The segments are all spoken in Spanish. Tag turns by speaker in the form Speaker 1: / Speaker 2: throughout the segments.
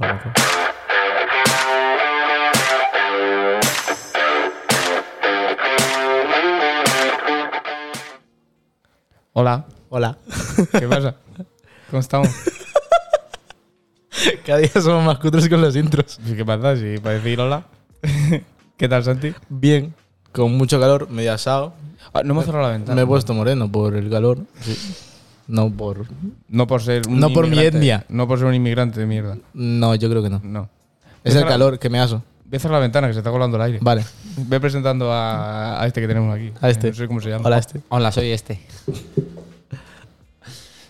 Speaker 1: rato. Hola,
Speaker 2: Hola.
Speaker 1: ¿qué pasa? ¿Cómo estamos?
Speaker 2: Cada día somos más cutres con las intros.
Speaker 1: Sí, ¿Qué pasa? Sí, para decir hola. ¿Qué tal, Santi?
Speaker 2: Bien, con mucho calor, medio asado.
Speaker 1: Ah, no hemos cerrado la ventana.
Speaker 2: Me he puesto moreno por el calor. sí. No por.
Speaker 1: No por ser un
Speaker 2: No por mi
Speaker 1: inmigrante.
Speaker 2: etnia.
Speaker 1: No por ser un inmigrante de mierda.
Speaker 2: No, yo creo que no.
Speaker 1: No.
Speaker 2: Es el
Speaker 1: Déjala-
Speaker 2: calor que me aso.
Speaker 1: Voy a cerrar la ventana que se está colando el aire.
Speaker 2: Vale.
Speaker 1: Voy presentando a, a este que tenemos aquí.
Speaker 2: A este.
Speaker 1: No sé cómo se llama.
Speaker 2: Hola, este.
Speaker 3: Hola, soy este.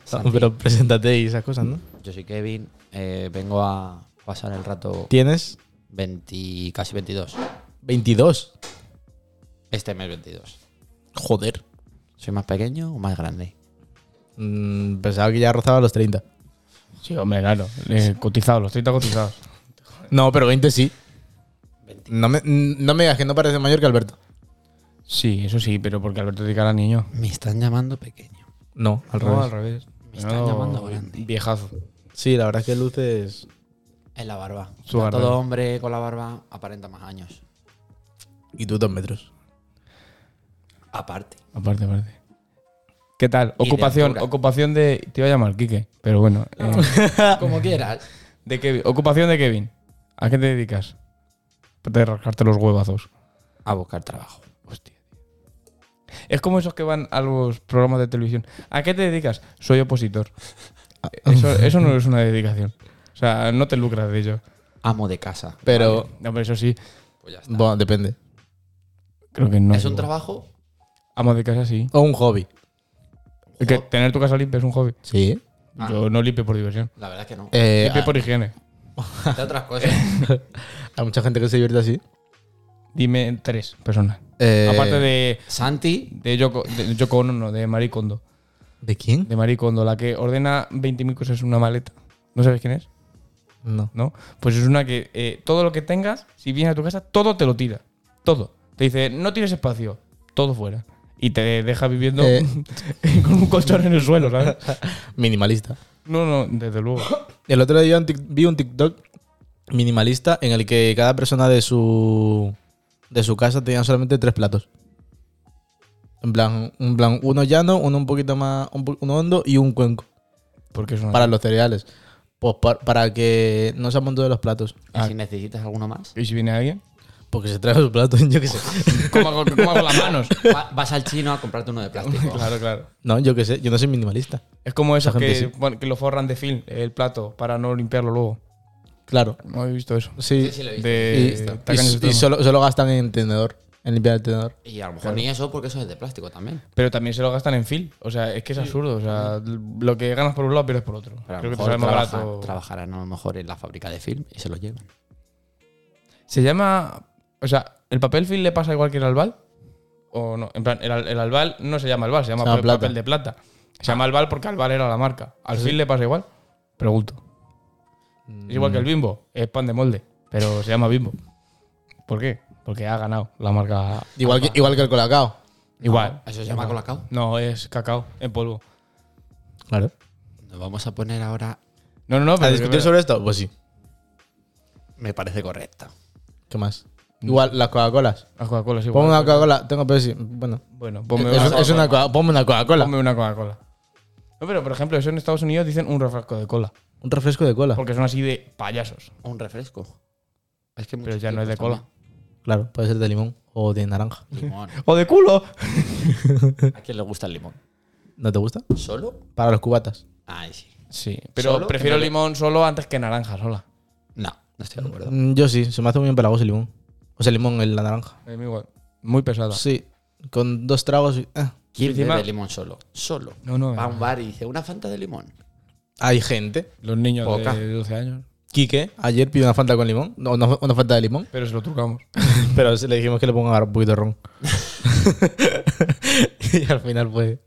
Speaker 3: Santi.
Speaker 2: Pero preséntate y esas cosas, ¿no?
Speaker 3: Yo soy Kevin. eh, vengo a pasar el rato
Speaker 2: Tienes
Speaker 3: 20, casi 22.
Speaker 2: 22.
Speaker 3: Este mes 22.
Speaker 2: Joder.
Speaker 3: ¿Soy más pequeño o más grande?
Speaker 2: Mm, pensaba que ya rozaba los 30.
Speaker 1: Sí, hombre, claro. Eh, cotizados, los 30 cotizados.
Speaker 2: No, pero 20 sí.
Speaker 3: 20.
Speaker 2: No me, no me digas que no parece mayor que Alberto.
Speaker 1: Sí, eso sí, pero porque Alberto te cara niño.
Speaker 3: Me están llamando pequeño.
Speaker 2: No, al
Speaker 1: No, al
Speaker 2: revés.
Speaker 1: revés.
Speaker 3: Me están
Speaker 1: Menudo
Speaker 3: llamando grande.
Speaker 1: Viejazo.
Speaker 2: Sí, la verdad es que luces.
Speaker 3: En la barba.
Speaker 1: Su
Speaker 3: Ya
Speaker 1: barba.
Speaker 3: Todo hombre con la barba aparenta más años.
Speaker 2: Y tú dos metros.
Speaker 3: Aparte.
Speaker 1: Aparte, aparte. ¿Qué tal?
Speaker 3: Y de
Speaker 1: Ocupación,
Speaker 3: altura.
Speaker 1: ocupación de. Te iba a llamar Quique, pero bueno. eh,
Speaker 3: Como quieras.
Speaker 1: de Kevin. Ocupación de Kevin. ¿A qué te dedicas? De rascarte los huevazos.
Speaker 3: A buscar trabajo.
Speaker 1: Hostia. Es como esos que van a los programas de televisión. ¿A qué te dedicas? Soy opositor.
Speaker 3: Ah.
Speaker 1: Eso, eso no es una dedicación. O sea, no te lucras de ello.
Speaker 3: Amo de casa.
Speaker 2: Pero.
Speaker 1: No, pero eso sí,
Speaker 3: Pues ya está.
Speaker 2: Bueno, depende.
Speaker 1: creo que no.
Speaker 3: es un trabajo.
Speaker 1: Amo de casa, sí.
Speaker 2: O un hobby.
Speaker 1: Es que tener tu casa limpia es un hobby.
Speaker 2: Sí.
Speaker 3: Ah.
Speaker 1: Yo no limpio por diversión.
Speaker 3: La verdad es que no.
Speaker 2: Eh,
Speaker 1: Limpio por higiene.
Speaker 3: Entre otras cosas.
Speaker 2: Hay mucha gente que se divierte así.
Speaker 1: Dime tres personas.
Speaker 2: Eh,
Speaker 1: Aparte de,
Speaker 3: Santi.
Speaker 1: de, Yoko, de Yoko Ono, no, de Marie Kondo.
Speaker 2: ¿De quién?
Speaker 1: De Marie Kondo, la que ordena 20.000 cosas en una maleta. ¿No sabes quién es?
Speaker 2: No.
Speaker 1: ¿no? Pues es una que eh, todo lo que tengas, si vienes a tu casa, todo te lo tira. Todo. Te dice, no tienes espacio, todo fuera. Y te deja viviendo
Speaker 2: Eh.
Speaker 1: con un colchón en el suelo, ¿sabes?
Speaker 2: Minimalista.
Speaker 1: No, no, desde luego.
Speaker 2: El otro día vi un tic- vi un TikTok minimalista en el que cada persona de su de su casa tenía solamente tres platos. En plan, un plan uno llano, uno un poquito más, un po- uno hondo y un cuenco
Speaker 1: Porque es una.
Speaker 2: para los cereales. Pues pa- para que no se amontonen los platos.
Speaker 3: ¿Y si necesitas alguno más?
Speaker 1: ¿Y si viene alguien?
Speaker 2: Porque se trae sus platos, yo qué sé.
Speaker 1: ¿Cómo hago, cómo hago las manos?
Speaker 3: Va- vas al chino a comprarte uno de plástico.
Speaker 1: Claro, claro.
Speaker 2: No, yo qué sé, yo no soy minimalista.
Speaker 1: Es como esos
Speaker 2: gente
Speaker 1: que,
Speaker 2: sí.
Speaker 1: bueno, que lo forran de film, el plato, para no limpiarlo luego.
Speaker 2: Claro.
Speaker 1: No he visto eso.
Speaker 2: Sí.
Speaker 3: Sí, sí, lo he visto.
Speaker 1: De
Speaker 2: Eh, Y, y-
Speaker 1: tacaños
Speaker 2: y
Speaker 1: extremos.
Speaker 2: solo, solo gastan en tenedor, en limpiar el tenedor.
Speaker 3: Y a lo mejor ni eso, porque eso es de plástico también.
Speaker 1: Pero también se lo gastan en film. O sea, es que es absurdo. O sea, lo que ganas por un lado pierdes por otro.
Speaker 3: Pero a
Speaker 1: Creo
Speaker 3: lo
Speaker 1: que te
Speaker 3: mejor
Speaker 1: sale más
Speaker 3: trabaja-
Speaker 1: barato.
Speaker 3: trabajarán a lo mejor en la fábrica de film y se lo llevan.
Speaker 1: ¿Se llama. O sea, ¿el papel film le pasa igual que el albal? ¿O no? En plan, el, al- el albal no se llama albal, se llama,
Speaker 2: Se llama
Speaker 1: pa-
Speaker 2: plata.
Speaker 1: papel de plata. Se llama albal porque albal era la marca. ¿Al film le pasa igual? Pregunto. Es igual que el bimbo, es pan de molde, pero se llama bimbo. ¿Por qué? Porque ha ganado la marca.
Speaker 2: Igual que, igual que el colacao.
Speaker 1: Igual.
Speaker 3: Eso se llama colacao.
Speaker 1: No, es cacao en polvo.
Speaker 2: Claro.
Speaker 3: Nos vamos a poner ahora.
Speaker 1: No, no, no.
Speaker 2: ¿A
Speaker 1: pero-
Speaker 2: discutir Ah, sobre esto? Pues sí.
Speaker 3: Me parece correcta.
Speaker 2: ¿Qué más? Igual las Coca-Colas.
Speaker 1: Las Coca-Colas igual.
Speaker 2: Ponme una Coca-Cola. Tengo Pepsi. Bueno.
Speaker 1: Bueno, ponme
Speaker 2: Es,
Speaker 1: una,
Speaker 2: es una Coca- ponme una Coca-Cola.
Speaker 1: ponme una Coca-Cola. No, pero por ejemplo, eso en Estados Unidos dicen un refresco de cola.
Speaker 2: Un refresco de cola.
Speaker 1: Porque son así de payasos.
Speaker 3: Un refresco. Es que
Speaker 1: Pero
Speaker 3: muchos
Speaker 1: ya no es de
Speaker 3: tipos
Speaker 1: cola.
Speaker 2: Claro, puede ser de limón o de naranja.
Speaker 3: también. Limón.
Speaker 1: ¡O de culo!
Speaker 3: ¿A quién le gusta el limón?
Speaker 2: ¿No te gusta?
Speaker 3: ¿Solo?
Speaker 2: Para los cubatas.
Speaker 3: Ay, sí.
Speaker 1: Sí, pero
Speaker 3: ¿Solo?
Speaker 1: prefiero
Speaker 3: Que no le-
Speaker 1: limón solo antes que naranja sola.
Speaker 3: No, no estoy de acuerdo.
Speaker 2: Mm, Yo sí, se me hace muy bien empalagoso el limón. O sea, limón en la naranja.
Speaker 1: A mí igual. Muy pesada.
Speaker 2: Sí, con dos tragos. y- ah.
Speaker 3: ¿Quién
Speaker 1: Encima-
Speaker 3: bebe limón solo? Solo.
Speaker 1: No, no,
Speaker 3: Va a
Speaker 1: eh,
Speaker 3: un bar y dice, ¿una fanta de limón?
Speaker 2: Hay gente.
Speaker 1: Los niños
Speaker 3: Poca.
Speaker 1: de 12 años.
Speaker 2: Quique, ayer pidió una fanta con limón. No, una, una fanta de limón.
Speaker 1: Pero se lo trucamos.
Speaker 2: Pero le dijimos que le ponga un poquito de ron. y al final fue.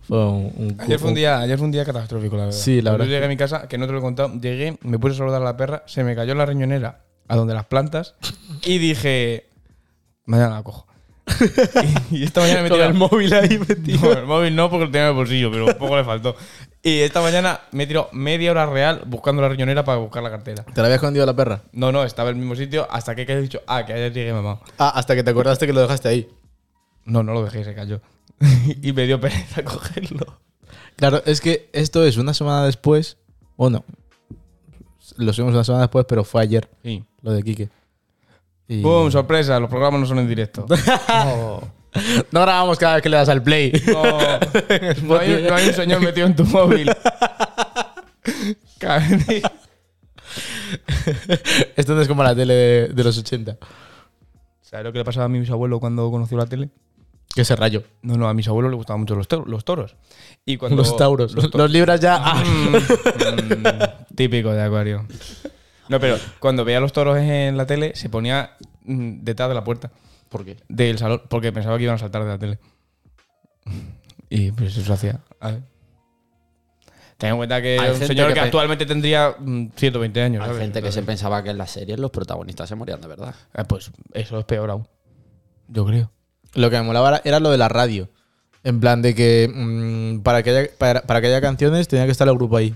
Speaker 2: Fue un. un-
Speaker 1: Ayer fue un día, ayer fue un día catastrófico, la verdad.
Speaker 2: Sí, la
Speaker 1: Cuando
Speaker 2: verdad
Speaker 1: Yo llegué a mi casa, que no te lo he contado, llegué, me puse a saludar a la perra, se me cayó la riñonera a donde las plantas y dije, mañana la cojo. y esta mañana me he
Speaker 2: Con
Speaker 1: tirado
Speaker 2: el móvil ahí metido.
Speaker 1: No, el móvil no, porque lo tenía en el bolsillo, pero poco le faltó. Y esta mañana me he tirado media hora real buscando la riñonera para buscar la cartera.
Speaker 2: ¿Te la había escondido la perra?
Speaker 1: No, no, estaba en el mismo sitio hasta que he dicho, ah, que ayer llegué mamá.
Speaker 2: Ah, hasta que te acordaste que lo dejaste ahí.
Speaker 1: No, no lo dejé, se cayó. y me dio pereza cogerlo.
Speaker 2: Claro, es que esto es una semana después. O no. Lo subimos una semana después, pero fue ayer,
Speaker 1: Sí.
Speaker 2: lo de Quique. Y-
Speaker 1: ¡Pum! Sorpresa, los programas no son en directo. No,
Speaker 2: No grabamos cada vez que le das al play.
Speaker 1: no, No hay, no hay un señor metido en tu móvil. Cabrón.
Speaker 2: Esto no es como la tele de, de los 80.
Speaker 1: ¿Sabes lo que le pasaba a mi bisabuelo cuando conoció la tele?
Speaker 2: Que se rayó.
Speaker 1: No, no, a mis abuelos les gustaban mucho los, to- los toros. Y cuando
Speaker 2: Los tauros. Los,
Speaker 1: los to-
Speaker 2: libras ya. ah.
Speaker 1: Mm, típico de acuario. No, pero cuando veía los toros en la tele, se ponía mm, detrás de la puerta
Speaker 2: ¿Por qué?
Speaker 1: del salón, porque pensaba que iban a saltar de la tele. Y pues eso hacía. A ver. Ten en cuenta que
Speaker 3: Hay
Speaker 1: es un
Speaker 3: gente
Speaker 1: señor que,
Speaker 3: que pe-
Speaker 1: actualmente tendría mm, 120 años.
Speaker 3: Hay
Speaker 1: ¿sabes?
Speaker 3: gente que se
Speaker 1: Entonces,
Speaker 3: pensaba que en las series los protagonistas se morían de verdad.
Speaker 1: eh, Pues eso es peor aún. Yo creo.
Speaker 2: Lo que me molaba era- era lo de la radio. En plan de que mm, para, que haya, para, para que haya canciones tenía que estar el grupo ahí.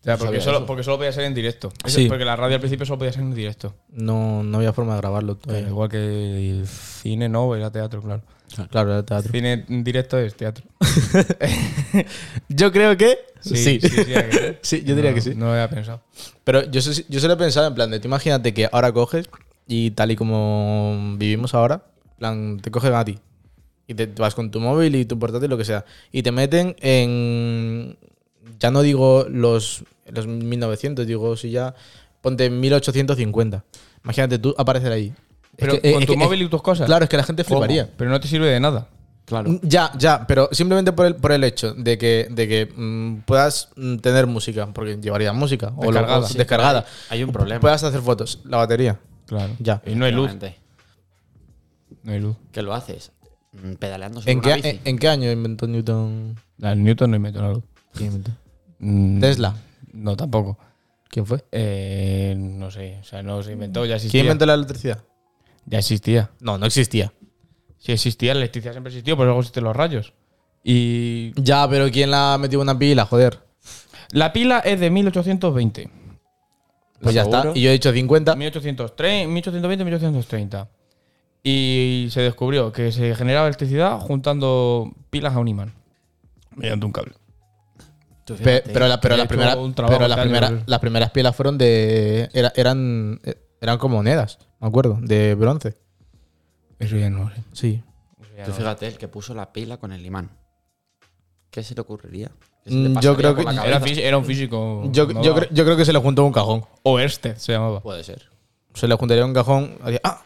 Speaker 1: O sea, porque
Speaker 3: sabía
Speaker 1: solo,
Speaker 3: eso.
Speaker 1: porque solo podía ser en directo. Eso-
Speaker 2: Sí.
Speaker 1: Porque la radio al principio solo podía ser en directo.
Speaker 2: No, no había forma de grabarlo. todavía.
Speaker 1: Eh, Igual que el cine no, era teatro, claro.
Speaker 2: Claro, era teatro.
Speaker 1: Cine en directo es teatro.
Speaker 2: Yo creo que sí. Sí,
Speaker 1: hay que ser.
Speaker 2: yo diría
Speaker 1: No,
Speaker 2: que sí.
Speaker 1: No lo había pensado.
Speaker 2: Pero yo, sé- yo solo he pensado en plan de, tú imagínate que ahora coges y tal y como vivimos ahora, en plan, te cogen a ti y te, te vas con tu móvil y tu portátil, lo que sea, y te meten en, ya no digo los, los 1900, digo, si ya, ponte 1850. Imagínate tú aparecer ahí. Es
Speaker 1: Pero
Speaker 2: que- eh,
Speaker 1: con
Speaker 2: es
Speaker 1: tu
Speaker 2: que-
Speaker 1: móvil
Speaker 2: es-
Speaker 1: y tus cosas.
Speaker 2: Claro, es que la gente fliparía.
Speaker 1: Pero no te sirve de nada.
Speaker 3: Claro.
Speaker 2: Ya, ya, pero simplemente por el, por el hecho de que, de que mm, puedas mm, tener música, porque llevaría música o lo- o
Speaker 1: Descargada. Sí,
Speaker 2: descargada.
Speaker 3: Hay un problema.
Speaker 2: Puedas hacer fotos. La batería.
Speaker 1: Claro.
Speaker 2: Ya.
Speaker 1: Y no hay luz.
Speaker 3: Obviamente.
Speaker 1: No hay luz.
Speaker 3: ¿Qué lo haces? Mm, Pedaleando sobre
Speaker 2: ¿En
Speaker 3: una
Speaker 2: qué,
Speaker 3: bici.
Speaker 1: eh,
Speaker 2: en, en qué año inventó Newton?
Speaker 1: La Newton no inventó la luz.
Speaker 2: ¿Quién inventó?
Speaker 1: Mm,
Speaker 2: Tesla.
Speaker 1: No, tampoco.
Speaker 2: ¿Quién fue?
Speaker 1: Eh, no sé. O sea, no se inventó, ya existía.
Speaker 2: ¿Quién inventó la electricidad?
Speaker 1: Ya existía.
Speaker 2: No, no existía.
Speaker 1: Si existía, la electricidad siempre existió, pero luego existen los rayos. Y.
Speaker 2: Ya, pero ¿quién la metió en una pila? Joder.
Speaker 1: La pila es de 1820.
Speaker 2: Pues ya
Speaker 3: seguro?
Speaker 2: está. Y yo he dicho 50.
Speaker 1: 1803, 1820, 1830. Y se descubrió que se generaba electricidad juntando pilas a un imán. Mediante un cable.
Speaker 3: Tú
Speaker 2: Pe-
Speaker 3: fíjate.
Speaker 2: pero la- pero
Speaker 1: He
Speaker 2: las
Speaker 1: hecho
Speaker 2: primeras
Speaker 1: un trabajo
Speaker 2: pero las
Speaker 1: tal,
Speaker 2: primeras-
Speaker 1: yo-
Speaker 2: las primeras pilas fueron de era- eran eh, eran como monedas me acuerdo de bronce
Speaker 1: Eso ya no lo sé.
Speaker 2: sí
Speaker 1: Eso ya
Speaker 3: Tú
Speaker 1: no-
Speaker 3: fíjate el que puso la pila con el imán. ¿Qué se le ocurriría? ¿Qué se
Speaker 2: Mm,
Speaker 3: le
Speaker 2: yo
Speaker 3: pasaría
Speaker 2: creo
Speaker 3: por
Speaker 2: que-
Speaker 3: la
Speaker 1: Era,
Speaker 3: cabeza?
Speaker 1: fí- era un físico.
Speaker 2: yo,
Speaker 1: no
Speaker 2: yo
Speaker 1: va-
Speaker 2: cre- yo creo que se le juntó un cajón
Speaker 1: O Ersted se llamaba.
Speaker 3: Puede ser.
Speaker 2: se le juntaría un cajón haría, ah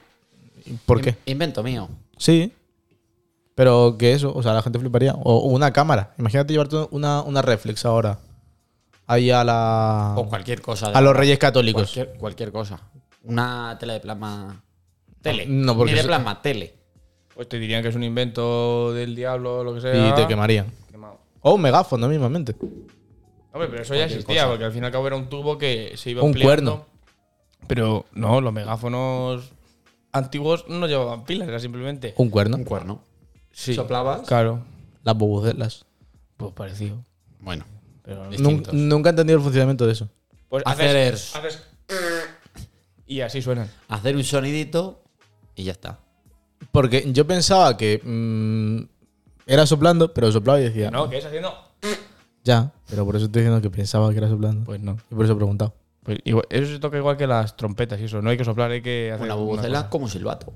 Speaker 2: ¿por qué?
Speaker 3: Invento mío.
Speaker 2: Sí. Pero que eso, o sea, la gente fliparía. O, o una cámara. Imagínate llevarte una, una reflex ahora. Ahí a la.
Speaker 3: O cualquier cosa. de-
Speaker 2: Ah. A los Reyes Católicos.
Speaker 3: cualquier, cualquier cosa. Una tela de plasma. Tele.
Speaker 2: Ah, No, porque
Speaker 3: Ni de
Speaker 2: eso-
Speaker 3: plasma, tele.
Speaker 1: Pues te dirían que es un invento del diablo o lo que sea.
Speaker 2: Y te quemarían.
Speaker 1: Quemado.
Speaker 2: O un megáfono, mismamente.
Speaker 1: Hombre, pero eso ya existía, porque al fin y al cabo era un tubo que se iba
Speaker 2: Un
Speaker 1: ampliando. Pero no, los megáfonos antiguos no llevaban pilas, era simplemente.
Speaker 2: Un cuerno.
Speaker 3: Un cuerno.
Speaker 1: Sí.
Speaker 3: Soplabas.
Speaker 1: Claro.
Speaker 2: Las bobucelas.
Speaker 1: Pues parecido.
Speaker 3: Bueno.
Speaker 1: Pero
Speaker 2: Nun-
Speaker 3: Distintos.
Speaker 2: nunca he entendido el funcionamiento de eso.
Speaker 1: Pues
Speaker 3: Hacer
Speaker 1: haces-
Speaker 3: er-
Speaker 1: haces y así suenan.
Speaker 3: Hacer un sonidito y ya está.
Speaker 2: Porque yo pensaba que. mm, era soplando, pero soplaba y decía.
Speaker 1: ¿No? ¿Qué es haciendo?
Speaker 2: Ya, pero por eso estoy diciendo que pensaba que era soplando.
Speaker 1: Pues no.
Speaker 2: y por eso he preguntado.
Speaker 1: Pues igual- eso se toca igual que las trompetas y eso. No hay que soplar, hay que hacer.
Speaker 3: Una
Speaker 1: alguna
Speaker 3: bubucela
Speaker 1: cosa.
Speaker 3: como un silbato.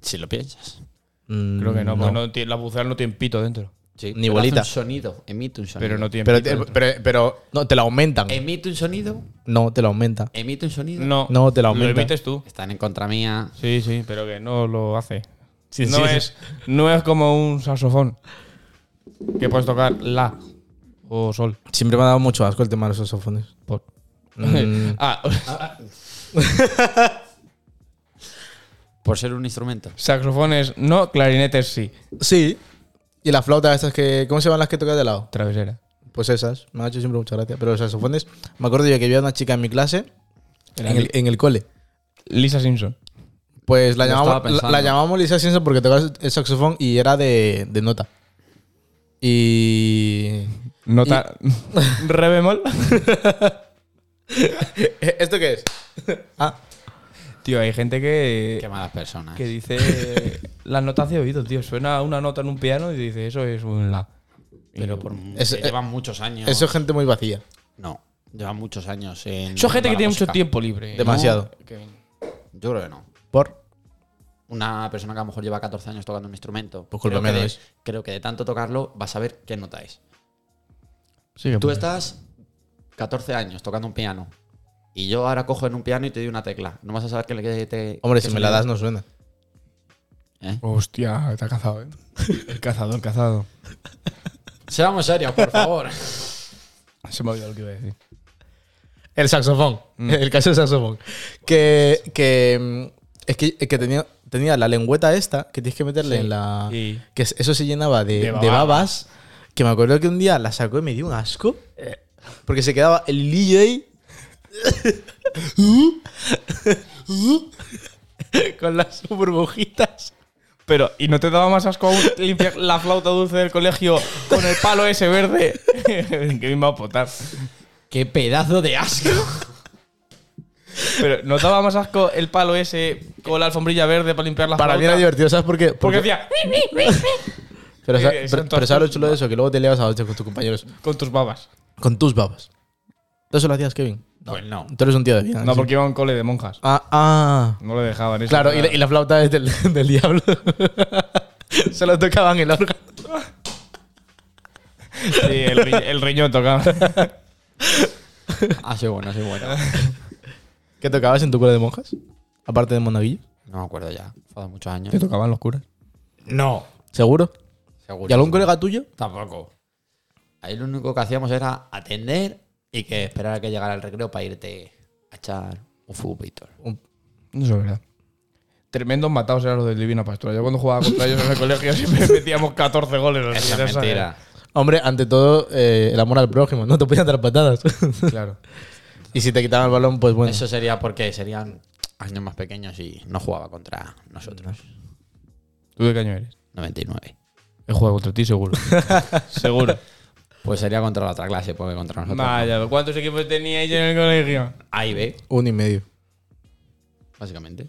Speaker 3: Si lo piensas.
Speaker 2: Mm,
Speaker 1: Creo que no, porque no. tiene- las bucelas no tienen pito dentro.
Speaker 3: Sí,
Speaker 2: Ni
Speaker 3: pero
Speaker 2: bolita.
Speaker 3: hace un sonido. Emite un sonido.
Speaker 1: Pero no tienen
Speaker 2: Pero,
Speaker 1: pito.
Speaker 2: te-
Speaker 1: dentro.
Speaker 2: pero, pero- No, te la aumentan.
Speaker 3: Emite un sonido.
Speaker 2: No, te la aumenta.
Speaker 3: Emite un sonido.
Speaker 1: no,
Speaker 2: No, te la
Speaker 1: Lo
Speaker 2: aumenta.
Speaker 1: emites tú.
Speaker 3: Están en contra mía.
Speaker 1: Sí, sí, pero que no lo hace.
Speaker 2: Sí,
Speaker 1: no,
Speaker 2: sí, sí.
Speaker 1: es, no es como un saxofón. Que puedes tocar la o sol.
Speaker 2: Siempre me ha dado mucho asco el tema de los saxofones.
Speaker 1: Por.
Speaker 2: Mm,
Speaker 1: Ah,
Speaker 3: Por ser un instrumento.
Speaker 1: saxofones no, clarinetes sí.
Speaker 2: sí. Y las flautas estas que. ¿Cómo se llaman las que tocas de lado?
Speaker 1: Travesera.
Speaker 2: Pues esas. Me han hecho siempre mucha gracia. Pero los saxofones. Me acuerdo yo que había una chica en mi clase. En
Speaker 1: Era
Speaker 2: el, en el cole.
Speaker 1: Lisa Simpson.
Speaker 2: Pues la
Speaker 4: Lo
Speaker 2: llamamos,
Speaker 4: estaba
Speaker 2: la-
Speaker 4: pensando.
Speaker 2: la llamamos Lisa Simpson porque tocaba el saxofón y era de, de nota. Y.
Speaker 1: Nota. Re bemol.
Speaker 2: Eh, ¿Esto qué es? Ah,
Speaker 1: Tío, hay gente
Speaker 3: Qué
Speaker 1: que,
Speaker 3: malas personas.
Speaker 1: que dice las notas de oído, tío. Suena una nota en un piano y dice, eso es un la.
Speaker 3: Pero por,
Speaker 2: Eso-
Speaker 3: que llevan muchos años.
Speaker 2: eh, eso es gente muy vacía.
Speaker 3: No, llevan muchos años. En
Speaker 1: Eso es gente
Speaker 3: para
Speaker 1: que tiene
Speaker 3: música.
Speaker 1: mucho tiempo libre.
Speaker 2: Demasiado.
Speaker 1: Kevin.
Speaker 3: Yo creo que no.
Speaker 2: Eh, Por.
Speaker 3: Una persona que a lo mejor lleva 14 años tocando un instrumento.
Speaker 2: Pues culpa
Speaker 3: creo que
Speaker 2: mía no
Speaker 3: de-
Speaker 2: es.
Speaker 3: Creo que de tanto tocarlo vas a ver qué nota es.
Speaker 1: Sí que
Speaker 3: Tú
Speaker 1: puede.
Speaker 3: estás 14 años tocando un piano. Y yo ahora cojo en un piano y te doy una tecla. No vas a saber que le que te.
Speaker 2: Hombre,
Speaker 3: que
Speaker 2: si
Speaker 3: se
Speaker 2: me la
Speaker 3: llama.
Speaker 2: das no suena.
Speaker 3: ¿Eh?
Speaker 1: Hostia, te ha cazado, ¿eh? El cazador, el cazado.
Speaker 3: Seamos serios, por favor.
Speaker 1: Se me ha olvidado lo que iba a decir.
Speaker 2: El saxofón.
Speaker 1: Mm.
Speaker 2: El caso del saxofón. Que. que mm, es que, es que tenía, tenía la lengüeta esta que tienes que meterle
Speaker 1: Sí.
Speaker 2: en la.
Speaker 1: Y-
Speaker 2: Que es- eso se llenaba de,
Speaker 1: De
Speaker 2: de babas.
Speaker 1: babas.
Speaker 2: Que me acuerdo que un día la sacó y me dio un asco.
Speaker 1: Eh.
Speaker 2: Porque se quedaba el DJ. con las burbujitas.
Speaker 1: Pero, ¿y no te daba más asco aún limpiar la flauta dulce del colegio con el palo ese verde? que me va a potar.
Speaker 4: ¡Qué pedazo de asco!
Speaker 1: Pero, ¿no te daba más asco el palo ese con la alfombrilla verde para limpiar la
Speaker 2: Para mí
Speaker 1: flauta?
Speaker 2: era divertido, ¿sabes por qué?
Speaker 1: Porque decía,
Speaker 2: pero,
Speaker 1: eh,
Speaker 2: sa-
Speaker 1: son
Speaker 2: pero-
Speaker 1: todas
Speaker 2: pero ¿sabes lo chulo de eso? Que luego te leas a hostia con tus compañeros.
Speaker 1: con tus babas.
Speaker 2: Con tus babas. ¿Tú eso lo hacías, Kevin?
Speaker 3: Pues no.
Speaker 2: Tú eres un tío de bien.
Speaker 1: No, porque iba a un cole de monjas.
Speaker 2: Ah, ah.
Speaker 1: No le dejaban eso.
Speaker 2: Claro, y la,
Speaker 1: Era-
Speaker 2: y la flauta es del, del diablo. Se lo tocaban el órgano.
Speaker 1: Sí, el, ri- el riñón tocaba.
Speaker 3: Ha sido Ah, bueno, ha sido bueno.
Speaker 2: ¿Qué tocabas en tu cole de monjas? Aparte de monaguillos.
Speaker 3: No me acuerdo ya. Fue hace muchos años.
Speaker 1: tocaban los curas?
Speaker 3: No.
Speaker 2: ¿Seguro?
Speaker 3: Seguro.
Speaker 2: ¿Y algún colega tuyo?
Speaker 3: Tampoco. Ahí lo único que hacíamos era atender y que esperar a que llegara el recreo para irte a echar un futbolito.
Speaker 1: Eso es verdad. Tremendos matados eran los del Divina Pastora. Yo cuando jugaba contra ellos en el colegio siempre metíamos 14 goles. o
Speaker 3: Esa
Speaker 1: sea,
Speaker 3: es
Speaker 1: esa-
Speaker 3: mentira.
Speaker 2: Hombre, ante todo, eh, el amor al prójimo. No te podían dar patadas.
Speaker 1: Claro.
Speaker 2: y si te quitaban el balón, pues bueno.
Speaker 3: Eso sería porque serían años más pequeños y no jugaba contra nosotros.
Speaker 1: ¿Tú de qué año eres?
Speaker 3: 99.
Speaker 1: He jugado contra ti, seguro. seguro.
Speaker 3: Pues sería contra la otra clase, porque contra nosotros. no.
Speaker 1: Vaya, ¿cuántos equipos teníais en el colegio?
Speaker 3: A y B,
Speaker 2: Un y medio.
Speaker 3: básicamente.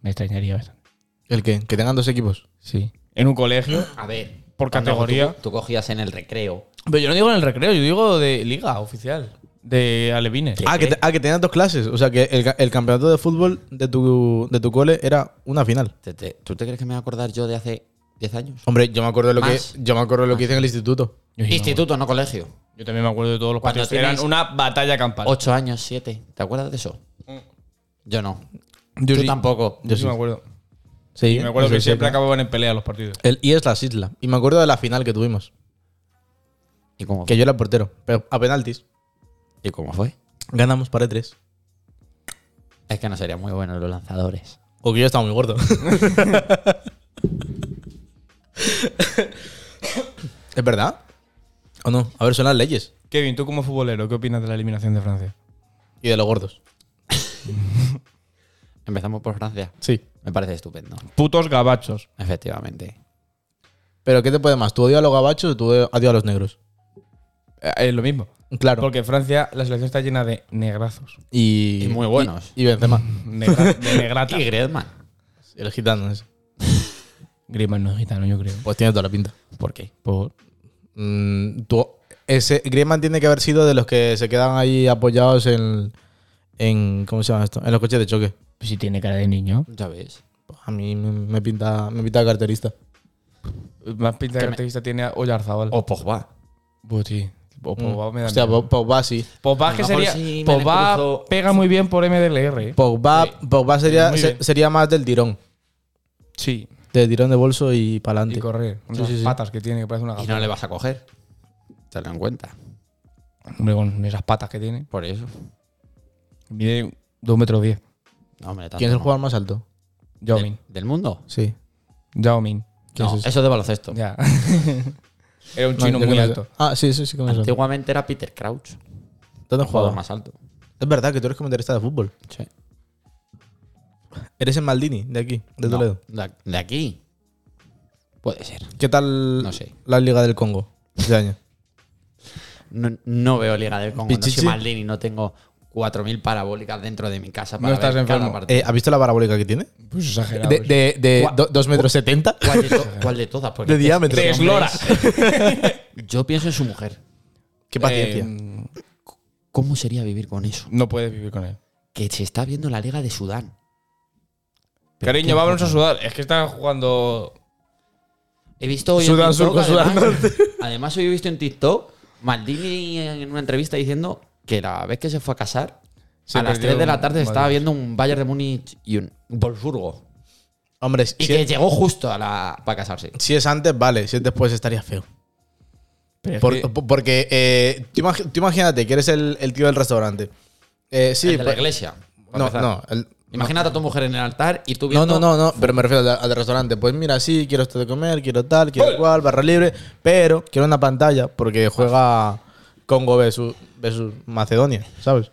Speaker 1: Me extrañaría bastante.
Speaker 2: ¿El qué? ¿Que tengan dos equipos?
Speaker 1: Sí. ¿En un colegio?
Speaker 3: A ver.
Speaker 1: Por
Speaker 3: cuando
Speaker 1: categoría.
Speaker 3: Tú, tú cogías en el recreo.
Speaker 1: Pero yo no digo en el recreo, yo digo de liga oficial. De alevines.
Speaker 3: ¿Qué?
Speaker 2: Ah que, te- ah, que tenían dos clases. O sea, que el, ca- el campeonato de fútbol de tu, de tu cole era una final.
Speaker 3: Te- te- ¿Tú te crees que me voy a acordar yo de hace 10 años?
Speaker 2: Hombre, yo me acuerdo lo que,
Speaker 3: Más.
Speaker 2: yo me acuerdo lo que hice en el instituto.
Speaker 1: Yo sí me
Speaker 3: Instituto, no colegio.
Speaker 1: acuerdo. Yo también me acuerdo de todos los
Speaker 3: Cuando
Speaker 1: partidos.
Speaker 3: tienes
Speaker 1: Eran una batalla campal.
Speaker 3: 8 años, 7. ¿Te acuerdas de eso? Yo no.
Speaker 1: Mm. Yo
Speaker 3: tú
Speaker 1: sí.
Speaker 3: tampoco.
Speaker 1: Yo sí
Speaker 2: sí.
Speaker 1: me acuerdo.
Speaker 2: Sí,
Speaker 1: Y me acuerdo que
Speaker 2: eso
Speaker 1: siempre acababan en pelea los partidos.
Speaker 2: El, y es las islas. Y me acuerdo de la final que tuvimos.
Speaker 3: ¿Y cómo,
Speaker 2: Que yo era el portero. Pero a penaltis.
Speaker 3: ¿Y cómo fue?
Speaker 2: Ganamos para E tres.
Speaker 3: Es que no serían muy buenos los lanzadores.
Speaker 2: O que yo estaba muy gordo. ¿Es verdad? ¿O no? A ver, son las leyes.
Speaker 1: Kevin, tú como futbolero, ¿qué opinas de la eliminación de Francia?
Speaker 2: Y de los gordos.
Speaker 3: Empezamos por Francia.
Speaker 2: Sí.
Speaker 3: Me parece estupendo.
Speaker 1: Putos gabachos.
Speaker 3: Efectivamente.
Speaker 2: Pero ¿qué te puede más? ¿Tu odio a los gabachos o tu odio odio a los negros?
Speaker 1: Eh, Es lo mismo.
Speaker 2: Claro.
Speaker 1: Porque Francia, la selección está llena de negrazos.
Speaker 2: Y,
Speaker 3: Y muy buenos.
Speaker 2: Y, y Benzema.
Speaker 1: Negra- de negrata.
Speaker 3: Y Griezmann.
Speaker 2: El gitano ese.
Speaker 1: Griezmann no es gitano, yo creo.
Speaker 2: Pues tiene toda la pinta.
Speaker 3: ¿Por qué?
Speaker 1: Por-
Speaker 2: Mm, tú- ese, Griezmann tiene que haber sido de los que se quedan ahí apoyados en, en. ¿Cómo se llama esto? En los coches de choque.
Speaker 1: si tiene cara de niño.
Speaker 3: Ya ves.
Speaker 2: Pues A mí me- me pinta, me pinta carterista.
Speaker 1: Más pinta de
Speaker 3: Que me-
Speaker 1: cartelista tiene Oyarzabal.
Speaker 3: O Pogba.
Speaker 1: Oh, Pues sí. O Pogba me da
Speaker 2: Mm. Hostia,
Speaker 1: miedo.
Speaker 2: Po- Pogba sí.
Speaker 1: Pogba es
Speaker 3: A
Speaker 1: que
Speaker 3: lo mejor
Speaker 1: sería.
Speaker 3: si me le
Speaker 1: Pogba
Speaker 3: cruzo-
Speaker 1: pega muy bien por MDLR. ¿eh?
Speaker 2: Pogba, Pogba sería,
Speaker 1: muy
Speaker 2: se-
Speaker 1: bien.
Speaker 2: sería más del tirón.
Speaker 1: sí.
Speaker 2: Del tirón de bolso y para
Speaker 1: Y
Speaker 2: adelante.
Speaker 1: correr. Con
Speaker 2: Sí,
Speaker 1: esas
Speaker 2: sí, sí.
Speaker 1: patas que tiene, que parece una
Speaker 3: Y
Speaker 1: gafa.
Speaker 3: no le vas a coger. Tenlo en cuenta.
Speaker 1: Hombre, con esas patas que tiene.
Speaker 3: Por eso.
Speaker 1: Mide 2 metros 10.
Speaker 3: No, hombre, tanto
Speaker 2: ¿Quién es el
Speaker 3: no.
Speaker 2: jugador más alto?
Speaker 1: Yao
Speaker 3: ¿Del,
Speaker 1: Ming.
Speaker 3: del mundo?
Speaker 2: Sí.
Speaker 1: Yao Ming.
Speaker 2: ¿Quién
Speaker 3: No,
Speaker 2: es ese?
Speaker 3: eso de baloncesto.
Speaker 1: Ya. Era un chino
Speaker 2: No, yo
Speaker 1: muy
Speaker 2: creo-
Speaker 1: alto.
Speaker 2: Ah, sí, sí, sí que me suena.
Speaker 3: Antiguamente era Peter Crouch.
Speaker 2: ¿Dónde
Speaker 3: El
Speaker 2: jugaba?
Speaker 3: jugador más alto.
Speaker 2: Es verdad que tú eres comentarista de fútbol.
Speaker 3: Sí.
Speaker 2: Eres el Maldini de aquí, de
Speaker 3: No,
Speaker 2: Toledo.
Speaker 3: de- de aquí. Puede ser.
Speaker 2: ¿Qué tal
Speaker 3: No sé.
Speaker 2: la Liga del Congo este año?
Speaker 3: No, no veo Liga del Congo. No
Speaker 2: Pichichi.
Speaker 3: soy Maldini, no tengo 4.000 parabólicas dentro de mi casa para
Speaker 1: No estás
Speaker 3: ver cada
Speaker 1: enfermo.
Speaker 3: partido.
Speaker 2: Eh, ¿Has visto la parabólica que tiene?
Speaker 1: Pues exagerado.
Speaker 2: De, de, de
Speaker 3: Gua-
Speaker 2: do- dos metros setenta
Speaker 3: ¿Cuál, de to- cuál de todas? Porque
Speaker 2: de diámetro.
Speaker 1: Te eslora.
Speaker 3: yo pienso en su mujer.
Speaker 2: Qué paciencia.
Speaker 1: Eh,
Speaker 3: ¿Cómo sería vivir con eso?
Speaker 1: no puedes vivir con él.
Speaker 3: Que se está viendo la Liga de Sudán.
Speaker 1: Cariño, vámonos a sudar. Es que están jugando.
Speaker 3: He visto hoy
Speaker 2: Sudán
Speaker 3: en TikTok,
Speaker 2: Sur con
Speaker 3: además,
Speaker 2: Sudán
Speaker 3: además, hoy he visto en TikTok Maldini en una entrevista diciendo que la vez que se fue a casar,
Speaker 1: Se
Speaker 3: a las
Speaker 1: perdió
Speaker 3: 3 de
Speaker 1: un-
Speaker 3: la tarde estaba
Speaker 1: varios.
Speaker 3: viendo un Bayern de Múnich y un Wolfsburgo.
Speaker 2: Hombre, si,
Speaker 3: Y que llegó justo a la, para casarse.
Speaker 2: si es antes, vale. Si es después, estaría feo.
Speaker 1: Pero es
Speaker 2: Por-
Speaker 1: que-
Speaker 2: por- porque eh, tú, imag- tú imagínate que eres el, el tío del restaurante. Eh, sí,
Speaker 3: el de la
Speaker 2: pues-
Speaker 3: iglesia. para
Speaker 2: No,
Speaker 3: empezar.
Speaker 2: no. el-
Speaker 3: Imagínate a tu mujer en el altar y tú
Speaker 2: no,
Speaker 3: viendo.
Speaker 2: no, no, no, pero me refiero al, al del restaurante. Pues mira, sí, quiero esto de comer, quiero tal, quiero cual, barra libre, pero quiero una pantalla porque juega Congo versus, versus Macedonia, ¿sabes?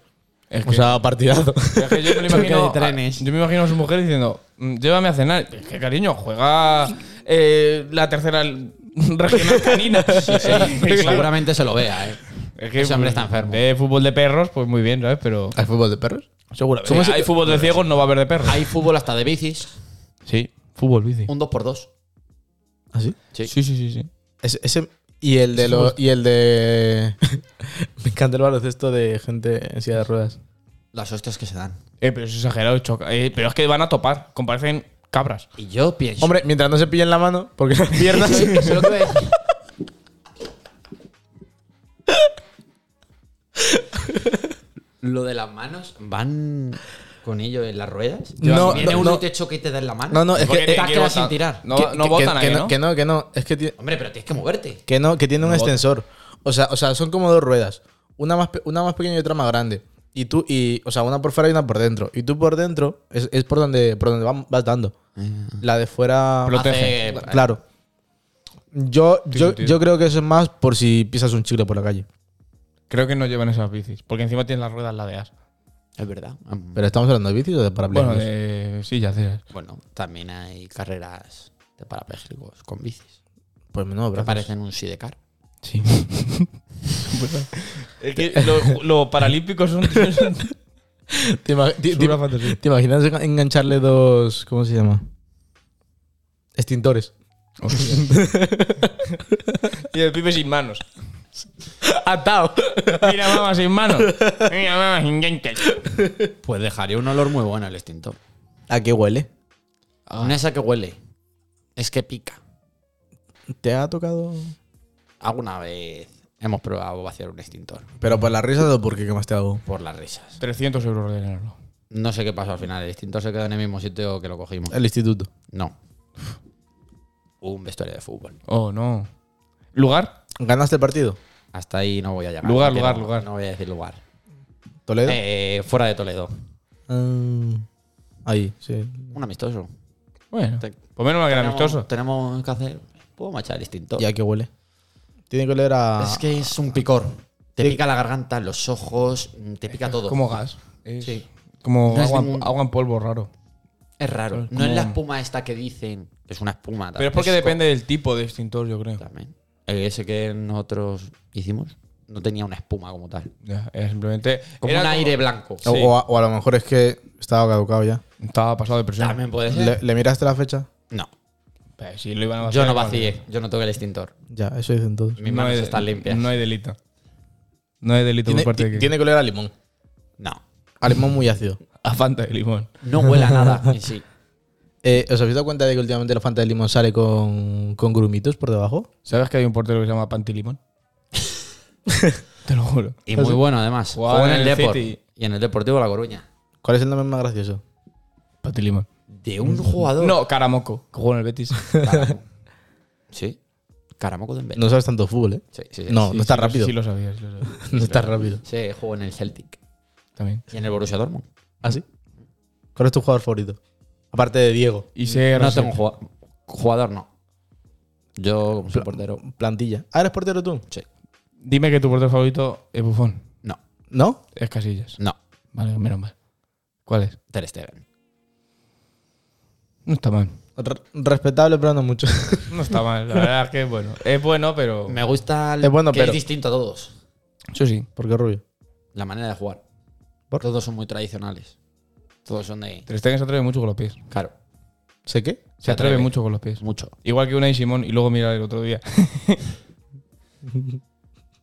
Speaker 1: es que-
Speaker 2: O sea, partidazo.
Speaker 1: es que yo me lo
Speaker 3: Choque de
Speaker 1: imagino.
Speaker 3: trenes.
Speaker 1: Yo me imagino a su mujer diciendo: "Mm, Llévame a cenar. Es que, cariño, juega eh, la tercera regional canina.
Speaker 3: Sí,
Speaker 1: Claro.
Speaker 3: seguramente se lo vea, ¿eh?
Speaker 1: Es que
Speaker 3: Ese hombre está enfermo.
Speaker 1: De fútbol de perros, pues muy bien, ¿sabes? Pero.
Speaker 2: ¿Hay fútbol de perros?
Speaker 1: Seguramente. hay fútbol de ciegos, no va a haber de perros.
Speaker 3: Hay fútbol hasta de bicis.
Speaker 1: Sí, fútbol bici.
Speaker 3: Un 2x2.
Speaker 2: ¿Ah, sí?
Speaker 3: Sí.
Speaker 1: Sí, sí, sí. sí.
Speaker 2: Ese, ese- y el de los. Y el de. Me encanta el baloncesto de gente en silla de ruedas.
Speaker 3: Las hostias que se dan.
Speaker 1: Eh, pero es exagerado, choca. Eh, pero es que van a topar. Comparecen cabras.
Speaker 3: Y yo pienso.
Speaker 2: Hombre, mientras no se pillen la mano, porque las piernas.
Speaker 3: Sí, eso es lo que voy a decir. Lo de las manos van con ello en las ruedas.
Speaker 2: No,
Speaker 3: Si viene
Speaker 2: no,
Speaker 3: uno
Speaker 2: no.
Speaker 3: y te choca y te da en la mano.
Speaker 2: No, no, es
Speaker 1: Porque
Speaker 2: que.
Speaker 1: te-
Speaker 2: eh,
Speaker 3: Te has
Speaker 1: que
Speaker 3: quedado
Speaker 1: votan.
Speaker 3: sin tirar.
Speaker 1: No, no votan a
Speaker 2: que
Speaker 1: que
Speaker 2: no,
Speaker 1: ¿no?
Speaker 2: que no, que no. Es que, ti-
Speaker 3: Hombre, pero tienes que moverte.
Speaker 2: que no, que tiene un
Speaker 1: No votan.
Speaker 2: extensor. O sea, o sea, son como dos ruedas. Una más, pe- una más pequeña y otra más grande. Y tú, y, o sea, una por fuera y una por dentro. Y tú por dentro es, es por donde, por donde vam- vas dando.
Speaker 3: Ah.
Speaker 2: La de fuera.
Speaker 1: Pero
Speaker 3: Hace-
Speaker 1: protege.
Speaker 2: Claro. Yo,
Speaker 1: Tiene
Speaker 2: yo,
Speaker 1: sentido.
Speaker 2: yo creo que eso es más por si pisas un chicle por la calle.
Speaker 1: Creo que no llevan esas bicis. Porque encima tienen las ruedas ladeadas.
Speaker 3: Es verdad. Mm.
Speaker 2: ¿Pero estamos hablando de bicis o de parapléjicos?
Speaker 1: Bueno, eh, de sillas. de esas.
Speaker 3: Bueno, también hay carreras de parapléjicos con bicis.
Speaker 2: Pues no,
Speaker 3: Que
Speaker 2: brazos.
Speaker 3: parecen un sidecar.
Speaker 1: Sí. es que los paralímpicos son.
Speaker 2: ¿Te, ima- ti- ti-
Speaker 1: Pura fantasía.
Speaker 2: te imaginas engan- engancharle dos... ¿Cómo se llama? Extintores.
Speaker 1: y el pibe sin manos.
Speaker 2: Atao.
Speaker 1: Mira, mamá, sin manos. Mira, mamá, sin dientes.
Speaker 3: Pues dejaría un olor muy bueno el extintor.
Speaker 2: ¿A qué huele? Ah.
Speaker 3: Una esa que huele. Es que pica.
Speaker 2: ¿Te ha tocado...?
Speaker 3: Alguna vez hemos probado vaciar un extintor
Speaker 2: ¿Pero por la risa o por qué más te hago?
Speaker 3: por las risas.
Speaker 1: 300 euros de dinero.
Speaker 3: No sé qué pasó al final. El extintor se quedó en el mismo sitio que lo cogimos.
Speaker 2: El instituto.
Speaker 3: No. Un vestuario de fútbol.
Speaker 1: Oh, no. ¿Lugar?
Speaker 2: ¿Ganaste el partido?
Speaker 3: Hasta ahí no voy a llegar.
Speaker 1: Lugar,
Speaker 3: No
Speaker 1: lugar,
Speaker 3: quiero-
Speaker 1: lugar.
Speaker 3: No voy a decir lugar.
Speaker 2: ¿Toledo?
Speaker 3: Eh, fuera de Toledo.
Speaker 2: Ah, ahí, sí.
Speaker 3: Un amistoso.
Speaker 1: Bueno.
Speaker 3: Te-
Speaker 1: Pues menos mal que era
Speaker 3: Tenemos-
Speaker 1: amistoso.
Speaker 3: Tenemos que hacer. Puedo machar el extintor.
Speaker 2: ¿Y a qué huele? Tiene que oler a...
Speaker 3: Es que es un picor. Te pica la garganta, los ojos, mm, te pica todo.
Speaker 1: Como gas. Es
Speaker 3: Sí.
Speaker 1: Como
Speaker 3: No es
Speaker 1: agua,
Speaker 3: ningún-
Speaker 1: agua en polvo raro.
Speaker 3: Es raro.
Speaker 1: Es
Speaker 3: No es la
Speaker 1: como-
Speaker 3: espuma esta que dicen. Es una espuma.
Speaker 1: Pero es porque
Speaker 3: co-
Speaker 1: depende del tipo de extintor, yo creo.
Speaker 3: También. El ese que nosotros hicimos no tenía una espuma como tal.
Speaker 1: Ya, era simplemente.
Speaker 3: Como
Speaker 1: era
Speaker 3: un aire blanco.
Speaker 2: O,
Speaker 1: Sí.
Speaker 2: o a, o a lo mejor es que estaba caducado ya.
Speaker 1: Estaba pasado de presión.
Speaker 3: También puede ser.
Speaker 2: ¿Le, le miraste la fecha?
Speaker 3: No.
Speaker 1: Pero si lo iban a
Speaker 3: Yo
Speaker 1: vaciar,
Speaker 3: no
Speaker 1: igual.
Speaker 3: vacié. Yo no toqué el extintor.
Speaker 2: Ya, eso dicen todos.
Speaker 3: Mis
Speaker 1: No
Speaker 3: manos
Speaker 1: hay-
Speaker 3: están limpias.
Speaker 1: No hay delito. No hay delito
Speaker 2: Tiene,
Speaker 1: por parte de que.
Speaker 2: tiene que oler a limón.
Speaker 3: No.
Speaker 2: A limón muy ácido.
Speaker 1: A Fanta de limón.
Speaker 3: No huele a nada en sí.
Speaker 2: Eh, ¿Os habéis dado cuenta de que últimamente la Fanta de limón sale con, con grumitos por debajo?
Speaker 1: ¿Sabes que hay un portero que se llama Panti Limón? Te lo juro.
Speaker 3: Y muy bueno además.
Speaker 1: Jugaba
Speaker 3: Jugó en
Speaker 1: en
Speaker 3: el
Speaker 1: el
Speaker 3: Deport
Speaker 1: City.
Speaker 3: y en el Deportivo La Coruña.
Speaker 2: ¿Cuál es el nombre más gracioso?
Speaker 1: Panti Limón.
Speaker 3: De un jugador.
Speaker 1: No, Caramoco, que jugó en el Betis.
Speaker 3: Caramoco. Sí. Caramoco de
Speaker 2: No sabes tanto de fútbol, ¿eh?
Speaker 3: Sí, sí, sí.
Speaker 2: No,
Speaker 1: Sí,
Speaker 2: no está
Speaker 1: sí,
Speaker 2: rápido.
Speaker 1: Sí, lo sabía, sí lo sabía.
Speaker 2: no está rápido.
Speaker 3: Sí, jugó en el Celtic
Speaker 1: También.
Speaker 3: y en el Borussia Dortmund.
Speaker 2: ¿Ah, sí? ¿Cuál es tu jugador favorito? Aparte de Diego.
Speaker 1: Y se
Speaker 3: No tengo jugador. Jugador no. Yo como soy portero.
Speaker 2: Plantilla. ¿Ah, eres portero tú?
Speaker 3: Sí.
Speaker 1: Dime que tu portero favorito es Bufón.
Speaker 3: No,
Speaker 2: ¿No?
Speaker 1: Es Casillas.
Speaker 3: no.
Speaker 1: Vale, menos mal. ¿Cuál es?
Speaker 3: Ter Stegen.
Speaker 1: No está mal.
Speaker 2: R- respetable, pero no mucho.
Speaker 1: No está mal. La verdad es que bueno. Es bueno, pero.
Speaker 3: Me gusta el
Speaker 2: Es bueno,
Speaker 3: que
Speaker 2: pero-
Speaker 3: es distinto a todos.
Speaker 1: Eso sí.
Speaker 2: Porque rubio.
Speaker 3: La manera de jugar.
Speaker 2: ¿Por?
Speaker 3: Todos son muy tradicionales. Todos son de.
Speaker 1: Ter Stegen se atreve mucho con los pies.
Speaker 3: Claro,
Speaker 2: ¿Sé qué?
Speaker 1: Se atreve
Speaker 3: atreve.
Speaker 1: mucho con los pies.
Speaker 3: mucho.
Speaker 1: Igual que una y Simón y luego mira el otro día.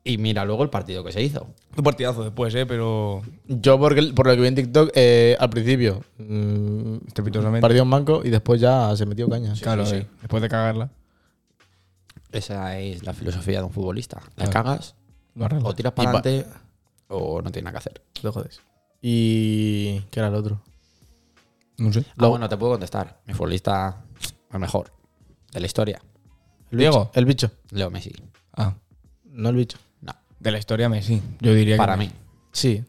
Speaker 3: Y mira luego el partido que se hizo.
Speaker 1: Un partidazo después, ¿eh? Pero
Speaker 2: Yo, porque, por lo que vi en TikTok, eh, al principio mm,
Speaker 1: estrepitosamente.
Speaker 2: perdió un banco y después ya se metió caña.
Speaker 1: claro, eh, después de cagarla,
Speaker 3: Esa es la filosofía de un futbolista.
Speaker 2: Ah.
Speaker 3: La cagas,
Speaker 1: lo arregla.
Speaker 3: o tiras para adelante, o no tiene nada que hacer. Ah,
Speaker 2: Lo jodes. ¿Y qué era el otro?
Speaker 1: No sé.
Speaker 3: Ah, bueno, te puedo contestar. Mi futbolista, el mejor de la historia.
Speaker 2: El
Speaker 1: Diego.
Speaker 2: bicho. El bicho.
Speaker 3: Leo Messi.
Speaker 1: Ah,
Speaker 2: No el bicho.
Speaker 3: No,
Speaker 1: de la historia Messi. Yo diría que
Speaker 3: para
Speaker 1: Messi.
Speaker 3: mí.
Speaker 2: Sí.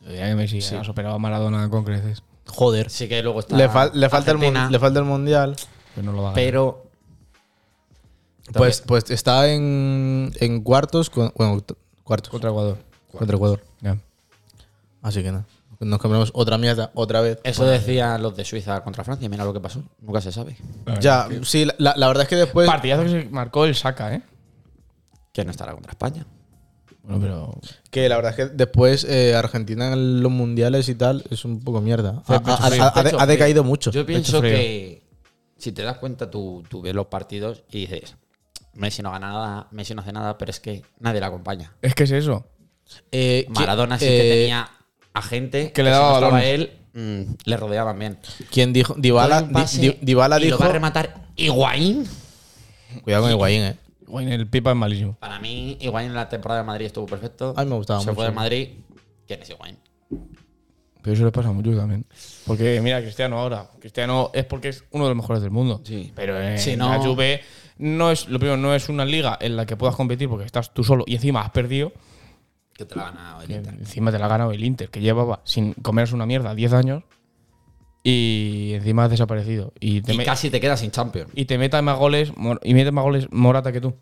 Speaker 1: Yo diría que Messi ha superado a Maradona con creces.
Speaker 2: Joder.
Speaker 3: Sí que luego está.
Speaker 2: Le, fal- le falta el mun-
Speaker 3: Argentina,
Speaker 2: le falta el mundial.
Speaker 1: Pero no lo va a ganar.
Speaker 3: Pero.
Speaker 2: Pues, pues está en, en cuartos. Con, bueno, oct- cuartos. Contra,
Speaker 1: Contra Ecuador.
Speaker 2: Ecuador.
Speaker 1: Ya.
Speaker 2: Así que nada. Nos cambiamos otra mierda otra vez.
Speaker 3: Eso decían los de Suiza contra Francia. Mira lo que pasó. Nunca se sabe.
Speaker 2: Ya, sí, la- la, la verdad es que después.
Speaker 1: Partidazo que se marcó el saca, ¿eh?
Speaker 3: Que no estará contra España.
Speaker 1: Bueno, pero.
Speaker 2: Que la verdad es que después eh, Argentina en los mundiales y tal es un poco mierda. Ha,
Speaker 1: Fue pecho
Speaker 2: ha- ha-
Speaker 1: frío,
Speaker 2: ha de-
Speaker 3: pecho
Speaker 2: ha
Speaker 3: frío.
Speaker 2: decaído mucho.
Speaker 3: Yo pienso
Speaker 1: frío.
Speaker 3: que si te das cuenta, tú, tú ves los partidos y dices, Messi no gana nada, Messi no hace nada, pero es que nadie le acompaña.
Speaker 1: Es que es eso.
Speaker 2: Eh, ¿qui-
Speaker 3: Maradona sí
Speaker 2: eh,
Speaker 3: que tenía a gente
Speaker 1: que le
Speaker 3: si
Speaker 1: daba
Speaker 3: no estaba
Speaker 1: balones.
Speaker 3: él, mm, le rodeaban bien.
Speaker 2: ¿Quién dijo?
Speaker 3: Dale
Speaker 2: Dybala,
Speaker 3: un
Speaker 2: Di-
Speaker 3: pase
Speaker 2: Di- Dybala
Speaker 3: y
Speaker 2: dijo.
Speaker 3: lo va a rematar Higuaín.
Speaker 2: Cuidado con Higuaín, eh.
Speaker 1: Bueno, el pipa es malísimo.
Speaker 3: Para mí, Higuaín en la temporada de Madrid estuvo perfecto.
Speaker 2: A mí me gustaba
Speaker 3: Se
Speaker 2: mucho.
Speaker 3: fue de Madrid. ¿Quién es Higuaín?
Speaker 1: Pero eso le pasa mucho también. Porque mira, Cristiano ahora. Cristiano es porque es uno de los mejores del mundo.
Speaker 3: Sí.
Speaker 1: Pero en
Speaker 3: Si no-
Speaker 1: la Juve no es, lo primero, no es una liga en la que puedas competir porque estás tú solo y encima has perdido.
Speaker 3: Que te la ha ganado el
Speaker 1: que
Speaker 3: Inter.
Speaker 1: encima te la ha ganado el Inter, que llevaba sin comerse una mierda 10 años. Y encima has desaparecido. Y te,
Speaker 3: Y
Speaker 1: me-
Speaker 3: casi te quedas sin Champions.
Speaker 1: y te meta más goles Mor- y mete más goles Morata que tú.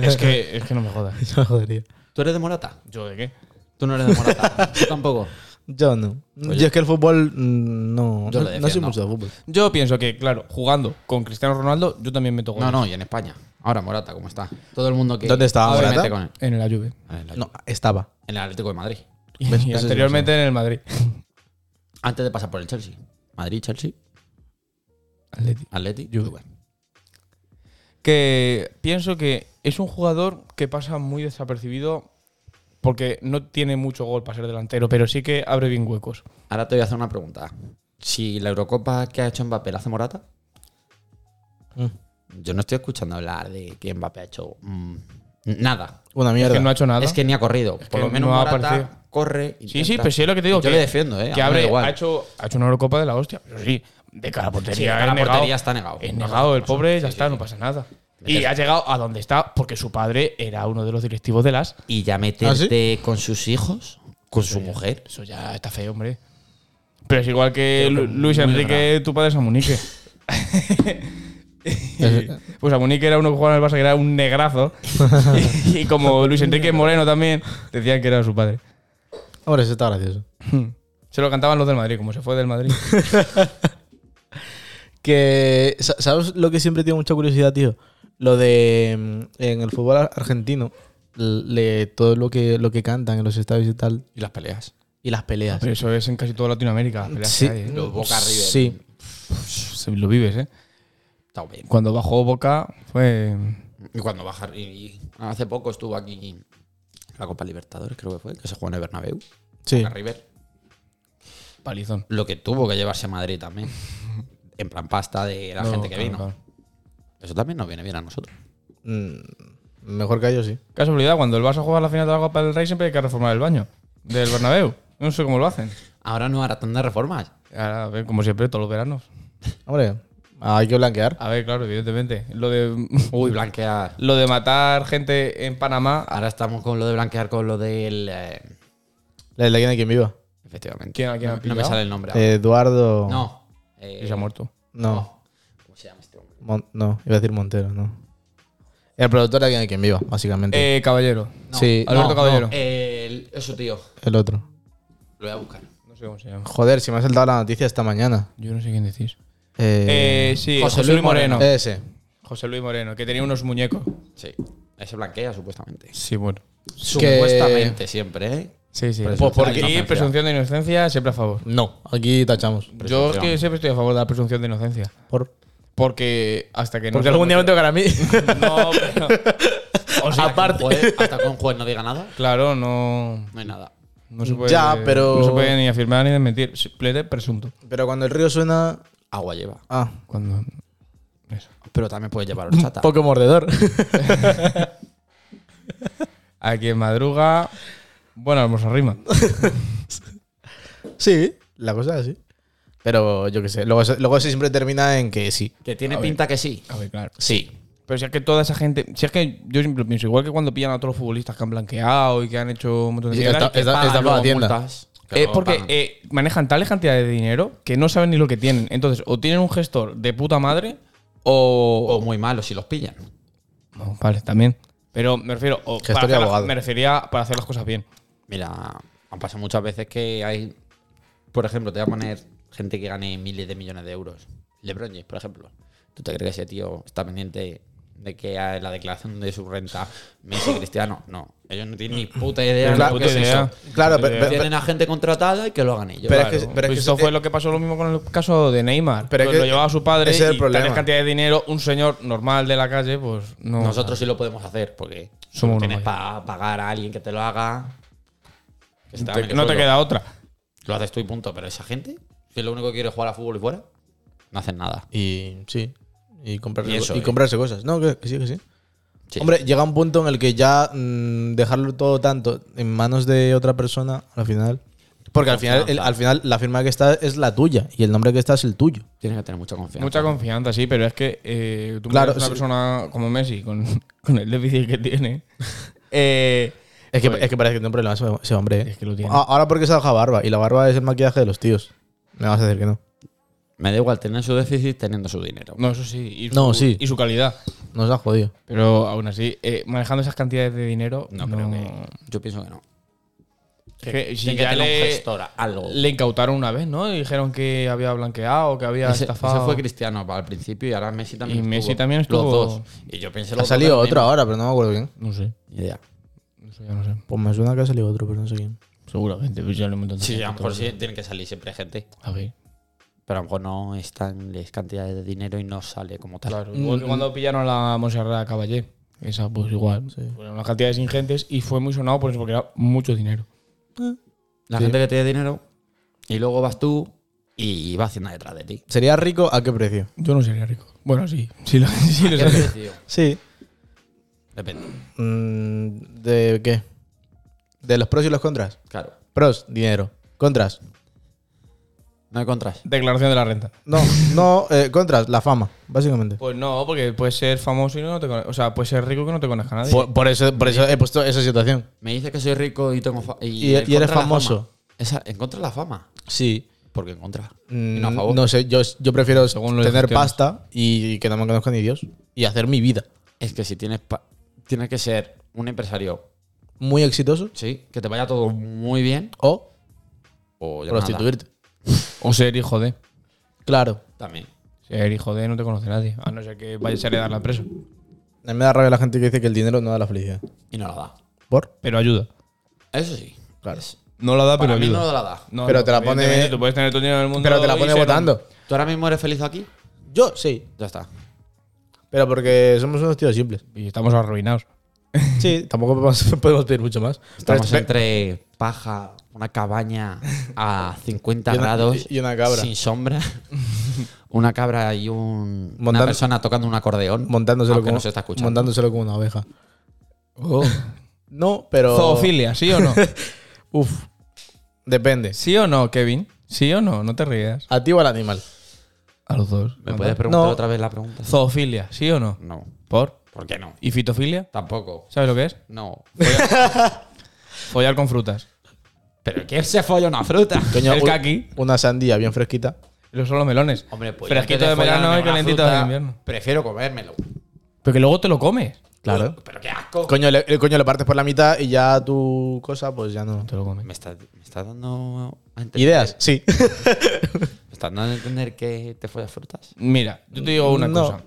Speaker 1: es que es que no me jodas.
Speaker 2: Yo jodería.
Speaker 3: ¿Tú eres de Morata?
Speaker 1: ¿Yo de qué?
Speaker 3: Tú no eres de Morata. Yo tampoco.
Speaker 2: Yo no. Yo es que el fútbol mm, no.
Speaker 3: Yo
Speaker 2: no- no
Speaker 3: lo defiendo.
Speaker 2: soy mucho de fútbol.
Speaker 1: Yo pienso que, claro, jugando con Cristiano Ronaldo, yo también meto goles.
Speaker 3: No, no, y en España. Ahora Morata, ¿cómo está? Todo el mundo que.
Speaker 2: ¿Dónde estaba
Speaker 3: se
Speaker 2: Morata?
Speaker 3: mete con él.
Speaker 1: En la Juve.
Speaker 3: En el,
Speaker 2: No, estaba.
Speaker 3: en el Atlético de Madrid.
Speaker 1: Y,
Speaker 2: Ves, eso sí
Speaker 1: anteriormente en el Madrid.
Speaker 3: Antes de pasar por el Chelsea. Madrid, Chelsea, Atleti,
Speaker 1: Juve.
Speaker 3: Juve.
Speaker 1: Que pienso que es un jugador que pasa muy desapercibido porque no tiene mucho gol para ser delantero, pero sí que abre bien huecos.
Speaker 3: Ahora te voy a hacer una pregunta. Si la Eurocopa que ha hecho Mbappé la hace Morata,
Speaker 2: Mm.
Speaker 3: yo no estoy escuchando hablar de que Mbappé ha hecho mm, nada.
Speaker 2: Una
Speaker 1: Es
Speaker 2: mierda.
Speaker 1: que no ha hecho nada.
Speaker 3: Es que ni ha corrido. por lo menos
Speaker 1: no ha
Speaker 3: Morata
Speaker 1: aparecido.
Speaker 3: corre.
Speaker 1: sí, sí,
Speaker 3: intenta.
Speaker 1: pero sí es lo que te digo.
Speaker 3: Yo
Speaker 1: que,
Speaker 3: le defiendo, ¿eh?
Speaker 1: Que
Speaker 3: a mí me
Speaker 1: abre,
Speaker 3: da igual.
Speaker 1: ha, hecho, ha hecho una Eurocopa de la hostia, pero sí, de cara a
Speaker 3: Sí,
Speaker 1: portería.
Speaker 3: la
Speaker 1: es negado.
Speaker 3: portería está negado.
Speaker 1: Es negado, el pobre ya
Speaker 3: Sí,
Speaker 1: está,
Speaker 3: sí,
Speaker 1: no
Speaker 3: sí.
Speaker 1: pasa nada. Y ha llegado a donde está porque su padre era uno de los directivos de las.
Speaker 3: Y ya meterte
Speaker 1: ¿Ah,
Speaker 3: con sus hijos, con su mujer.
Speaker 1: Eso ya está feo, hombre. Pero es igual que Lu- Luis Enrique, tu padre es Amunique. pues Amunique era uno que jugaba en el Barça que era un negrazo. y, como Luis Enrique Moreno también, decían que era su padre.
Speaker 2: Hombre, eso está gracioso.
Speaker 1: Se lo cantaban los del Madrid, como se fue del Madrid.
Speaker 2: Que. sa- ¿Sabes lo que siempre tengo mucha curiosidad, tío? Lo de. mm, En el fútbol ar- argentino, le- todo lo que, lo que cantan en los estadios y tal,
Speaker 3: Y las peleas.
Speaker 2: y las peleas.
Speaker 1: Pero eso es en casi toda Latinoamérica. las peleas
Speaker 2: Sí.
Speaker 1: que hay, ¿eh?
Speaker 3: Los Boca River.
Speaker 2: Sí.
Speaker 1: Se- Lo vives, ¿eh?
Speaker 3: Está bien.
Speaker 1: Cuando bajó Boca fue...
Speaker 3: Y cuando baja. Y, y hace poco estuvo aquí la Copa Libertadores, creo que fue, que se jugó en el Bernabéu.
Speaker 2: Sí.
Speaker 3: Boca River.
Speaker 1: Palizón.
Speaker 3: Lo que tuvo que llevarse a Madrid también. En plan pasta de la
Speaker 1: No,
Speaker 3: gente que
Speaker 1: claro,
Speaker 3: vino.
Speaker 1: claro.
Speaker 3: Eso también nos viene bien a nosotros.
Speaker 2: Mm, Mejor que a ellos, sí.
Speaker 1: Casualidad, cuando el Barça juega la final de la Copa del Rey siempre hay que reformar el baño del Bernabéu. No sé cómo lo hacen.
Speaker 3: Ahora no hará tantas reformas.
Speaker 1: Ahora, a ver, como siempre, todos los veranos.
Speaker 2: Hombre, hay que blanquear.
Speaker 1: A ver, claro, evidentemente. Lo de,
Speaker 3: Uy, blanquear.
Speaker 1: lo de matar gente en Panamá. ah,
Speaker 3: Ahora estamos con lo de blanquear con lo del. eh,
Speaker 2: La leyenda de quien viva. Eh,
Speaker 3: efectivamente.
Speaker 1: ¿Quién- a quién han
Speaker 3: no, no me
Speaker 1: pillado? Eh,
Speaker 3: sale el nombre. ahora.
Speaker 2: Eduardo.
Speaker 3: no. eh,
Speaker 1: Y se ha muerto.
Speaker 2: No.
Speaker 3: ¿Cómo se llama este hombre?
Speaker 2: Mon- no, iba a decir Montero, no. El productor de alguien de quien viva, básicamente.
Speaker 1: Eh, caballero.
Speaker 3: No,
Speaker 2: sí,
Speaker 1: Alberto Caballero.
Speaker 3: El- eso, tío.
Speaker 2: el otro.
Speaker 3: Lo voy a buscar.
Speaker 1: No sé cómo se llama.
Speaker 2: Joder, si me ha saltado la noticia esta mañana.
Speaker 1: Yo no sé quién decís.
Speaker 2: Eh,
Speaker 1: Eh, sí,
Speaker 3: José
Speaker 1: José,
Speaker 3: Luis
Speaker 1: Luis Moreno.
Speaker 2: Ese.
Speaker 1: José Luis Moreno, que tenía unos muñecos.
Speaker 3: Sí. Ese blanquea, supuestamente.
Speaker 1: Sí, bueno.
Speaker 3: Supuestamente siempre, ¿eh?
Speaker 1: Sí, sí. Pues
Speaker 3: Presunción de
Speaker 1: porque aquí,
Speaker 3: inocencia.
Speaker 1: presunción de inocencia, siempre a favor.
Speaker 2: No, aquí tachamos.
Speaker 1: Yo es
Speaker 3: Presunción.
Speaker 1: que siempre estoy a favor de la presunción de inocencia.
Speaker 2: Por,
Speaker 1: Porque hasta que no.
Speaker 2: porque
Speaker 1: te lo
Speaker 2: algún día me
Speaker 1: compruebe-
Speaker 2: tocará a mí.
Speaker 1: No, pero-
Speaker 3: O sea,
Speaker 2: Aparte-
Speaker 3: que un juez- hasta que un juez no diga nada,
Speaker 1: Claro, no.
Speaker 3: no hay nada.
Speaker 1: No se puede.
Speaker 2: Ya, pero-
Speaker 1: No se puede ni afirmar ni desmentir. Simplemente presunto.
Speaker 2: Pero cuando el río suena.
Speaker 3: Agua lleva.
Speaker 2: Ah,
Speaker 1: Cuando. Eso.
Speaker 3: Pero también puedes llevar horchata.
Speaker 2: poco mordedor.
Speaker 1: Aquí en madruga. Bueno, pues hermosa rima.
Speaker 2: sí, la cosa es así. Pero yo qué sé. Luego, eso- luego eso siempre termina en que sí.
Speaker 3: Que tiene pinta que sí.
Speaker 1: A ver, claro.
Speaker 3: Sí.
Speaker 1: Pero si es que toda esa gente. Si es que yo siempre lo pienso, igual que cuando pillan a todos los futbolistas que han blanqueado y que han hecho un montón de
Speaker 2: Sí,
Speaker 1: mierdas,
Speaker 2: está-
Speaker 1: que
Speaker 2: está-
Speaker 1: pagan
Speaker 2: está por
Speaker 1: luego
Speaker 2: la tienda.
Speaker 1: multas.
Speaker 3: Multas, que
Speaker 1: Eh,
Speaker 3: no
Speaker 1: porque
Speaker 3: pagan.
Speaker 1: eh, manejan tales cantidades de dinero que no saben ni lo que tienen. Entonces, o tienen un gestor de puta madre
Speaker 3: o
Speaker 1: o.
Speaker 3: muy malo si los pillan.
Speaker 1: No, vale, también. Pero me refiero. o
Speaker 2: Gestor y
Speaker 1: para hacer las-
Speaker 2: abogado.
Speaker 1: me refería para hacer las cosas bien.
Speaker 3: Mira, han pasado muchas veces que hay. Por ejemplo, te voy a poner gente que gane miles de millones de euros. LeBron James, por ejemplo. ¿Tú te crees que ese tío está pendiente de que a la declaración de su renta Messi Cristiano? No. Ellos no tienen ni puta idea de
Speaker 1: Claro,
Speaker 3: lo que
Speaker 1: puta
Speaker 3: es
Speaker 1: idea.
Speaker 3: eso.
Speaker 2: Claro, pero, pero-
Speaker 3: Tienen a gente contratada y que lo hagan ellos.
Speaker 2: Pero es
Speaker 1: Claro,
Speaker 2: que- pero es
Speaker 1: pues
Speaker 2: que
Speaker 1: eso
Speaker 2: ese-
Speaker 1: fue lo que pasó lo mismo con el caso de Neymar.
Speaker 2: Pero es
Speaker 1: Pues
Speaker 2: que
Speaker 1: lo llevaba su padre
Speaker 2: ese es el
Speaker 1: y
Speaker 2: problema.
Speaker 1: tales cantidades de dinero, un señor normal de la calle, pues no.
Speaker 3: Nosotros sí lo podemos hacer porque
Speaker 1: Somos
Speaker 3: no
Speaker 1: unos
Speaker 3: tienes para pagar a alguien que te lo haga. que se
Speaker 1: Te-
Speaker 3: haga en el
Speaker 1: no te
Speaker 3: suelo.
Speaker 1: queda otra.
Speaker 3: Lo haces tú y punto. Pero esa gente, si lo único que quiere es jugar a fútbol y fuera, no hacen nada.
Speaker 2: Y sí. Y comprarse,
Speaker 3: Y eso,
Speaker 2: y
Speaker 3: eh.
Speaker 2: comprarse cosas. No, que, que sí, que sí.
Speaker 3: Sí.
Speaker 2: Hombre, llega un punto en el que ya mm, dejarlo todo tanto en manos de otra persona, al final. Porque al final, el- al final la firma que está es la tuya y el nombre que está es el tuyo.
Speaker 3: Tienes que tener mucha confianza.
Speaker 1: Mucha confianza, sí, pero es que eh, tú
Speaker 2: Claro,
Speaker 1: claro, una
Speaker 2: sí.
Speaker 1: persona como Messi, con, con el déficit que tiene, eh,
Speaker 2: Es que, es que parece que tiene un problema ese- ese hombre. ¿eh?
Speaker 1: Es que lo tiene.
Speaker 2: A- Ahora porque se ha dejado barba y la barba es el maquillaje de los tíos. Me vas a decir que no.
Speaker 3: Me da igual tener su déficit teniendo su dinero.
Speaker 1: no, eso sí y, su,
Speaker 2: No, sí.
Speaker 1: y su calidad.
Speaker 2: Nos ha jodido.
Speaker 1: Pero aún así, eh, manejando esas cantidades de dinero, no,
Speaker 3: No creo que. Yo pienso que no.
Speaker 1: Es que si
Speaker 3: Tiene que
Speaker 1: ya
Speaker 3: tener un
Speaker 1: le,
Speaker 3: gestor, algo.
Speaker 1: le incautaron una vez, ¿no? Y dijeron que había blanqueado, que había
Speaker 3: ese, ese
Speaker 1: estafado.
Speaker 3: fue Cristiano al principio y ahora Messi también
Speaker 1: Y
Speaker 3: estuvo.
Speaker 1: Messi también estuvo.
Speaker 3: Los dos. Y yo pensé los
Speaker 2: Ha
Speaker 3: dos
Speaker 2: salido
Speaker 3: también.
Speaker 2: otro ahora, pero no me acuerdo quién.
Speaker 1: no sé,
Speaker 3: Ni idea.
Speaker 1: eso ya no sé.
Speaker 2: Pues me suena que ha salido otro, pero no sé quién.
Speaker 1: Seguramente, pues ya lo hemos
Speaker 3: Sí, a lo mejor sí tienen que salir siempre gente.
Speaker 1: A ver.
Speaker 3: Pero a lo mejor no están las cantidades de dinero y no sale como tal.
Speaker 1: Claro, igual que cuando pillaron a la Monserrat Caballé. Esa, pues igual. Fueron unas cantidades ingentes y fue muy sonado por eso, porque era mucho dinero.
Speaker 3: La gente que tiene dinero y luego vas tú y va haciendo detrás de ti.
Speaker 2: ¿Sería rico a qué precio?
Speaker 1: Yo no sería rico. Bueno, sí. Sí, lo, sí lo sería.
Speaker 2: Sí.
Speaker 3: Depende.
Speaker 2: Mm, ¿De qué? ¿De los pros y los contras?
Speaker 3: Claro.
Speaker 2: Pros, dinero. Contras.
Speaker 3: No hay contras.
Speaker 1: Declaración de la renta.
Speaker 2: No, no, eh, contras, la fama, básicamente.
Speaker 1: Pues no, porque puedes ser famoso y no te conoce- O sea, puedes ser rico que no te conozca nadie.
Speaker 2: Por, por eso, por eso he puesto esa situación.
Speaker 3: Me dices que soy rico y tengo fa-
Speaker 2: Y-
Speaker 3: en
Speaker 2: y eres
Speaker 3: contra de la
Speaker 2: famoso.
Speaker 3: fama. Esa, en contra de la fama.
Speaker 2: Sí.
Speaker 3: Porque en contra. Y no a favor.
Speaker 2: Mm, No sé, yo, yo prefiero
Speaker 1: Según lo
Speaker 2: tener
Speaker 1: gestiones.
Speaker 2: pasta y que no me conozca ni Dios y hacer mi vida.
Speaker 3: Es que si tienes. pa- Tienes que ser un empresario,
Speaker 2: Muy exitoso
Speaker 3: sí, que te vaya todo muy bien.
Speaker 2: o
Speaker 3: O ya
Speaker 2: prostituirte.
Speaker 1: O ser hijo de.
Speaker 2: Claro.
Speaker 3: nada. También.
Speaker 1: Ser hijo de no te conoce nadie. A no ser que vayas a heredar la empresa.
Speaker 2: A mí me da rabia la gente que dice que el dinero no da la felicidad.
Speaker 3: Y no la da.
Speaker 2: ¿Por?
Speaker 1: Pero ayuda.
Speaker 3: Eso sí.
Speaker 2: Claro.
Speaker 3: Es-
Speaker 1: No la da,
Speaker 3: Para mí no la da.
Speaker 1: No,
Speaker 2: Pero
Speaker 1: no,
Speaker 2: te la pone-
Speaker 1: evidentemente, Tú puedes tener todo el dinero del mundo.
Speaker 2: Pero te la
Speaker 1: y
Speaker 2: pone
Speaker 1: ser un-
Speaker 2: votando.
Speaker 3: ¿Tú ahora mismo eres feliz aquí?
Speaker 2: Yo sí,
Speaker 3: Ya está.
Speaker 2: pero porque somos unos tíos simples.
Speaker 1: Y estamos arruinados.
Speaker 2: Sí, tampoco podemos podemos pedir mucho más.
Speaker 3: Estamos
Speaker 2: Pero-
Speaker 3: entre paja, una cabaña a 50
Speaker 2: Y una-
Speaker 3: grados.
Speaker 2: y una cabra.
Speaker 3: Sin sombra. una cabra y un,
Speaker 2: Montan-
Speaker 3: una persona tocando un acordeón.
Speaker 2: montándoselo
Speaker 3: aunque
Speaker 2: como,
Speaker 3: Ah, no se está escuchando.
Speaker 2: montándoselo como una oveja. oh. No, pero.
Speaker 1: Zoofilia, ¿sí o no?
Speaker 2: Uf. Depende.
Speaker 1: ¿Sí o no, Kevin? ¿Sí o no? No te rías.
Speaker 2: ¿A ti o al animal?
Speaker 1: A los dos.
Speaker 3: ¿Me puedes preguntar
Speaker 2: No.
Speaker 3: otra vez la pregunta?
Speaker 1: Zoofilia, ¿sí o no?
Speaker 3: No.
Speaker 1: ¿Por?
Speaker 3: ¿Por qué no?
Speaker 1: ¿Y fitofilia?
Speaker 3: Tampoco.
Speaker 1: ¿Sabes lo que es?
Speaker 3: No.
Speaker 1: Follar con frutas.
Speaker 3: ¿Pero quién se folla una fruta?
Speaker 2: Coño,
Speaker 1: El
Speaker 2: un-
Speaker 1: kaki.
Speaker 2: Una sandía bien fresquita.
Speaker 1: Los son los melones.
Speaker 3: Hombre, pues. ya
Speaker 1: Fresquito
Speaker 3: que te
Speaker 1: de verano
Speaker 3: follan
Speaker 1: y
Speaker 3: una
Speaker 1: calentito
Speaker 3: fruta,
Speaker 1: de invierno.
Speaker 3: Prefiero comérmelo.
Speaker 1: Pero que luego te lo comes.
Speaker 2: Claro.
Speaker 3: Pero qué asco.
Speaker 2: Coño, le, el coño lo partes por la mitad y ya tu cosa, pues ya no.
Speaker 1: Te lo comes.
Speaker 3: Me está, me está dando. a entender-
Speaker 2: ¿Ideas? Sí.
Speaker 3: Me ¿Estás dando a entender que te follas frutas? Pues
Speaker 1: Mira, yo te digo una
Speaker 2: No.
Speaker 1: cosa.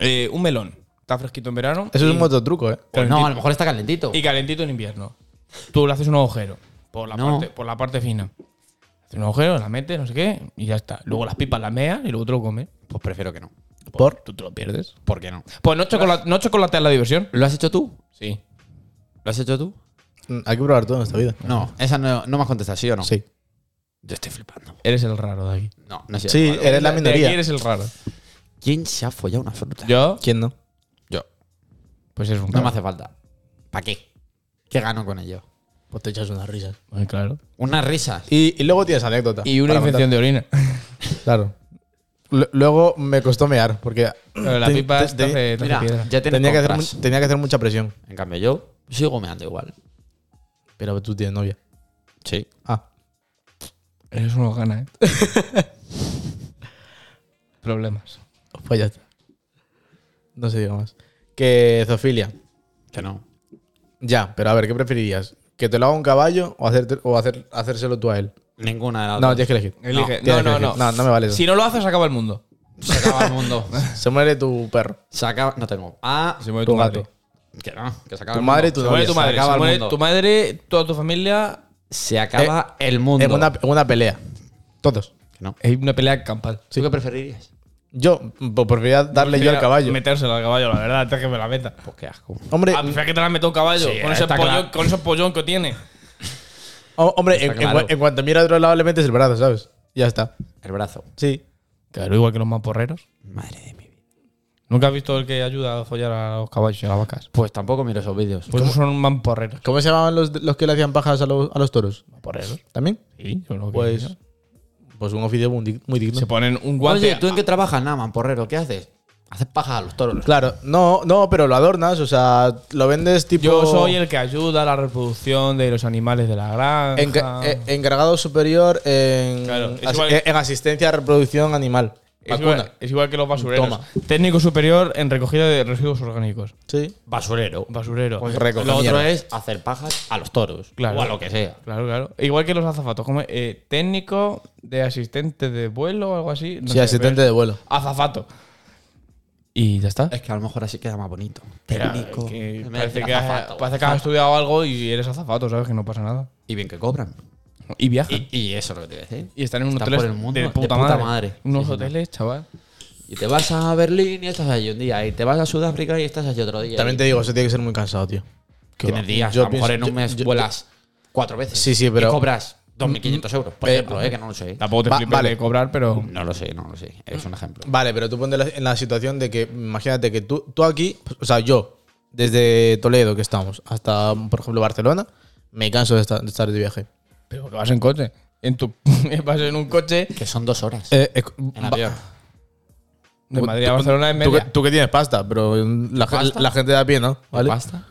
Speaker 1: Eh, un melón. Está fresquito en verano.
Speaker 2: Eso
Speaker 1: y-
Speaker 2: es un otro truco, ¿eh?
Speaker 3: Pues
Speaker 1: Calentito.
Speaker 3: no, a lo mejor está calentito.
Speaker 1: Y calentito en invierno. Tú le haces un agujero por la,
Speaker 3: No.
Speaker 1: parte, por la parte fina. Haces un agujero, la metes, no sé qué, y ya está. Luego las pipas las meas y luego te lo comes. Pues
Speaker 3: Pues prefiero que no.
Speaker 2: ¿Por?
Speaker 1: Tú te lo pierdes.
Speaker 3: ¿Por qué no?
Speaker 1: Pues no chocolate, no chocolateas la diversión.
Speaker 3: ¿Lo has hecho tú?
Speaker 1: Sí.
Speaker 3: ¿Lo has hecho tú?
Speaker 2: Mm, Hay que probar todo en esta vida.
Speaker 3: No, esa no, no me has contestado, ¿sí o no?
Speaker 2: Sí.
Speaker 3: Yo estoy flipando.
Speaker 1: Eres el raro de aquí.
Speaker 3: No, no sé.
Speaker 2: Sí, eres la
Speaker 1: De
Speaker 2: minoría.
Speaker 1: aquí eres el raro.
Speaker 3: ¿Quién se ha follado una fruta?
Speaker 1: Yo,
Speaker 2: ¿Quién no?
Speaker 3: Yo.
Speaker 1: pues es un
Speaker 3: No me
Speaker 1: raro.
Speaker 3: hace falta. ¿Para qué? ¿Qué gano con ello?
Speaker 2: Pues te echas unas risas.
Speaker 1: Muy claro.
Speaker 3: Unas risas.
Speaker 2: Y, y luego tienes anécdota.
Speaker 1: Y una
Speaker 2: para
Speaker 1: infección de orina.
Speaker 2: contar. Claro. Lu- luego me costó mear porque
Speaker 1: Pero la
Speaker 2: te-
Speaker 1: pipa
Speaker 2: te-
Speaker 1: te,
Speaker 2: te-
Speaker 1: hace, te hace
Speaker 3: Mira,
Speaker 1: piedra.
Speaker 3: ya tienes
Speaker 2: tenía, que hacer,
Speaker 3: compras.
Speaker 2: mu- tenía que hacer mucha presión.
Speaker 3: En cambio, yo sigo meando igual.
Speaker 2: Pero tú tienes novia.
Speaker 3: Sí.
Speaker 2: Ah.
Speaker 1: Eres uno gana, ¿eh? Problemas.
Speaker 2: Pues ya está. No se diga más. Que zoofilia.
Speaker 3: Que no.
Speaker 2: Ya, pero a ver, ¿qué preferirías? ¿Que te lo haga un caballo o, hacerte- o hacer, hacérselo tú a él?
Speaker 3: Ninguna de las
Speaker 2: No,
Speaker 3: dos.
Speaker 2: tienes que elegir.
Speaker 1: Elige.
Speaker 2: tienes
Speaker 1: No,
Speaker 2: que
Speaker 1: no, no.
Speaker 2: elegir. No, no me vale eso.
Speaker 1: Si no lo haces, acaba el mundo.
Speaker 3: Se acaba el mundo.
Speaker 2: Se muere tu perro.
Speaker 3: Se acaba. No tengo. Ah,
Speaker 1: Se mueve
Speaker 2: Tu
Speaker 1: tu
Speaker 2: gato.
Speaker 1: madre.
Speaker 3: que no. Que se acaba
Speaker 2: Tu
Speaker 3: el
Speaker 2: madre y
Speaker 3: mundo.
Speaker 2: tu
Speaker 1: Se muere
Speaker 2: novia.
Speaker 1: tu madre.
Speaker 3: se acaba
Speaker 1: se
Speaker 3: el
Speaker 1: muere
Speaker 3: mundo.
Speaker 1: tu madre, toda tu familia.
Speaker 3: Se acaba el mundo.
Speaker 2: En Eh, una, en una pelea. Todos.
Speaker 3: Que no.
Speaker 1: Es una pelea campal.
Speaker 3: ¿Tú qué preferirías?
Speaker 2: Yo, por preferiría darle yo al caballo.
Speaker 1: Metérselo al caballo, la verdad, antes que me la meta.
Speaker 3: Pues qué asco.
Speaker 2: Hombre,
Speaker 1: A pesar que te la meto un caballo,
Speaker 3: Sí,
Speaker 1: con, ese
Speaker 3: está
Speaker 1: pollón,
Speaker 3: claro.
Speaker 1: con ese pollón que tiene.
Speaker 2: hom- hombre en,
Speaker 3: está
Speaker 2: en cua-
Speaker 3: claro.
Speaker 2: en cuanto mira a otro lado le metes el brazo, ¿sabes? Ya está.
Speaker 3: El brazo.
Speaker 2: Sí.
Speaker 1: Claro, igual que los mamporreros.
Speaker 3: Madre de mi vida.
Speaker 1: ¿Nunca has visto el que ayuda a follar a los caballos y a las vacas?
Speaker 3: Pues tampoco miro esos vídeos.
Speaker 1: Pues esos son mamporreros.
Speaker 2: ¿Cómo se llamaban los, los que le hacían pajas a los, a los toros?
Speaker 1: ¿Mamporreros?
Speaker 2: ¿También?
Speaker 1: Sí, son los que-
Speaker 2: Pues, pues un oficio muy dig- muy digno.
Speaker 1: Se ponen un guante.
Speaker 3: Oye, ¿tú en qué trabajas? Nada, mamporrero. ¿Qué haces? Haces paja a los toros.
Speaker 2: Claro, no, no, pero lo adornas, o sea, lo vendes tipo.
Speaker 1: Yo soy el que ayuda a la reproducción de los animales de la granja.
Speaker 2: enca- eh, encargado superior en,
Speaker 1: Claro, es
Speaker 2: as-
Speaker 1: igual-
Speaker 2: eh, en asistencia a reproducción animal.
Speaker 1: es,
Speaker 2: Vacuna.
Speaker 1: igual, es igual que los basureros.
Speaker 2: Toma.
Speaker 1: Técnico superior en recogida de residuos orgánicos.
Speaker 2: Sí.
Speaker 3: Basurero.
Speaker 1: Basurero.
Speaker 2: Pues recoge
Speaker 3: Lo otro
Speaker 2: mierda.
Speaker 3: es hacer pajas a los toros.
Speaker 1: Claro.
Speaker 3: O a lo que sea.
Speaker 1: Claro, claro. Igual que los azafatos, como eh, técnico de asistente de vuelo o algo así. no
Speaker 2: Sí,
Speaker 1: sé,
Speaker 2: asistente
Speaker 1: pero-
Speaker 2: de vuelo.
Speaker 1: Azafato. Y ya está.
Speaker 3: Es que a lo mejor así queda más bonito.
Speaker 1: Pero
Speaker 3: Técnico.
Speaker 1: es que
Speaker 3: En vez de
Speaker 1: parece,
Speaker 3: decir
Speaker 1: que has,
Speaker 3: azafato.
Speaker 1: parece que has estudiado algo y eres azafato, ¿sabes? Que no pasa nada.
Speaker 3: Y bien que cobran.
Speaker 1: Y viajan.
Speaker 3: Y,
Speaker 1: Y,
Speaker 3: y eso es lo que te voy a decir.
Speaker 1: están en un
Speaker 3: Están
Speaker 1: hotel
Speaker 3: por el mundo
Speaker 1: de, puta madre. Unos hoteles, chaval.
Speaker 3: Y te vas a Berlín y estás allí un día. Y te vas a Sudáfrica y estás allí otro día.
Speaker 2: También
Speaker 3: Y
Speaker 2: te digo, eso tiene que ser muy cansado, tío. Que
Speaker 3: Tienes
Speaker 2: va.
Speaker 3: días.
Speaker 2: Yo
Speaker 3: a lo mejor en
Speaker 2: pienso-
Speaker 3: un mes
Speaker 2: yo- yo-
Speaker 3: vuelas cuatro veces.
Speaker 2: Sí, sí, pero-
Speaker 3: Y cobras 2.500 euros, por
Speaker 2: Eh,
Speaker 3: ejemplo, eh, que no lo sé.
Speaker 1: Tampoco te
Speaker 2: Va-
Speaker 1: flipes
Speaker 2: vale.
Speaker 1: de cobrar, pero.
Speaker 3: No lo sé, no lo sé. Es un ejemplo.
Speaker 2: Vale, pero tú ponte la- en la situación de que, imagínate que tú, tú aquí, o sea, yo, desde Toledo que estamos hasta, por ejemplo, Barcelona, me canso de esta- de estar de viaje.
Speaker 1: Pero que vas en coche. En tu, vas en un coche
Speaker 3: Que son dos horas.
Speaker 2: Eh, eh,
Speaker 3: en
Speaker 2: va-
Speaker 3: avión.
Speaker 1: de
Speaker 2: Tú-
Speaker 1: Madrid a Barcelona en
Speaker 2: Tú que,
Speaker 1: media.
Speaker 2: tú que tienes pasta, pero la, gen-
Speaker 3: ¿Pasta?
Speaker 2: la gente de a pie, ¿no? ¿Vale?
Speaker 3: ¿Pasta?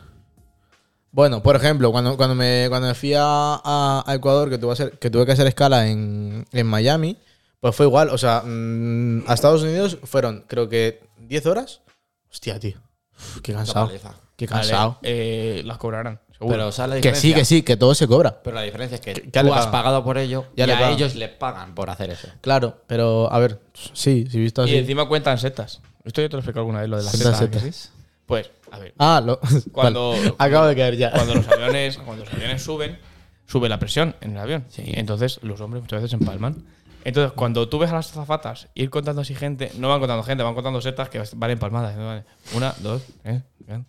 Speaker 2: Bueno, por ejemplo, cuando, cuando, me, cuando me fui a, a- a Ecuador, que tuve, que hacer- que tuve que hacer escala en, en Miami, pues fue igual. O sea, mm, a Estados Unidos fueron, creo que, 10 horas. Hostia, tío. Uf, qué cansado.
Speaker 3: paliza.
Speaker 2: Qué
Speaker 1: Vale,
Speaker 2: cansado.
Speaker 1: eh, las cobrarán, seguro.
Speaker 3: Pero, ¿sabes la
Speaker 2: que sí,
Speaker 3: diferencia?
Speaker 2: que sí, que todo se cobra.
Speaker 3: Pero la diferencia es que
Speaker 2: ya le
Speaker 3: tú has
Speaker 2: pagan.
Speaker 3: pagado por ello
Speaker 2: Ya
Speaker 3: y
Speaker 2: le
Speaker 3: a
Speaker 2: pagan.
Speaker 3: ellos les pagan por hacer eso.
Speaker 2: Claro, pero a ver, sí, si visto
Speaker 1: y
Speaker 2: así.
Speaker 1: encima cuentan setas. Esto yo te lo explico alguna vez, lo de las
Speaker 2: Cuentan
Speaker 1: setas. ¿que sí? Pues, a ver.
Speaker 2: Ah, lo,
Speaker 1: Cuando-
Speaker 2: vale. acabo de caer ya.
Speaker 1: Cuando los aviones, cuando los aviones suben, sube la presión en el avión. Entonces, los hombres muchas veces se empalman. Entonces, cuando tú ves a las azafatas ir contando así gente, no van contando gente, van contando setas que van empalmadas. ¿no? Vale. Una, dos, tres. bien.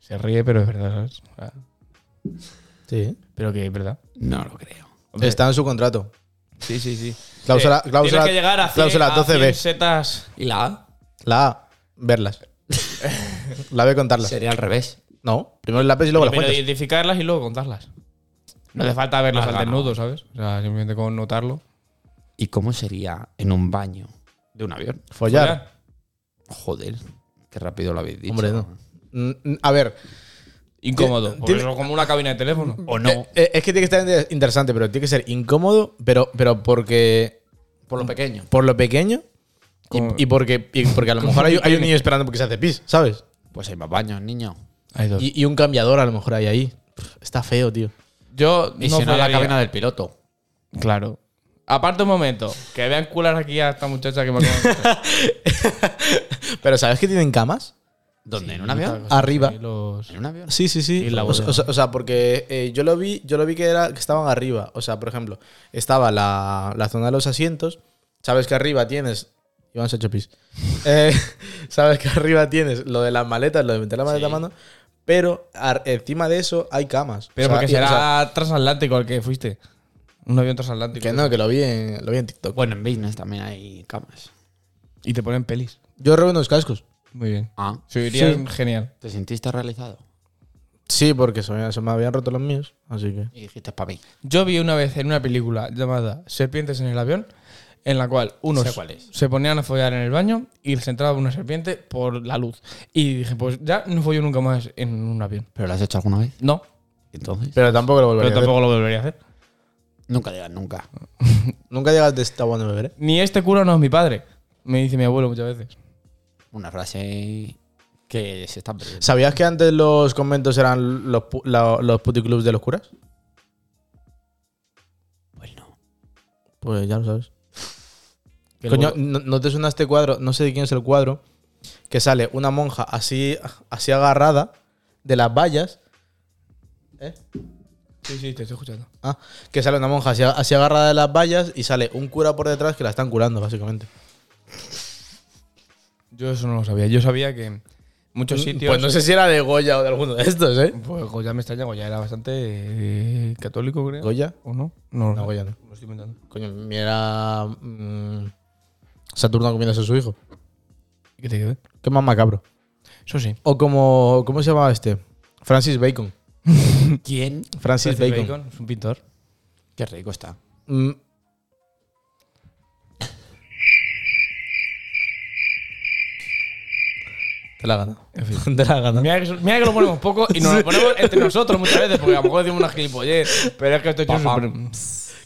Speaker 1: Se ríe, pero es verdad, ¿sabes? Ah,
Speaker 2: Sí.
Speaker 1: Pero que es verdad.
Speaker 3: No lo creo.
Speaker 1: Hombre.
Speaker 2: Está en su contrato.
Speaker 1: Sí, sí, sí. Eh,
Speaker 2: Cláusula- cláusula-
Speaker 1: Tienes que llegar a 100,
Speaker 2: cláusula
Speaker 1: a
Speaker 2: 12B.
Speaker 1: 100 setas.
Speaker 3: ¿Y la A?
Speaker 2: La A, verlas. la B, contarlas.
Speaker 3: Sería al revés.
Speaker 2: No, primero la P y luego las
Speaker 1: Pero
Speaker 2: cuentas.
Speaker 1: identificarlas y luego contarlas. Ah, No hace falta verlas
Speaker 3: Has
Speaker 1: al
Speaker 3: ganado.
Speaker 1: desnudo, ¿sabes? O sea, simplemente con notarlo.
Speaker 3: ¿Y cómo sería en un baño de un avión?
Speaker 2: Follar.
Speaker 1: Follar.
Speaker 3: Joder, qué rápido lo habéis dicho.
Speaker 2: Hombre, no. Mm, mm, A ver,
Speaker 1: Incómodo. Porque
Speaker 2: Tiene-
Speaker 1: eso es como una cabina de teléfono.
Speaker 3: O no.
Speaker 2: eh, eh, es que tiene que estar inter- interesante, pero tiene que ser incómodo, pero, pero porque.
Speaker 1: Mm.
Speaker 3: por lo pequeño.
Speaker 2: Por lo pequeño
Speaker 1: Como-
Speaker 2: y, y porque, y porque a lo mejor hay, hay un niño esperando porque se hace pis, ¿sabes?
Speaker 3: Pues hay más baños, niño.
Speaker 1: Hay dos.
Speaker 2: Y, y un cambiador a lo mejor hay ahí. Pff, Está feo, tío.
Speaker 1: yo
Speaker 3: Y
Speaker 1: no
Speaker 3: si no, la
Speaker 1: follaría.
Speaker 3: cabina del piloto.
Speaker 1: Claro. Aparte un momento, que vean cular aquí a esta muchacha que me acaba
Speaker 2: Pero ¿sabes que tienen camas?
Speaker 3: ¿Dónde? ¿En un
Speaker 1: de
Speaker 3: avión?
Speaker 2: Arriba.
Speaker 1: Y los-
Speaker 3: ¿En un avión?
Speaker 2: Sí, sí, sí.
Speaker 1: Pues Y la
Speaker 2: o, o
Speaker 1: bóveda.
Speaker 2: sea- o sea, porque eh, yo lo vi, yo lo vi que era que estaban arriba. O sea, por ejemplo, estaba la, la zona de los asientos. Sabes que arriba tienes. Iván se ha hecho pis. Eh, sabes que arriba tienes lo de las maletas, lo de meter la maleta
Speaker 3: Sí.
Speaker 2: a mano. Pero ar- encima de eso hay camas.
Speaker 1: Pero
Speaker 2: O sea,
Speaker 1: porque
Speaker 2: y- o
Speaker 1: será
Speaker 2: sea,
Speaker 1: transatlántico el que fuiste. Un avión transatlántico.
Speaker 2: que no, que lo vi en, lo vi en TikTok.
Speaker 3: Bueno, en business también hay camas.
Speaker 1: Y te ponen pelis.
Speaker 2: Yo robé unos cascos.
Speaker 1: Muy bien.
Speaker 3: Ah,
Speaker 1: Se irían
Speaker 2: Sí.
Speaker 1: genial.
Speaker 3: ¿te sentiste realizado?
Speaker 2: Sí, porque se me, se me habían roto los míos. Así que.
Speaker 3: Y dijiste, para mí.
Speaker 1: Yo vi una vez en una película llamada Serpientes en el avión, en la cual unos
Speaker 3: Sé cuál es.
Speaker 1: se ponían a follar en el baño y les entraba una serpiente por la luz. Y dije, pues ya no follo nunca más en un avión.
Speaker 3: ¿Pero lo has hecho alguna vez?
Speaker 1: No,
Speaker 3: Entonces.
Speaker 2: Pero tampoco lo volveré
Speaker 1: pero tampoco lo volvería a hacer.
Speaker 3: Nunca digas nunca.
Speaker 2: Nunca llegas de esta buena beber. ¿eh?
Speaker 1: Ni este cura no es mi padre, me dice mi abuelo muchas veces.
Speaker 3: Una frase que se está perdiendo.
Speaker 2: ¿Sabías que antes los conventos eran los, pu- la- los puticlubs de los curas?
Speaker 3: Bueno.
Speaker 2: Pues ya lo sabes.
Speaker 1: Que
Speaker 2: Coño,
Speaker 1: luego-
Speaker 2: ¿no, no te suena este cuadro? No sé de quién es el cuadro. Que sale una monja así, así agarrada de las vallas. ¿Eh?
Speaker 1: Sí, sí, te estoy escuchando.
Speaker 2: Ah, que sale una monja así, así agarrada de las vallas y sale un cura por detrás que la están curando, básicamente.
Speaker 1: Yo eso no lo sabía. Yo sabía que muchos sitios.
Speaker 2: Pues no sé si era de Goya o de alguno de estos, ¿eh?
Speaker 1: Pues Goya me extraña, Goya era bastante eh, católico, creo.
Speaker 2: ¿Goya?
Speaker 1: ¿O no? No,
Speaker 2: No, Goya no.
Speaker 1: Lo estoy inventando.
Speaker 2: Coño, mi era. mm, Saturno comiéndose a su hijo.
Speaker 1: ¿Qué te quedé?
Speaker 2: Qué más macabro.
Speaker 1: Eso sí.
Speaker 2: O como. ¿Cómo se llamaba este? Francis Bacon.
Speaker 3: ¿Quién?
Speaker 2: Francis,
Speaker 1: Francis
Speaker 2: Bacon.
Speaker 1: Bacon es un pintor.
Speaker 3: Qué rico está.
Speaker 2: Mm, Te la gana. Te la gana.
Speaker 1: Mira que, so- mira que lo ponemos poco y nos lo ponemos entre nosotros muchas veces, porque a lo mejor decimos una gilipollez, pero es que esto es
Speaker 3: Papá.
Speaker 1: súper-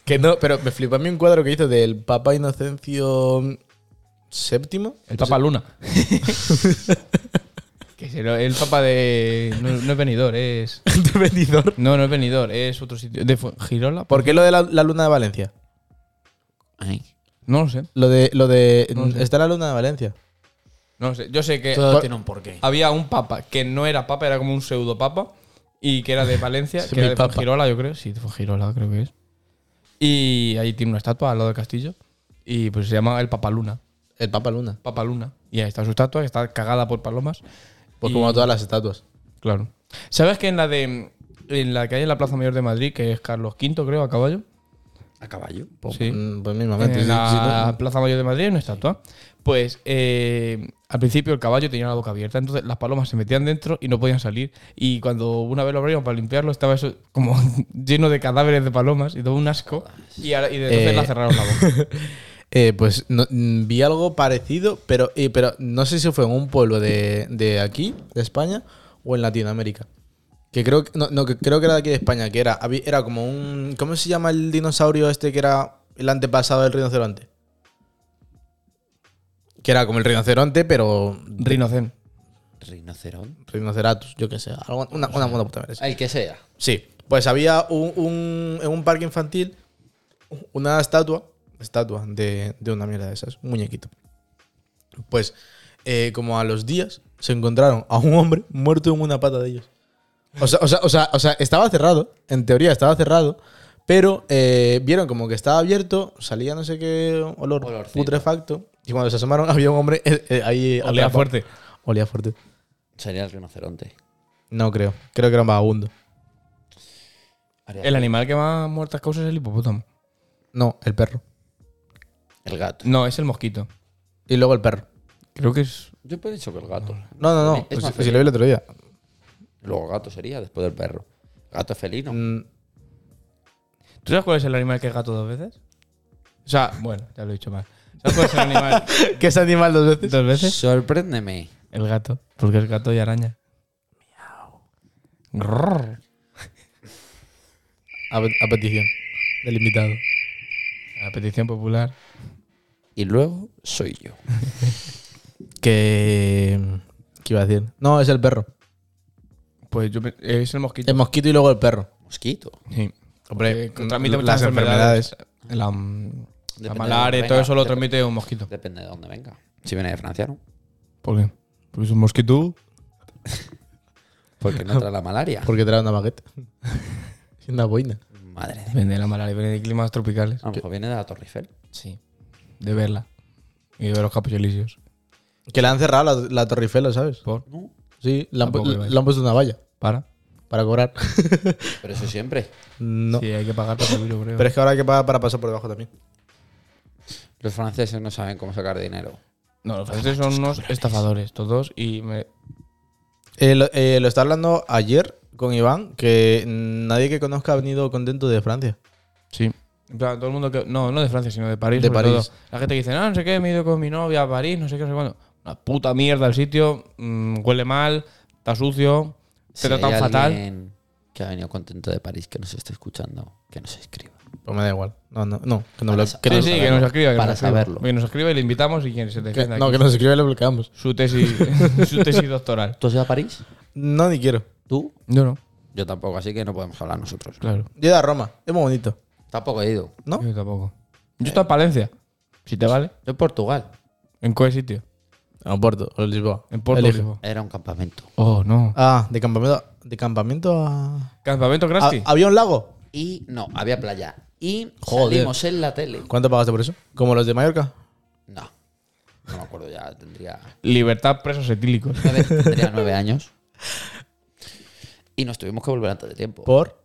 Speaker 2: Que no, pero me flipó a mí un cuadro que hizo del Papa Inocencio VII.
Speaker 1: El Papa Luna. que es el, el Papa de. No, no es venidor, es.
Speaker 2: de Benidorm.
Speaker 1: No, no es venidor, es otro sitio. ¿De Fu- Girola?
Speaker 2: ¿Por qué lo de la, la luna de Valencia?
Speaker 3: Ay.
Speaker 1: No lo sé.
Speaker 2: Lo de. Lo de
Speaker 1: No sé.
Speaker 2: Está la luna de Valencia.
Speaker 1: No lo sé. Yo sé que
Speaker 3: Todo
Speaker 1: por-
Speaker 3: tiene un porqué.
Speaker 1: había un Papa que no era Papa, era como un pseudo Papa y que era de Valencia,
Speaker 2: Sí,
Speaker 1: que era
Speaker 2: mi
Speaker 1: de
Speaker 2: papa.
Speaker 1: Girola, yo creo. Sí, de Girola, creo que es. Y ahí tiene una estatua al lado del castillo y pues se llama el Papa Luna.
Speaker 2: El Papa Luna.
Speaker 1: Papa Luna. Y ahí está su estatua, que está cagada por palomas.
Speaker 2: Pues
Speaker 1: Y-
Speaker 2: como todas las estatuas.
Speaker 1: Claro. ¿Sabes que en la de. En la que hay en la Plaza Mayor de Madrid, que es Carlos V, creo, a caballo.
Speaker 3: ¿A caballo?
Speaker 1: Sí.
Speaker 2: Mm, Pues mismamente.
Speaker 1: En
Speaker 2: sí, sí,
Speaker 1: Eh, la
Speaker 2: no.
Speaker 1: Plaza Mayor de Madrid hay una estatua. Pues eh, al principio el caballo tenía la boca abierta, entonces las palomas se metían dentro y no podían salir. Y cuando una vez lo abrieron para limpiarlo, estaba eso como lleno de cadáveres de palomas y todo un asco. Y, ahora- y de entonces
Speaker 2: Eh.
Speaker 1: la cerraron la boca.
Speaker 2: Eh, pues no- mm, vi algo parecido, pero, eh, pero no sé si fue en un pueblo de, de aquí, de España, o en Latinoamérica. Que creo que, no, no, que creo que era de aquí de España, que era, habí- era como un. ¿Cómo se llama el dinosaurio este que era el antepasado del rinoceronte? Que era como el rinoceronte, pero.
Speaker 1: Rinocen.
Speaker 3: Rinocerón.
Speaker 2: Rhinoceratus, yo qué sé. algo- una, una, una puta madre.
Speaker 3: El que sea.
Speaker 2: Sí, pues había un, un- en un parque infantil una estatua, estatua de, de una mierda de esas, un muñequito. Pues eh, como a los días se encontraron a un hombre muerto en una pata de ellos. O sea, o sea, o sea, o sea, estaba cerrado, en teoría estaba cerrado, pero eh, vieron como que estaba abierto, salía no sé qué olor
Speaker 3: Olorcito.
Speaker 2: putrefacto, y cuando se asomaron había un hombre eh, eh, ahí...
Speaker 1: Olea
Speaker 2: atrapado.
Speaker 1: fuerte.
Speaker 2: Olía fuerte.
Speaker 3: Sería el rinoceronte.
Speaker 2: No creo, creo que era un vagabundo.
Speaker 1: El animal que más muertas causa es el hipopótamo.
Speaker 2: No, el perro.
Speaker 3: El gato.
Speaker 1: No, es el mosquito.
Speaker 2: Y luego el perro.
Speaker 1: Creo que es.
Speaker 3: Yo he dicho que el gato.
Speaker 2: No, no,
Speaker 3: Es
Speaker 2: no.
Speaker 3: más
Speaker 2: Pues,
Speaker 3: feliz.
Speaker 2: si lo vi el otro día.
Speaker 3: Luego gato sería después del perro. Gato es felino.
Speaker 2: Mm,
Speaker 1: ¿Tú sabes cuál es el animal que es gato dos veces? O sea, bueno, ya lo he dicho mal. ¿Sabes cuál es el animal
Speaker 2: ¿Qué es animal dos veces?
Speaker 1: dos veces?
Speaker 3: Sorpréndeme.
Speaker 1: El gato, porque es gato y araña. Grrr.
Speaker 2: A, pe- a petición del invitado.
Speaker 1: La petición popular.
Speaker 3: Y luego soy yo.
Speaker 2: Que. ¿Qué iba a decir? No, es el perro.
Speaker 1: Pues yo pe- es el mosquito.
Speaker 2: El mosquito y luego el perro.
Speaker 3: Mosquito.
Speaker 1: Sí.
Speaker 2: Hombre, mm,
Speaker 1: Eh, transmite
Speaker 2: las
Speaker 1: muchas
Speaker 2: enfermedades.
Speaker 1: enfermedades. La, mm, La
Speaker 3: Depende de
Speaker 1: malaria,
Speaker 3: dónde
Speaker 1: todo
Speaker 3: venga,
Speaker 1: eso lo
Speaker 3: dep-
Speaker 1: transmite un mosquito.
Speaker 3: Depende de dónde venga. Si viene de Francia, ¿no?
Speaker 1: ¿Por qué? Porque es un mosquito.
Speaker 3: Porque no trae la malaria.
Speaker 2: Porque trae una baguette. y una boina.
Speaker 3: Madre de...
Speaker 1: Depende de la malaria, viene de climas tropicales.
Speaker 3: A lo mejor viene de la Torre Eiffel.
Speaker 1: Sí. Ah. De verla. Y de ver los capos elíseos.
Speaker 2: Que la han cerrado la, la Torre Eiffel, ¿sabes?
Speaker 1: Por.
Speaker 3: No.
Speaker 2: Sí, le han, pu-
Speaker 1: Tampoco iba a ir.
Speaker 2: le han puesto una valla
Speaker 1: Para.
Speaker 2: para cobrar.
Speaker 3: Pero eso siempre.
Speaker 2: no.
Speaker 1: Sí, hay que pagar para subir, yo creo.
Speaker 2: Pero es que ahora hay que pagar para pasar por debajo también.
Speaker 3: Los franceses no saben cómo sacar dinero.
Speaker 1: no, los franceses son unos estafadores, todos. Y me-
Speaker 2: Eh, lo, eh, lo estaba hablando ayer con Iván, que nadie que conozca ha venido contento de Francia.
Speaker 1: Sí. En plan, todo el mundo que. No, no de Francia, sino de París.
Speaker 2: De
Speaker 1: sobre
Speaker 2: París.
Speaker 1: todo. La gente que dice, no, no sé qué, me he ido con mi novia a París, no sé qué, no sé cuándo. Una puta mierda el sitio, mm, huele mal, está sucio, te
Speaker 3: Si
Speaker 1: tratan
Speaker 3: hay
Speaker 1: fatal.
Speaker 3: alguien Que ha venido contento de París, que nos está escuchando, que nos escriba.
Speaker 2: Pues me da igual. No, no, no. Que nos,
Speaker 3: Para
Speaker 2: blo-
Speaker 3: sa-
Speaker 2: que
Speaker 1: Sí,
Speaker 2: nos-
Speaker 1: sí,
Speaker 3: saberlo.
Speaker 1: que nos escriba. Que
Speaker 3: Para
Speaker 1: nos escriba.
Speaker 3: saberlo.
Speaker 1: Que nos escriba y le invitamos y quien se
Speaker 2: que-
Speaker 1: defienda.
Speaker 2: no,
Speaker 1: aquí.
Speaker 2: que nos escribe y lo bloqueamos.
Speaker 1: Su tesis, su tesis doctoral.
Speaker 3: ¿Tú has ido a París?
Speaker 2: No, ni quiero.
Speaker 3: ¿Tú?
Speaker 1: Yo no,
Speaker 3: Yo tampoco, así que no podemos hablar nosotros.
Speaker 1: claro.
Speaker 2: Yo he ido a Roma. Es muy bonito.
Speaker 3: Tampoco he ido.
Speaker 2: ¿No?
Speaker 1: Yo tampoco. Yo estoy en Palencia, si te vale.
Speaker 3: Yo en Portugal.
Speaker 1: ¿En qué sitio?
Speaker 2: A Porto, o Lisboa.
Speaker 1: En Porto.
Speaker 2: Elige.
Speaker 1: Lisboa.
Speaker 3: Era un campamento.
Speaker 1: Oh, no.
Speaker 2: Ah, de campamento, de campamento a...
Speaker 1: ¿Campamento
Speaker 2: ¿A-
Speaker 3: Ah,
Speaker 1: Krusty?
Speaker 2: ¿Había un lago?
Speaker 3: Y no, había playa. Y
Speaker 2: Joder.
Speaker 3: salimos en la tele.
Speaker 2: ¿Cuánto pagaste por eso? ¿Como los de Mallorca?
Speaker 3: No. No me acuerdo ya, tendría
Speaker 1: Libertad presos etílicos.
Speaker 3: nueve, tendría nueve años. Y nos tuvimos que volver antes de tiempo.
Speaker 2: ¿Por?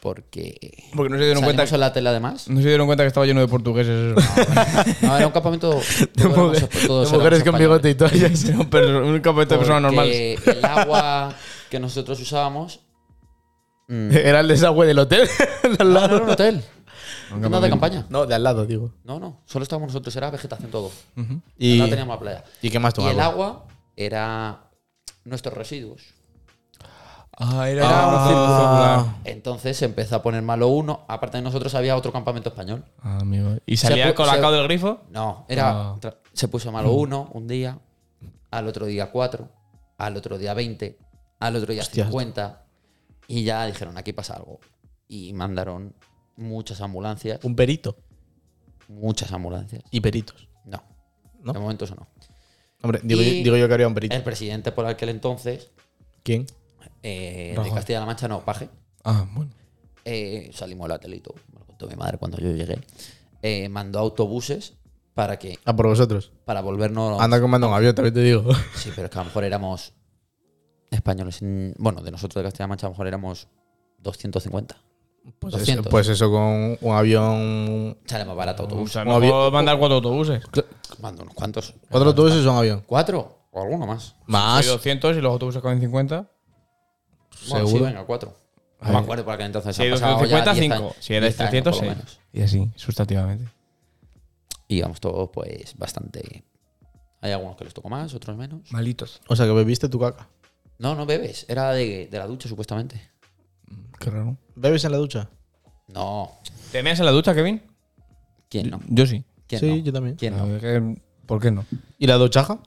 Speaker 3: Porque.
Speaker 1: Porque no se dieron
Speaker 3: salimos
Speaker 1: cuenta que-
Speaker 3: en la tele además.
Speaker 1: No se dieron cuenta que estaba lleno de portugueses. eso.
Speaker 3: No, era un campamento.
Speaker 2: De
Speaker 3: todo era más-
Speaker 2: mujer-
Speaker 3: todos
Speaker 2: de mujeres
Speaker 3: éramos
Speaker 2: con
Speaker 3: españoles.
Speaker 2: bigote y toallas.
Speaker 1: Era un perro- un campamento de personas normales.
Speaker 3: Porque El agua que nosotros usábamos. mm,
Speaker 2: Era el desagüe del hotel. de al
Speaker 3: no, no
Speaker 2: lado.
Speaker 3: era un hotel.
Speaker 1: Un
Speaker 3: Tienda de
Speaker 1: campamento.
Speaker 3: campaña.
Speaker 2: No, de al lado, digo.
Speaker 3: No, no. Solo estábamos nosotros. Era vegetación todo.
Speaker 1: Ujú.
Speaker 2: Y,
Speaker 3: No teníamos la playa.
Speaker 2: ¿y qué más
Speaker 3: Y el
Speaker 2: tomamos?
Speaker 3: agua era nuestros residuos.
Speaker 1: Ah, era
Speaker 2: Ah.
Speaker 1: un círculo.
Speaker 3: Entonces se empezó a poner malo uno. Aparte de nosotros había otro campamento español.
Speaker 1: Ah, amigo. ¿Y
Speaker 3: Se
Speaker 1: salía
Speaker 3: pu-
Speaker 1: colacao
Speaker 3: se-
Speaker 1: del grifo?
Speaker 3: No, era
Speaker 1: Ah.
Speaker 3: tra- se puso malo uno un día, al otro día cuatro, al otro día 20, al otro día
Speaker 2: Hostias.
Speaker 3: 50 y ya dijeron, aquí pasa algo. Y mandaron muchas ambulancias,
Speaker 2: Un perito.
Speaker 3: muchas ambulancias.
Speaker 2: Y peritos.
Speaker 3: No,
Speaker 2: ¿No?
Speaker 3: de momento eso no.
Speaker 2: Hombre, digo,
Speaker 3: Y-
Speaker 2: digo yo que habría un perito.
Speaker 3: El presidente por aquel entonces
Speaker 2: ¿Quién?
Speaker 3: eh, de
Speaker 1: Rajoy.
Speaker 3: Castilla-La Mancha, no, Paje,
Speaker 1: Ah, bueno.
Speaker 3: eh, salimos de la tele y todo, me lo contó mi madre cuando yo llegué, eh, mandó autobuses para que
Speaker 2: Ah, por vosotros.
Speaker 3: para volvernos
Speaker 2: Anda con mando en avión, también te digo.
Speaker 3: Sí, pero es que a lo mejor éramos españoles. en- bueno, de nosotros de Castilla-La Mancha a lo mejor éramos 250.
Speaker 2: Pues
Speaker 3: Lo
Speaker 2: eso,
Speaker 3: siento.
Speaker 2: pues eso, con un avión...
Speaker 3: Sale más barato
Speaker 1: O
Speaker 3: autobús.
Speaker 1: sea,
Speaker 2: Un
Speaker 1: no
Speaker 2: avión-
Speaker 1: puedo mandar cuatro autobuses.
Speaker 3: Mando unos cuantos.
Speaker 2: ¿Cuatro autobuses o un avión?
Speaker 3: ¿Cuatro? ¿O alguno más?
Speaker 1: Hay
Speaker 2: Más.
Speaker 1: 200 y los autobuses comen 50.
Speaker 3: Bueno, sí,
Speaker 2: Seguro.
Speaker 3: venga, cuatro. No me acuerdo por aquel entonces.
Speaker 1: Si
Speaker 3: han
Speaker 1: hay
Speaker 3: pasado ya
Speaker 1: 250,
Speaker 3: 10
Speaker 1: 5.
Speaker 3: años,
Speaker 1: Si eres
Speaker 3: 10 años,
Speaker 1: 300,
Speaker 3: por lo
Speaker 1: 6.
Speaker 3: menos.
Speaker 1: Y así, sustantivamente.
Speaker 3: Y íbamos todos, pues, bastante. Hay algunos que les tocó más, otros menos.
Speaker 1: Malitos.
Speaker 2: O sea, que bebiste tu caca.
Speaker 3: No, no bebes. Era de, de la ducha, supuestamente.
Speaker 1: Qué raro.
Speaker 2: ¿Bebes en la ducha?
Speaker 3: No.
Speaker 1: ¿Te meas en la ducha, Kevin?
Speaker 3: ¿Quién no?
Speaker 1: Yo sí.
Speaker 3: ¿Quién
Speaker 2: sí,
Speaker 3: no?
Speaker 2: yo también.
Speaker 3: ¿Quién
Speaker 1: A
Speaker 3: no?
Speaker 1: ver, que- ¿Por qué no?
Speaker 2: ¿Y la duchaja?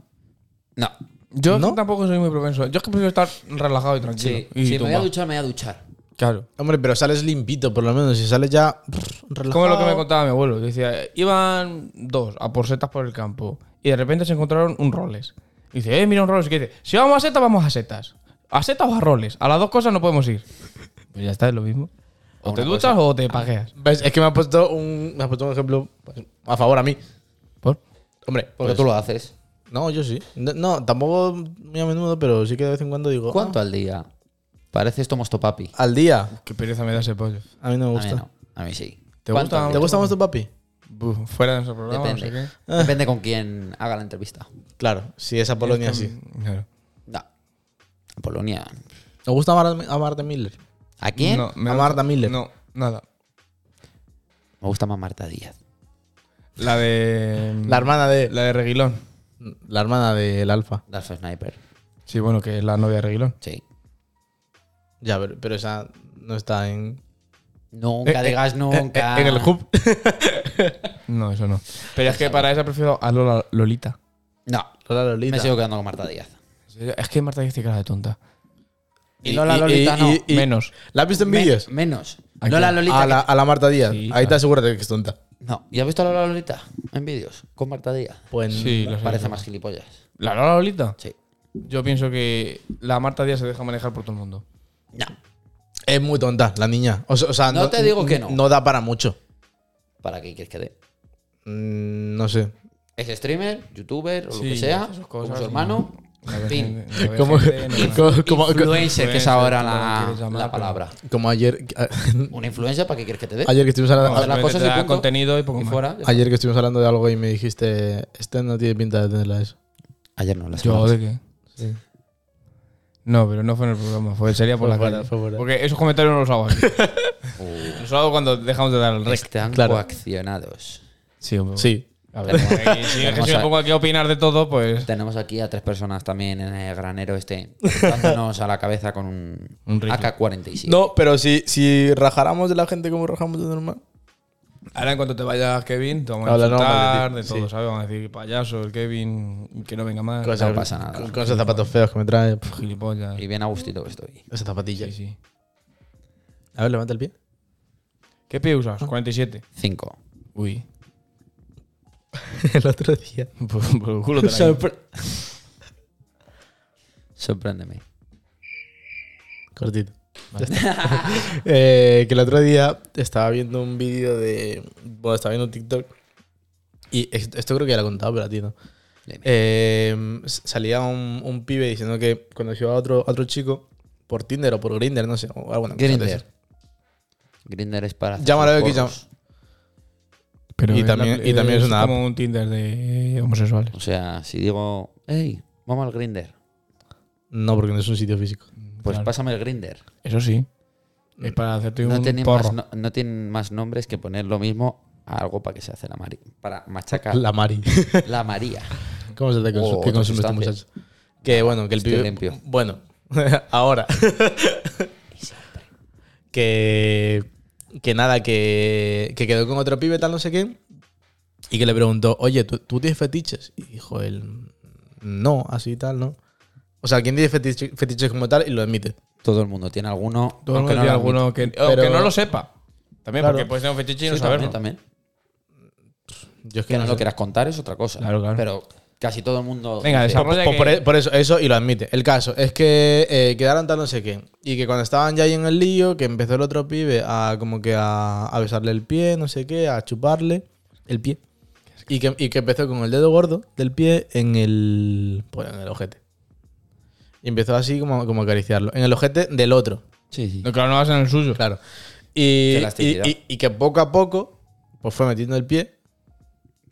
Speaker 3: No.
Speaker 1: Yo
Speaker 2: ¿No?
Speaker 1: tampoco soy muy propenso. Yo es que prefiero estar relajado y tranquilo.
Speaker 3: Sí,
Speaker 1: y
Speaker 3: si me voy a
Speaker 1: tumbado.
Speaker 3: duchar, me voy a duchar.
Speaker 1: Claro.
Speaker 2: Hombre, pero sales limpito, por lo menos. Si sales ya prr, relajado.
Speaker 1: Como lo que me contaba mi abuelo. Decía, iban dos a por setas por el campo y de repente se encontraron un roles. Y dice, eh, mira un roles. Y que dice, si vamos a setas, vamos a setas. A setas o a roles. A las dos cosas no podemos ir. Pues ya está, es lo mismo. O
Speaker 3: A
Speaker 1: te
Speaker 3: una
Speaker 1: duchas
Speaker 3: cosa.
Speaker 1: o te pajeas.
Speaker 2: ¿Ves? Es que me ha puesto un, me ha puesto un ejemplo pues, a favor a mí.
Speaker 1: ¿Por?
Speaker 2: Hombre,
Speaker 3: Porque
Speaker 2: pues-
Speaker 3: tú lo haces.
Speaker 2: No, yo sí. No, no, tampoco muy a menudo, pero sí que de vez en cuando digo.
Speaker 3: ¿Cuánto
Speaker 2: ah,
Speaker 3: al día? Parece esto mosto papi.
Speaker 2: al día.
Speaker 1: Qué pereza me da ese pollo.
Speaker 2: A mí no me
Speaker 3: A mí
Speaker 2: gusta.
Speaker 3: no, a mí sí.
Speaker 1: ¿Te
Speaker 3: ¿Cuánto?
Speaker 1: gusta?
Speaker 2: ¿Te gusta más tu papi?
Speaker 1: Buf, fuera de nuestro programa,
Speaker 3: Depende.
Speaker 1: no sé
Speaker 3: Depende con quién haga la entrevista.
Speaker 2: Claro, si es a
Speaker 1: qué.
Speaker 2: Polonia, sí.
Speaker 1: Mm, Claro.
Speaker 3: No. Polonia.
Speaker 2: ¿Te gusta Mar- a Marta Miller?
Speaker 3: ¿A quién?
Speaker 1: No, me
Speaker 2: A
Speaker 1: gusta-
Speaker 2: Marta Miller.
Speaker 1: No, nada.
Speaker 3: Me gusta más Marta Díaz.
Speaker 1: La de.
Speaker 2: La hermana de. La,
Speaker 1: la de Reguilón.
Speaker 2: hermana del Alfa.
Speaker 3: Darth Sniper.
Speaker 1: Sí, bueno, que es la novia de Reguilón.
Speaker 3: Sí.
Speaker 2: Ya, pero, pero esa no está en.
Speaker 3: Nunca digas nunca.
Speaker 1: eh,
Speaker 2: En el hub.
Speaker 1: No, eso no. Pero es que para esa prefiero a Lola- Lolita.
Speaker 3: No.
Speaker 2: Lola Lolita.
Speaker 3: Me sigo quedando con Marta Díaz.
Speaker 1: Pues, eh, Es que Marta dice que era de tonta.
Speaker 3: Y Lola Lolita no.
Speaker 2: y-
Speaker 1: Menos.
Speaker 2: ¿La has visto en
Speaker 3: Me-
Speaker 2: vídeos?
Speaker 3: menos.
Speaker 1: ¿A
Speaker 3: Lola
Speaker 1: quién?
Speaker 3: Lolita.
Speaker 2: A la,
Speaker 3: que-
Speaker 2: a la Marta Díaz.
Speaker 1: Sí,
Speaker 2: Ahí
Speaker 1: claro.
Speaker 2: te aseguras de que es tonta.
Speaker 3: No. ¿Y has visto a Lola Lolita en vídeos con Marta Díaz?
Speaker 2: Pues
Speaker 1: Sí, lo sé.
Speaker 3: Parece más gilipollas.
Speaker 1: ¿La Lola Lolita?
Speaker 3: Sí.
Speaker 1: Yo pienso que la Marta Díaz se deja manejar por todo el mundo.
Speaker 3: No.
Speaker 2: es muy tonta la niña. O, se- o sea,
Speaker 3: No te digo que no.
Speaker 2: No da para mucho.
Speaker 3: ¿Para qué quieres que dé?
Speaker 2: Mm, no sé.
Speaker 3: Es streamer, youtuber o lo
Speaker 1: Sí,
Speaker 3: que sea,
Speaker 1: hace sus cosas,
Speaker 3: como su
Speaker 1: no.
Speaker 3: hermano. Fin.
Speaker 1: ¿Cómo?
Speaker 2: Como- como-
Speaker 3: Influencer, que es ahora
Speaker 1: como
Speaker 3: la,
Speaker 1: quieres llamar, pero-
Speaker 3: la palabra.
Speaker 2: Como ayer.
Speaker 3: ¿Una influencia para qué quieres que te dé?
Speaker 2: Ayer que estuvimos hablando.
Speaker 3: Hacer las cosas y punto.
Speaker 1: contenido y poco
Speaker 3: Y
Speaker 1: más.
Speaker 3: fuera. ya
Speaker 2: Ayer que estuvimos hablando de algo y me dijiste, este no tiene pinta de tenerla eso.
Speaker 3: está. Ayer no, la semana
Speaker 1: ¿Yo de
Speaker 3: pasada.
Speaker 1: qué? No, pero no fue en el programa, fue, sería por
Speaker 2: Fue
Speaker 1: la
Speaker 2: fuera,
Speaker 1: calle.
Speaker 2: fue fuera.
Speaker 1: Porque esos comentarios no los hago aquí.
Speaker 3: Uh,
Speaker 1: los hago cuando dejamos de dar el rec.
Speaker 3: Están
Speaker 2: Claro.
Speaker 3: coaccionados.
Speaker 1: Sí, hombre.
Speaker 2: Sí.
Speaker 1: A ver, porque aquí, si es que si me pongo aquí a opinar de todo, pues.
Speaker 3: Tenemos aquí a tres personas también en el granero este, dándonos a la cabeza con un,
Speaker 1: Un rifle.
Speaker 3: AK-47.
Speaker 2: No, pero si, si rajáramos de la gente como rajamos de normal.
Speaker 1: Ahora en cuanto te vayas, Kevin, te vamos a
Speaker 2: Habla normal
Speaker 1: insultar
Speaker 2: de
Speaker 1: de
Speaker 2: ti,
Speaker 1: todo,
Speaker 2: sí.
Speaker 1: ¿sabes? Vamos a decir payaso, el Kevin, que no venga más.
Speaker 3: Cosa- No pasa nada.
Speaker 2: Con esos zapatos feos que me trae. puf,
Speaker 1: Gilipollas.
Speaker 3: Y bien a gustito que estoy.
Speaker 2: Esas zapatillas.
Speaker 1: Sí, sí.
Speaker 2: A ver, levanta el pie.
Speaker 1: ¿Qué pie usas? 47.
Speaker 3: Cinco.
Speaker 1: Uy.
Speaker 2: el otro día.
Speaker 1: Por, por el culo te la llevo.
Speaker 2: Sorpre-
Speaker 3: Sorpréndeme.
Speaker 2: Cortito. Eh, que el otro día estaba viendo un vídeo de. Bueno, estaba viendo un TikTok. Y esto, esto creo que ya lo he contado, pero a ti no.
Speaker 3: Dime.
Speaker 2: Eh, s- salía un, un pibe diciendo que conoció a otro, a otro chico por Tinder o por Grinder, no sé. O alguna cosa de esas.
Speaker 3: Grinder. Grinder es para. hacer
Speaker 2: Llámalo
Speaker 3: sus
Speaker 2: que llama-
Speaker 3: porros.
Speaker 1: Pero
Speaker 2: Y
Speaker 1: es
Speaker 2: también- y también es una
Speaker 1: como un Tinder de homosexuales.
Speaker 3: O sea, si digo, hey, vamos al Grinder.
Speaker 2: No, porque no es un sitio físico.
Speaker 3: Pues
Speaker 1: Claro.
Speaker 3: pásame el Grinder.
Speaker 1: Eso sí. Es para hacerte
Speaker 3: No
Speaker 1: un
Speaker 3: tienen,
Speaker 1: porro.
Speaker 3: más, no, no tienen más nombres que poner lo mismo a algo para que se hace la María. Para machacar la,
Speaker 2: La Mari.
Speaker 3: María.
Speaker 2: ¿Cómo se te consu-
Speaker 3: O
Speaker 2: qué consume este
Speaker 3: otras
Speaker 2: muchacho? Que bueno, que el
Speaker 3: Estoy
Speaker 2: pibe.
Speaker 3: limpio.
Speaker 2: Bueno, ahora. que. Que nada, que, que quedó con otro pibe, tal, no sé qué. Y que le preguntó, oye, ¿tú, tú tienes fetiches? Y dijo él, no, así tal, ¿no? O sea, ¿quién tiene fetiche- fetiches como tal? Y lo admite.
Speaker 3: Todo el mundo tiene alguno.
Speaker 1: Todo el mundo tiene
Speaker 3: aunque no lo admita.
Speaker 1: alguno que,
Speaker 2: Pero-
Speaker 1: aunque no lo sepa. También,
Speaker 2: Claro.
Speaker 1: porque puedes tener un fetiche y no
Speaker 3: Sí,
Speaker 1: saberlo.
Speaker 3: también, también.
Speaker 2: Yo es
Speaker 3: Que no
Speaker 2: sé.
Speaker 3: lo quieras contar es otra cosa.
Speaker 1: Claro, claro.
Speaker 3: Pero casi todo el mundo.
Speaker 1: Venga,
Speaker 3: dice,
Speaker 1: desarrolla.
Speaker 2: Por-
Speaker 1: que-
Speaker 2: por, e- por eso, eso y lo admite. El caso es que eh, quedaron tal no sé qué. Y que cuando estaban ya ahí en el lío, que empezó el otro pibe a como que a, a besarle el pie, no sé qué, a chuparle el pie. Y que, y que empezó con el dedo gordo del pie en el. Bueno, en el ojete. Y empezó así como, como a acariciarlo. En el ojete del otro.
Speaker 3: Sí, sí.
Speaker 1: No, claro, no vas en el suyo.
Speaker 2: Claro. Y,
Speaker 3: Qué
Speaker 2: y,
Speaker 3: elasticidad.
Speaker 2: y- y que poco a poco, pues fue metiendo el pie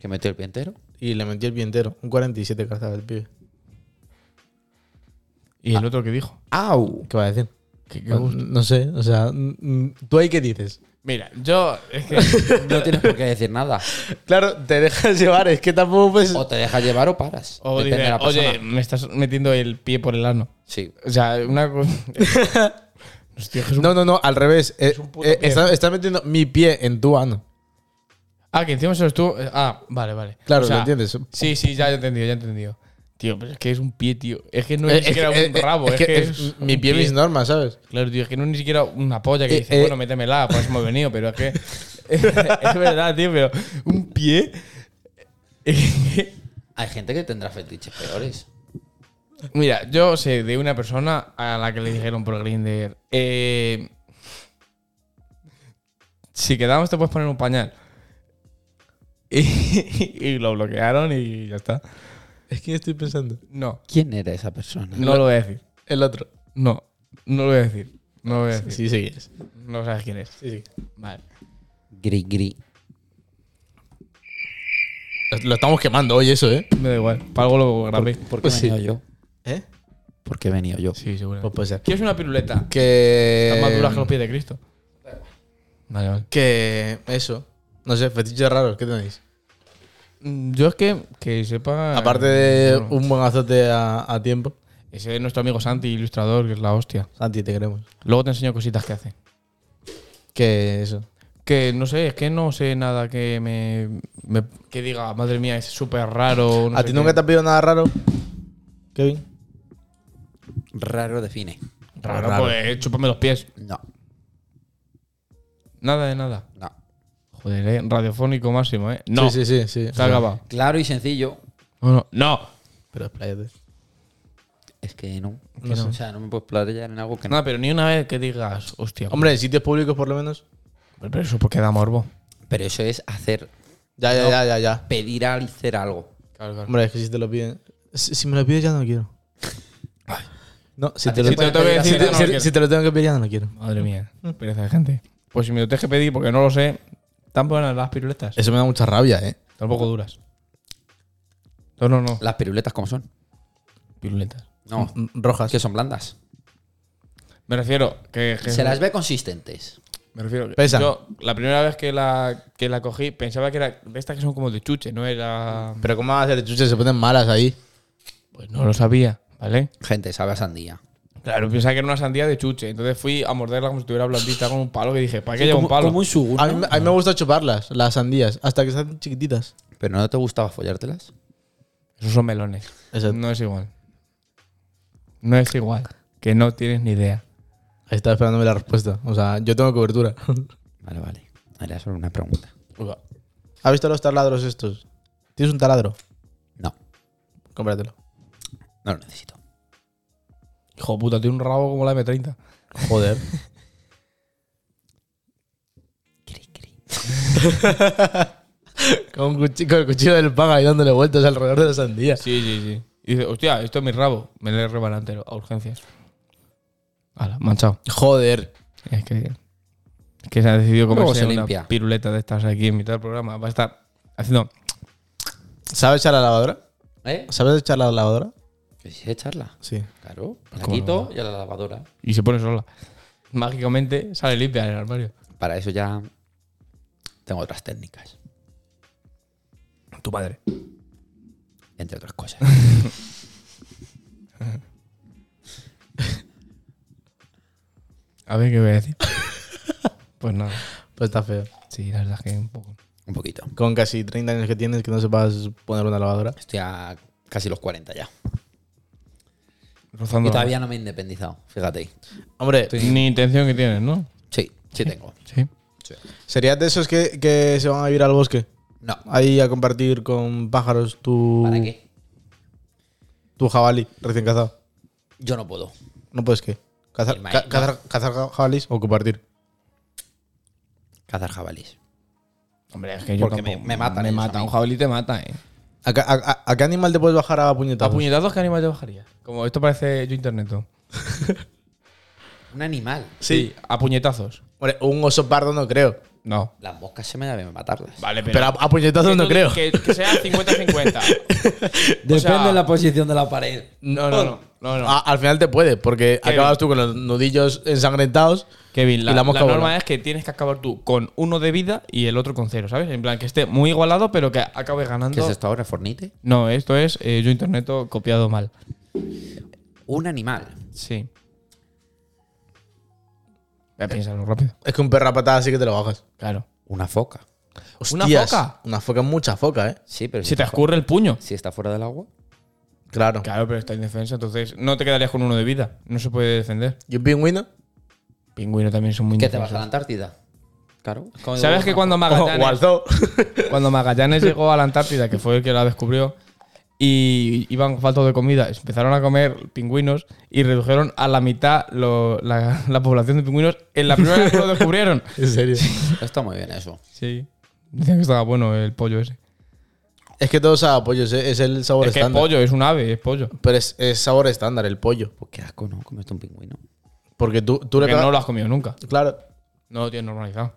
Speaker 3: Que metió el pie entero.
Speaker 2: y le metió el pie entero. Un 47 calzaba el pibe.
Speaker 1: Y el otro que dijo.
Speaker 3: ¡Au!
Speaker 2: ¿Qué va a decir?
Speaker 1: Que- que
Speaker 2: No,
Speaker 1: gusto.
Speaker 2: no sé, o sea, mm, mm, ¿tú ahí qué dices?
Speaker 1: Mira, yo. Es que.
Speaker 3: No tienes por qué decir nada.
Speaker 2: Claro, te dejas llevar, es que tampoco puedes.
Speaker 3: O te dejas llevar o paras.
Speaker 1: O
Speaker 3: Depende de
Speaker 1: dice,
Speaker 3: la persona.
Speaker 1: oye, me estás metiendo el pie por el ano.
Speaker 3: Sí.
Speaker 1: O sea, una cosa. Hostia, que es un-
Speaker 2: No, no, no, al revés. eh,
Speaker 1: puto
Speaker 2: eh,
Speaker 1: pie.
Speaker 2: estás está metiendo mi pie en tu ano.
Speaker 1: Ah, que encima se lo estuvo. Ah, vale, vale.
Speaker 2: Claro,
Speaker 1: O sea,
Speaker 2: ¿lo entiendes? Eh,
Speaker 1: Sí, sí, ya he entendido, ya he entendido. Tío, pero es que es un pie, tío. Es que no es,
Speaker 2: Eh,
Speaker 1: ni siquiera
Speaker 2: eh,
Speaker 1: un
Speaker 2: eh,
Speaker 1: rabo. Es, que, es
Speaker 2: mi
Speaker 1: un
Speaker 2: pie, mis normas, ¿sabes?
Speaker 1: Claro, tío, es que no es ni siquiera una polla que
Speaker 2: Eh,
Speaker 1: dice,
Speaker 2: eh.
Speaker 1: bueno, métemela, por eso hemos venido, pero es que. es verdad, tío, pero un pie. eh,
Speaker 3: Hay gente que tendrá fetiches peores.
Speaker 1: Mira, yo sé de una persona a la que le dijeron por Grinder. si quedamos, te puedes poner un pañal. Y, y lo bloquearon y ya está.
Speaker 2: Es que estoy pensando.
Speaker 1: No,
Speaker 3: ¿Quién era esa persona?
Speaker 1: no lo voy a decir.
Speaker 2: El otro.
Speaker 1: No, no lo voy a decir. No lo voy a decir.
Speaker 2: Sí, sí, es.
Speaker 1: No sabes quién es.
Speaker 2: Sí, sí.
Speaker 1: Vale.
Speaker 3: Gri, gri.
Speaker 2: Lo estamos quemando hoy, eso, ¿eh?
Speaker 1: Me da igual. Para algo lo grabé.
Speaker 3: ¿Por qué
Speaker 2: Pues
Speaker 3: he
Speaker 2: sí.
Speaker 3: venido yo?
Speaker 2: ¿Eh?
Speaker 3: ¿Por qué he venido yo?
Speaker 1: Sí, seguro.
Speaker 2: Pues puede ser.
Speaker 1: ¿Quieres una piruleta?
Speaker 2: Que.
Speaker 1: Están más duras que los pies de Cristo. Vale, vale.
Speaker 2: Que. Eso. No sé, fetiches raros, ¿qué tenéis?
Speaker 1: Mm, Yo es que, que sepa. eh,
Speaker 2: Aparte de
Speaker 1: Bueno,
Speaker 2: un buen azote a, a tiempo.
Speaker 1: Ese es nuestro amigo Santi, ilustrador, que es la hostia.
Speaker 2: Santi, te queremos.
Speaker 1: Luego te enseño cositas que hace.
Speaker 2: Que eso.
Speaker 1: Que no sé, es que no sé nada que me. me- que diga, madre mía, es súper raro. no
Speaker 2: ¿A
Speaker 1: sé
Speaker 2: ti
Speaker 1: qué".
Speaker 2: nunca te ha pedido nada raro, Kevin?
Speaker 3: Raro define.
Speaker 1: Raro, eh,
Speaker 2: Raro.
Speaker 1: pues chúpame los pies.
Speaker 3: No,
Speaker 1: Nada de nada.
Speaker 3: no.
Speaker 1: Joder, eh, radiofónico máximo, ¿eh? No,
Speaker 2: Sí, sí, sí. sí.
Speaker 1: se acaba.
Speaker 3: Claro y sencillo.
Speaker 1: No, no, no.
Speaker 2: Pero expláyate.
Speaker 3: Es que no. O sea, no me puedo explayar en algo que no.
Speaker 1: No, pero ni una vez que digas, hostia.
Speaker 2: Hombre, en sitios públicos por lo menos.
Speaker 1: hombre, pero eso porque da morbo.
Speaker 3: Pero eso es hacer,
Speaker 2: Ya, ya, ya, ya, ya.
Speaker 3: pedir a hacer algo.
Speaker 2: Hombre, es que si te lo piden. Si, si me lo pides ya no lo quiero. No, si
Speaker 1: A
Speaker 2: te lo,
Speaker 1: ti sí te lo tengo que decir,
Speaker 2: si te-
Speaker 1: ya no lo
Speaker 2: si-
Speaker 1: quiero.
Speaker 2: si te lo tengo que pedir ya no lo quiero.
Speaker 1: Madre mía,
Speaker 2: Mm.
Speaker 1: pereza de gente. Pues si me lo tienes que pedir, porque no lo sé, tan buenas las piruletas.
Speaker 2: Eso me da mucha rabia, ¿eh?
Speaker 1: Tampoco duras. No, no, no.
Speaker 3: Las piruletas, ¿cómo son?
Speaker 1: Piruletas.
Speaker 3: No,
Speaker 2: Mm, Rojas.
Speaker 3: que son blandas.
Speaker 1: Me refiero que. que-
Speaker 3: Se las ve consistentes.
Speaker 1: Me refiero que
Speaker 2: Pesan.
Speaker 1: Yo, la primera vez que la, que la cogí, pensaba que era de estas que son como de chuche, no era.
Speaker 2: Pero ¿cómo vas a hacer chuches? Se ponen malas ahí.
Speaker 1: Pues no lo sabía, ¿vale?
Speaker 3: Gente, sabe a sandía.
Speaker 1: Claro, pensaba que era una sandía de chuche. Entonces fui a morderla como si estuviera blandita con un palo que dije, ¿para qué lleva un palo?
Speaker 3: Como un sugur,
Speaker 2: A mí,
Speaker 3: ¿no?
Speaker 2: me- a mí me gusta chuparlas, las sandías, hasta que están chiquititas.
Speaker 3: ¿Pero no te gustaba follártelas?
Speaker 1: Esos son melones.
Speaker 2: Exacto.
Speaker 1: No es igual. No es igual. Que no tienes ni idea.
Speaker 2: Ahí estaba esperándome la respuesta. O sea, yo tengo cobertura.
Speaker 3: Vale, vale. Era solo una pregunta.
Speaker 2: ¿Has visto los taladros estos? ¿Tienes un taladro?
Speaker 3: No,
Speaker 2: Cómpratelo.
Speaker 3: no lo necesito.
Speaker 1: Hijo puta, tiene un rabo como la M30.
Speaker 2: Joder.
Speaker 3: Cri, cri.
Speaker 2: con, un cuchi- con el cuchillo del paga y dándole vueltas alrededor de las sandías.
Speaker 1: Sí, sí, sí. Y dice, hostia, esto es mi rabo. Me le reban entero a urgencias. Hala, manchado.
Speaker 2: Joder.
Speaker 1: Es que, es que se ha decidido
Speaker 3: Luego
Speaker 1: comerse
Speaker 3: se
Speaker 1: una
Speaker 3: limpia.
Speaker 1: piruleta de estas aquí en mitad del programa. Va a estar haciendo.
Speaker 2: ¿Sabes echar la lavadora?
Speaker 3: ¿Eh?
Speaker 2: ¿Sabes echar la lavadora?
Speaker 3: Que Pues sí, echarla.
Speaker 2: Sí.
Speaker 3: Claro. La
Speaker 1: ¿Cómo
Speaker 3: quito y a la lavadora.
Speaker 1: Y se pone sola. Mágicamente sale limpia del armario.
Speaker 3: Para eso ya tengo otras técnicas,
Speaker 1: Tu padre.
Speaker 3: entre otras cosas.
Speaker 1: A ver qué voy a decir. pues nada.
Speaker 2: Pues está feo.
Speaker 1: Sí, la verdad es que un poco.
Speaker 3: Un poquito.
Speaker 2: Con casi 30 años que tienes que no sepas poner una lavadora.
Speaker 3: Estoy a casi los 40 ya.
Speaker 1: Rozando. la-
Speaker 3: Y todavía no me he independizado, fíjate.
Speaker 2: Hombre,
Speaker 1: Ni intención que tienes, ¿no?
Speaker 3: Sí, sí tengo.
Speaker 1: Sí.
Speaker 2: ¿serías de esos que, que se van a vivir al bosque?
Speaker 3: No.
Speaker 2: Ahí a compartir con pájaros tu,
Speaker 4: Uh.
Speaker 3: ¿Para qué?
Speaker 2: tu jabalí recién cazado.
Speaker 3: Yo no puedo.
Speaker 2: No puedes qué. Cazar,
Speaker 3: El
Speaker 2: ca-
Speaker 3: maíz,
Speaker 2: cazar, cazar ja- jabalís o compartir.
Speaker 3: Cazar jabalís.
Speaker 1: Hombre, es que yo
Speaker 3: Porque me-
Speaker 1: tampoco-
Speaker 3: me matan
Speaker 1: Me
Speaker 3: ellos
Speaker 1: mata.
Speaker 3: a mí.
Speaker 1: Un jabalí te mata, ¿eh?
Speaker 2: ¿A, ca- a- a- a qué animal te puedes bajar a
Speaker 1: ¿A
Speaker 2: puñetazos?
Speaker 1: puñetazos qué animal te bajarías? Como esto parece yo internet.
Speaker 3: Un animal.
Speaker 2: Sí.
Speaker 1: A puñetazos.
Speaker 2: Hombre, un oso pardo no creo.
Speaker 1: No.
Speaker 3: Las moscas se me deben matarlas.
Speaker 1: Vale,
Speaker 2: Pero, a, a puñetazos
Speaker 1: Que
Speaker 2: no
Speaker 1: tú-
Speaker 2: creo.
Speaker 1: Que, que sea 50-50.
Speaker 4: Depende
Speaker 1: sea-
Speaker 4: de la posición de la pared.
Speaker 1: No, no, no. no, no.
Speaker 2: A- al final te puede, porque
Speaker 1: Kevin.
Speaker 2: acabas tú con los nudillos ensangrentados.
Speaker 1: Kevin, la,
Speaker 2: y la mosca
Speaker 1: la norma
Speaker 2: vuela.
Speaker 1: es que tienes que acabar tú con uno de vida y el otro con cero, ¿sabes? En plan, que esté muy igualado, pero que acabe ganando.
Speaker 3: ¿Qué es esto ahora, Fornite?
Speaker 1: No, esto es eh, yo internet copiado mal.
Speaker 3: Un animal.
Speaker 1: Sí. Voy a pensarlo rápido.
Speaker 2: Es que un perro a patada sí que te lo bajas.
Speaker 1: Claro.
Speaker 3: Una foca.
Speaker 1: ¿Una
Speaker 2: Hostias,
Speaker 1: foca?
Speaker 2: Una foca, mucha foca, ¿eh?
Speaker 3: Sí, pero
Speaker 1: Si te
Speaker 3: está
Speaker 1: escurre el puño.
Speaker 3: fu- si está fuera del agua.
Speaker 2: Claro.
Speaker 1: Claro, pero está indefensa, entonces no te quedarías con uno de vida. No se puede defender.
Speaker 2: ¿Y un pingüino?
Speaker 1: Pingüino también son muy
Speaker 3: ¿Qué te vas a la
Speaker 1: indefensos.
Speaker 3: Antártida? Claro.
Speaker 1: ¿Sabes que cuando
Speaker 2: O, o al
Speaker 1: Magallanes,
Speaker 2: zoo.
Speaker 1: cuando Magallanes llegó a la Antártida, que fue el que la descubrió, y iban faltos de comida, empezaron a comer pingüinos y redujeron a la mitad lo- la, la población de pingüinos en la primera vez que lo descubrieron.
Speaker 2: En serio.
Speaker 3: Está muy bien eso.
Speaker 1: Sí. Dicen que estaba bueno el pollo ese.
Speaker 2: es que todos saben a pollo, es, es el sabor
Speaker 1: es que es
Speaker 2: estándar.
Speaker 1: pollo, es un ave, es pollo.
Speaker 2: Pero es, es sabor estándar, el pollo.
Speaker 3: Pues qué asco, ¿no? Comerte un pingüino.
Speaker 2: Porque tú, tú le
Speaker 1: Porque
Speaker 2: pegas.
Speaker 1: no lo has comido nunca.
Speaker 2: Claro.
Speaker 1: No lo tienes normalizado.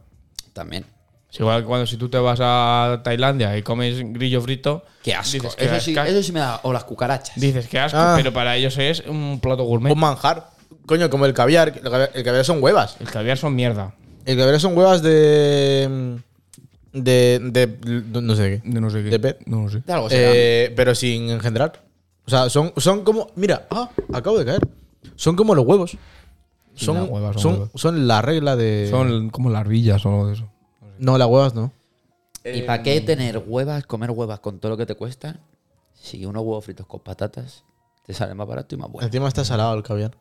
Speaker 3: También.
Speaker 1: Es igual que cuando si tú te vas a Tailandia y comes grillo frito,
Speaker 3: Qué asco.
Speaker 1: Dices que
Speaker 3: eso, sí,
Speaker 1: asca-
Speaker 3: eso sí me da. O las cucarachas.
Speaker 1: dices que asco,
Speaker 2: Ah.
Speaker 1: pero para ellos es un plato gourmet.
Speaker 2: Un manjar. Coño, como el caviar. El caviar, el caviar son huevas.
Speaker 1: El caviar son mierda.
Speaker 2: El caviar son huevas de. mm, de. de. de- no sé de qué.
Speaker 1: De no sé qué.
Speaker 2: De pet.
Speaker 1: No lo sé.
Speaker 3: De algo será.
Speaker 2: Eh, pero sin engendrar. O sea, son, son como. Mira, ah, acabo de caer. Son como los huevos. Son,
Speaker 1: las huevas son
Speaker 2: son, son,
Speaker 1: huevos.
Speaker 2: la regla de.
Speaker 1: Son como larvillas o algo de eso.
Speaker 2: No, las huevas no.
Speaker 1: Eh,
Speaker 3: ¿Y para qué tener huevas, comer huevas con todo lo que te cuesta? Si unos huevos fritos con patatas te sale más barato y más bueno.
Speaker 2: Encima está salado el caviar.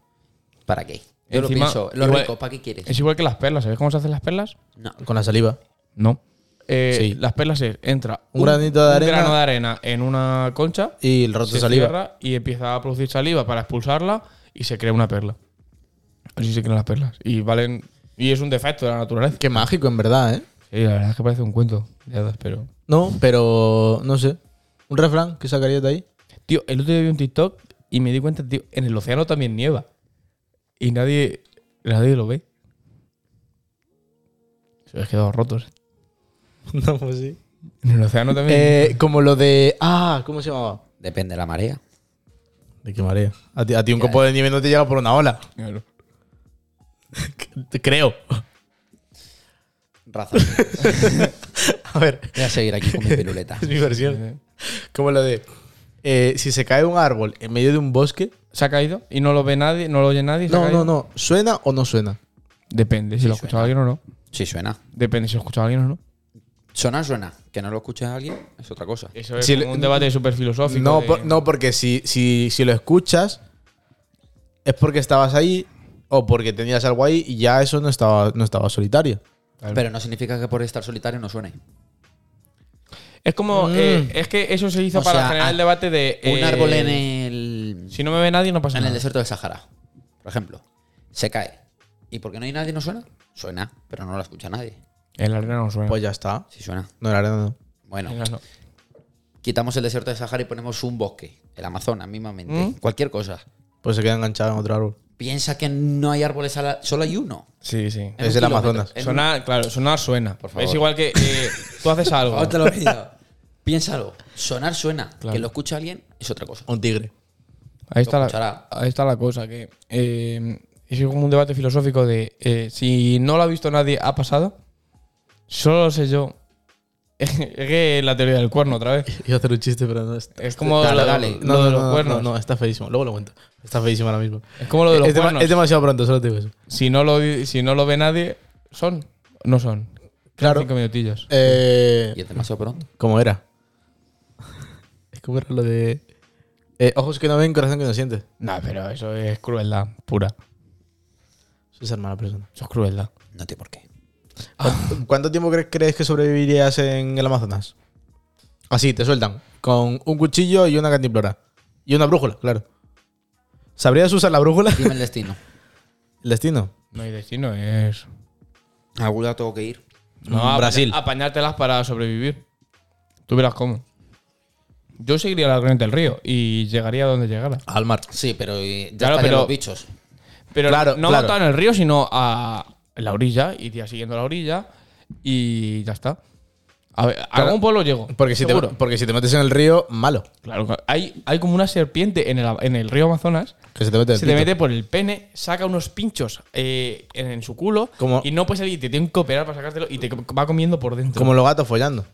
Speaker 3: ¿Para qué? Yo
Speaker 1: Encima,
Speaker 3: lo pienso. Lo
Speaker 1: igual-
Speaker 3: rico, ¿para qué quieres?
Speaker 1: Es igual que las perlas. ¿Sabes cómo se hacen las perlas?
Speaker 3: No.
Speaker 2: Con la saliva.
Speaker 1: No. eh,
Speaker 2: Sí.
Speaker 1: las perlas es, entra
Speaker 2: Un granito de
Speaker 1: un
Speaker 2: arena.
Speaker 1: grano de arena en una concha,
Speaker 2: Y el roto
Speaker 1: se
Speaker 2: saliva.
Speaker 1: cierra y empieza a producir saliva para expulsarla y se crea una perla. Así se crean las perlas. Y valen. Y es un defecto de la naturaleza.
Speaker 2: Qué mágico, en verdad, ¿eh?
Speaker 1: Sí, la verdad es que parece un cuento de hadas, pero.
Speaker 2: No, pero no sé. Un refrán que sacaría de ahí.
Speaker 1: Tío, el otro día vi un TikTok y me di cuenta, tío, en el océano también nieva. Y nadie, nadie lo ve. Se los quedado rotos.
Speaker 2: No, pues sí.
Speaker 1: En el océano también.
Speaker 2: Eh, como lo de. Ah, ¿cómo se llamaba?
Speaker 3: Depende de la marea.
Speaker 2: De qué marea. A ti, a ti un copo de nieve no te llega por una ola.
Speaker 1: Claro.
Speaker 2: Creo.
Speaker 3: Razón.
Speaker 2: A ver,
Speaker 3: Voy a seguir aquí con mi piruleta.
Speaker 2: es mi versión. Como lo de. eh, si se cae un árbol en medio de un bosque.
Speaker 1: ¿Se ha caído? ¿Y no lo ve nadie? ¿No lo oye nadie? ¿Se ha
Speaker 2: No, no,
Speaker 1: caído?
Speaker 2: no. ¿Suena o no suena?
Speaker 1: Depende si lo ha escuchado alguien o no.
Speaker 3: Sí, suena.
Speaker 1: Depende si lo ha escuchado alguien o no.
Speaker 3: Suena, suena. Que no lo escuche alguien es otra cosa.
Speaker 1: Eso es
Speaker 2: Si
Speaker 1: como
Speaker 2: le-
Speaker 1: un debate súper filosófico.
Speaker 2: No,
Speaker 1: de-
Speaker 3: pues,
Speaker 2: por- no porque si, si, si lo escuchas, es porque estabas ahí o porque tenías algo ahí y ya eso no estaba, no estaba solitario.
Speaker 1: Claro.
Speaker 3: Pero no significa que por estar solitario no suene.
Speaker 1: Es como.
Speaker 2: Mm.
Speaker 1: eh, es que eso se hizo
Speaker 3: O
Speaker 1: para
Speaker 3: sea,
Speaker 1: generar el
Speaker 3: a-
Speaker 1: debate de.
Speaker 3: Un
Speaker 1: eh,
Speaker 3: árbol en el.
Speaker 1: Si no me ve nadie, no pasa
Speaker 3: en el
Speaker 1: nada.
Speaker 3: desierto del Sahara, por ejemplo. Se cae. ¿Y porque no hay nadie no suena? Suena, pero no la escucha nadie.
Speaker 1: En la arena no suena.
Speaker 2: Pues ya está.
Speaker 3: Sí suena.
Speaker 2: No, la verdad no.
Speaker 1: En
Speaker 3: Bueno,
Speaker 1: la- no.
Speaker 3: quitamos el desierto del Sahara y ponemos un bosque. El Amazonas, mismamente.
Speaker 1: ¿Mm?
Speaker 3: Cualquier cosa.
Speaker 2: Pues se queda enganchado en otro árbol.
Speaker 3: Piensa que no hay árboles, a la- solo hay uno.
Speaker 1: Sí, sí.
Speaker 3: En
Speaker 2: Es
Speaker 3: un
Speaker 2: el
Speaker 3: kilómetro.
Speaker 2: Amazonas.
Speaker 3: En
Speaker 1: Sonar, claro, sonar suena.
Speaker 3: favor.
Speaker 1: Es igual que eh, tú haces algo.
Speaker 3: Ahora Ah, te lo he pillado. Piénsalo. Sonar suena. Que lo escucha alguien es otra cosa.
Speaker 2: Un tigre.
Speaker 1: Ahí está, la,
Speaker 3: escuchará.
Speaker 1: ahí está la cosa, que eh, es como un debate filosófico de eh, si no lo ha visto nadie, ¿ha pasado? Solo lo sé yo. es que es la teoría del cuerno otra vez.
Speaker 2: Iba a hacer un chiste, pero no está.
Speaker 1: Es como
Speaker 3: Dale,
Speaker 1: lo,
Speaker 3: dale.
Speaker 1: lo
Speaker 2: No, no,
Speaker 1: de los
Speaker 2: no, no,
Speaker 1: cuernos.
Speaker 2: no, está feísimo. Luego lo cuento. Está feísimo ahora mismo.
Speaker 1: Es como lo de los
Speaker 2: es, dema-
Speaker 1: cuernos.
Speaker 2: es demasiado pronto, solo te digo eso.
Speaker 1: si, no lo, di- si no lo ve nadie, ¿son? No son.
Speaker 2: Claro.
Speaker 1: Cinco minutillos.
Speaker 2: Eh,
Speaker 3: Y es demasiado pronto.
Speaker 2: ¿Cómo era? Es como era lo de. eh, ojos que no ven, corazón que no siente.
Speaker 1: No, pero eso es crueldad pura.
Speaker 2: Eso es ser mala persona.
Speaker 1: Eso es crueldad.
Speaker 3: No tiene por qué.
Speaker 1: Ah.
Speaker 2: ¿Cuánto tiempo cre- crees que sobrevivirías en el Amazonas? Así, te sueltan. Con un cuchillo y una cantimplora. Y una brújula, claro. ¿Sabrías usar la brújula?
Speaker 3: Dime el destino.
Speaker 2: El destino.
Speaker 1: No hay destino, es...
Speaker 3: A algún lado tengo que ir.
Speaker 1: No,
Speaker 2: Mm,
Speaker 1: apaña-
Speaker 2: Brasil.
Speaker 1: apañártelas para sobrevivir. Tú verás cómo. Yo seguiría la corriente del río y llegaría a donde llegara.
Speaker 2: Al mar.
Speaker 3: Sí, pero eh, ya
Speaker 1: Claro,
Speaker 3: estarían
Speaker 1: pero-
Speaker 3: los bichos.
Speaker 1: Pero
Speaker 2: Claro,
Speaker 1: no
Speaker 2: claro.
Speaker 1: montar en el río, sino a la orilla, iría siguiendo la orilla y ya está. A, ver, a algún pueblo llego.
Speaker 2: Porque si, te,
Speaker 1: seguro.
Speaker 2: porque si te metes en el río, malo.
Speaker 1: Claro, hay, hay como una serpiente en el, en el río Amazonas.
Speaker 2: Que se te mete el
Speaker 1: Se te
Speaker 2: pito.
Speaker 1: mete por el pene, saca unos pinchos eh, en, en su culo
Speaker 2: Como-
Speaker 1: y no puede salir. Te tienen que operar para sacártelo y te va comiendo por dentro.
Speaker 2: Como los gatos follando.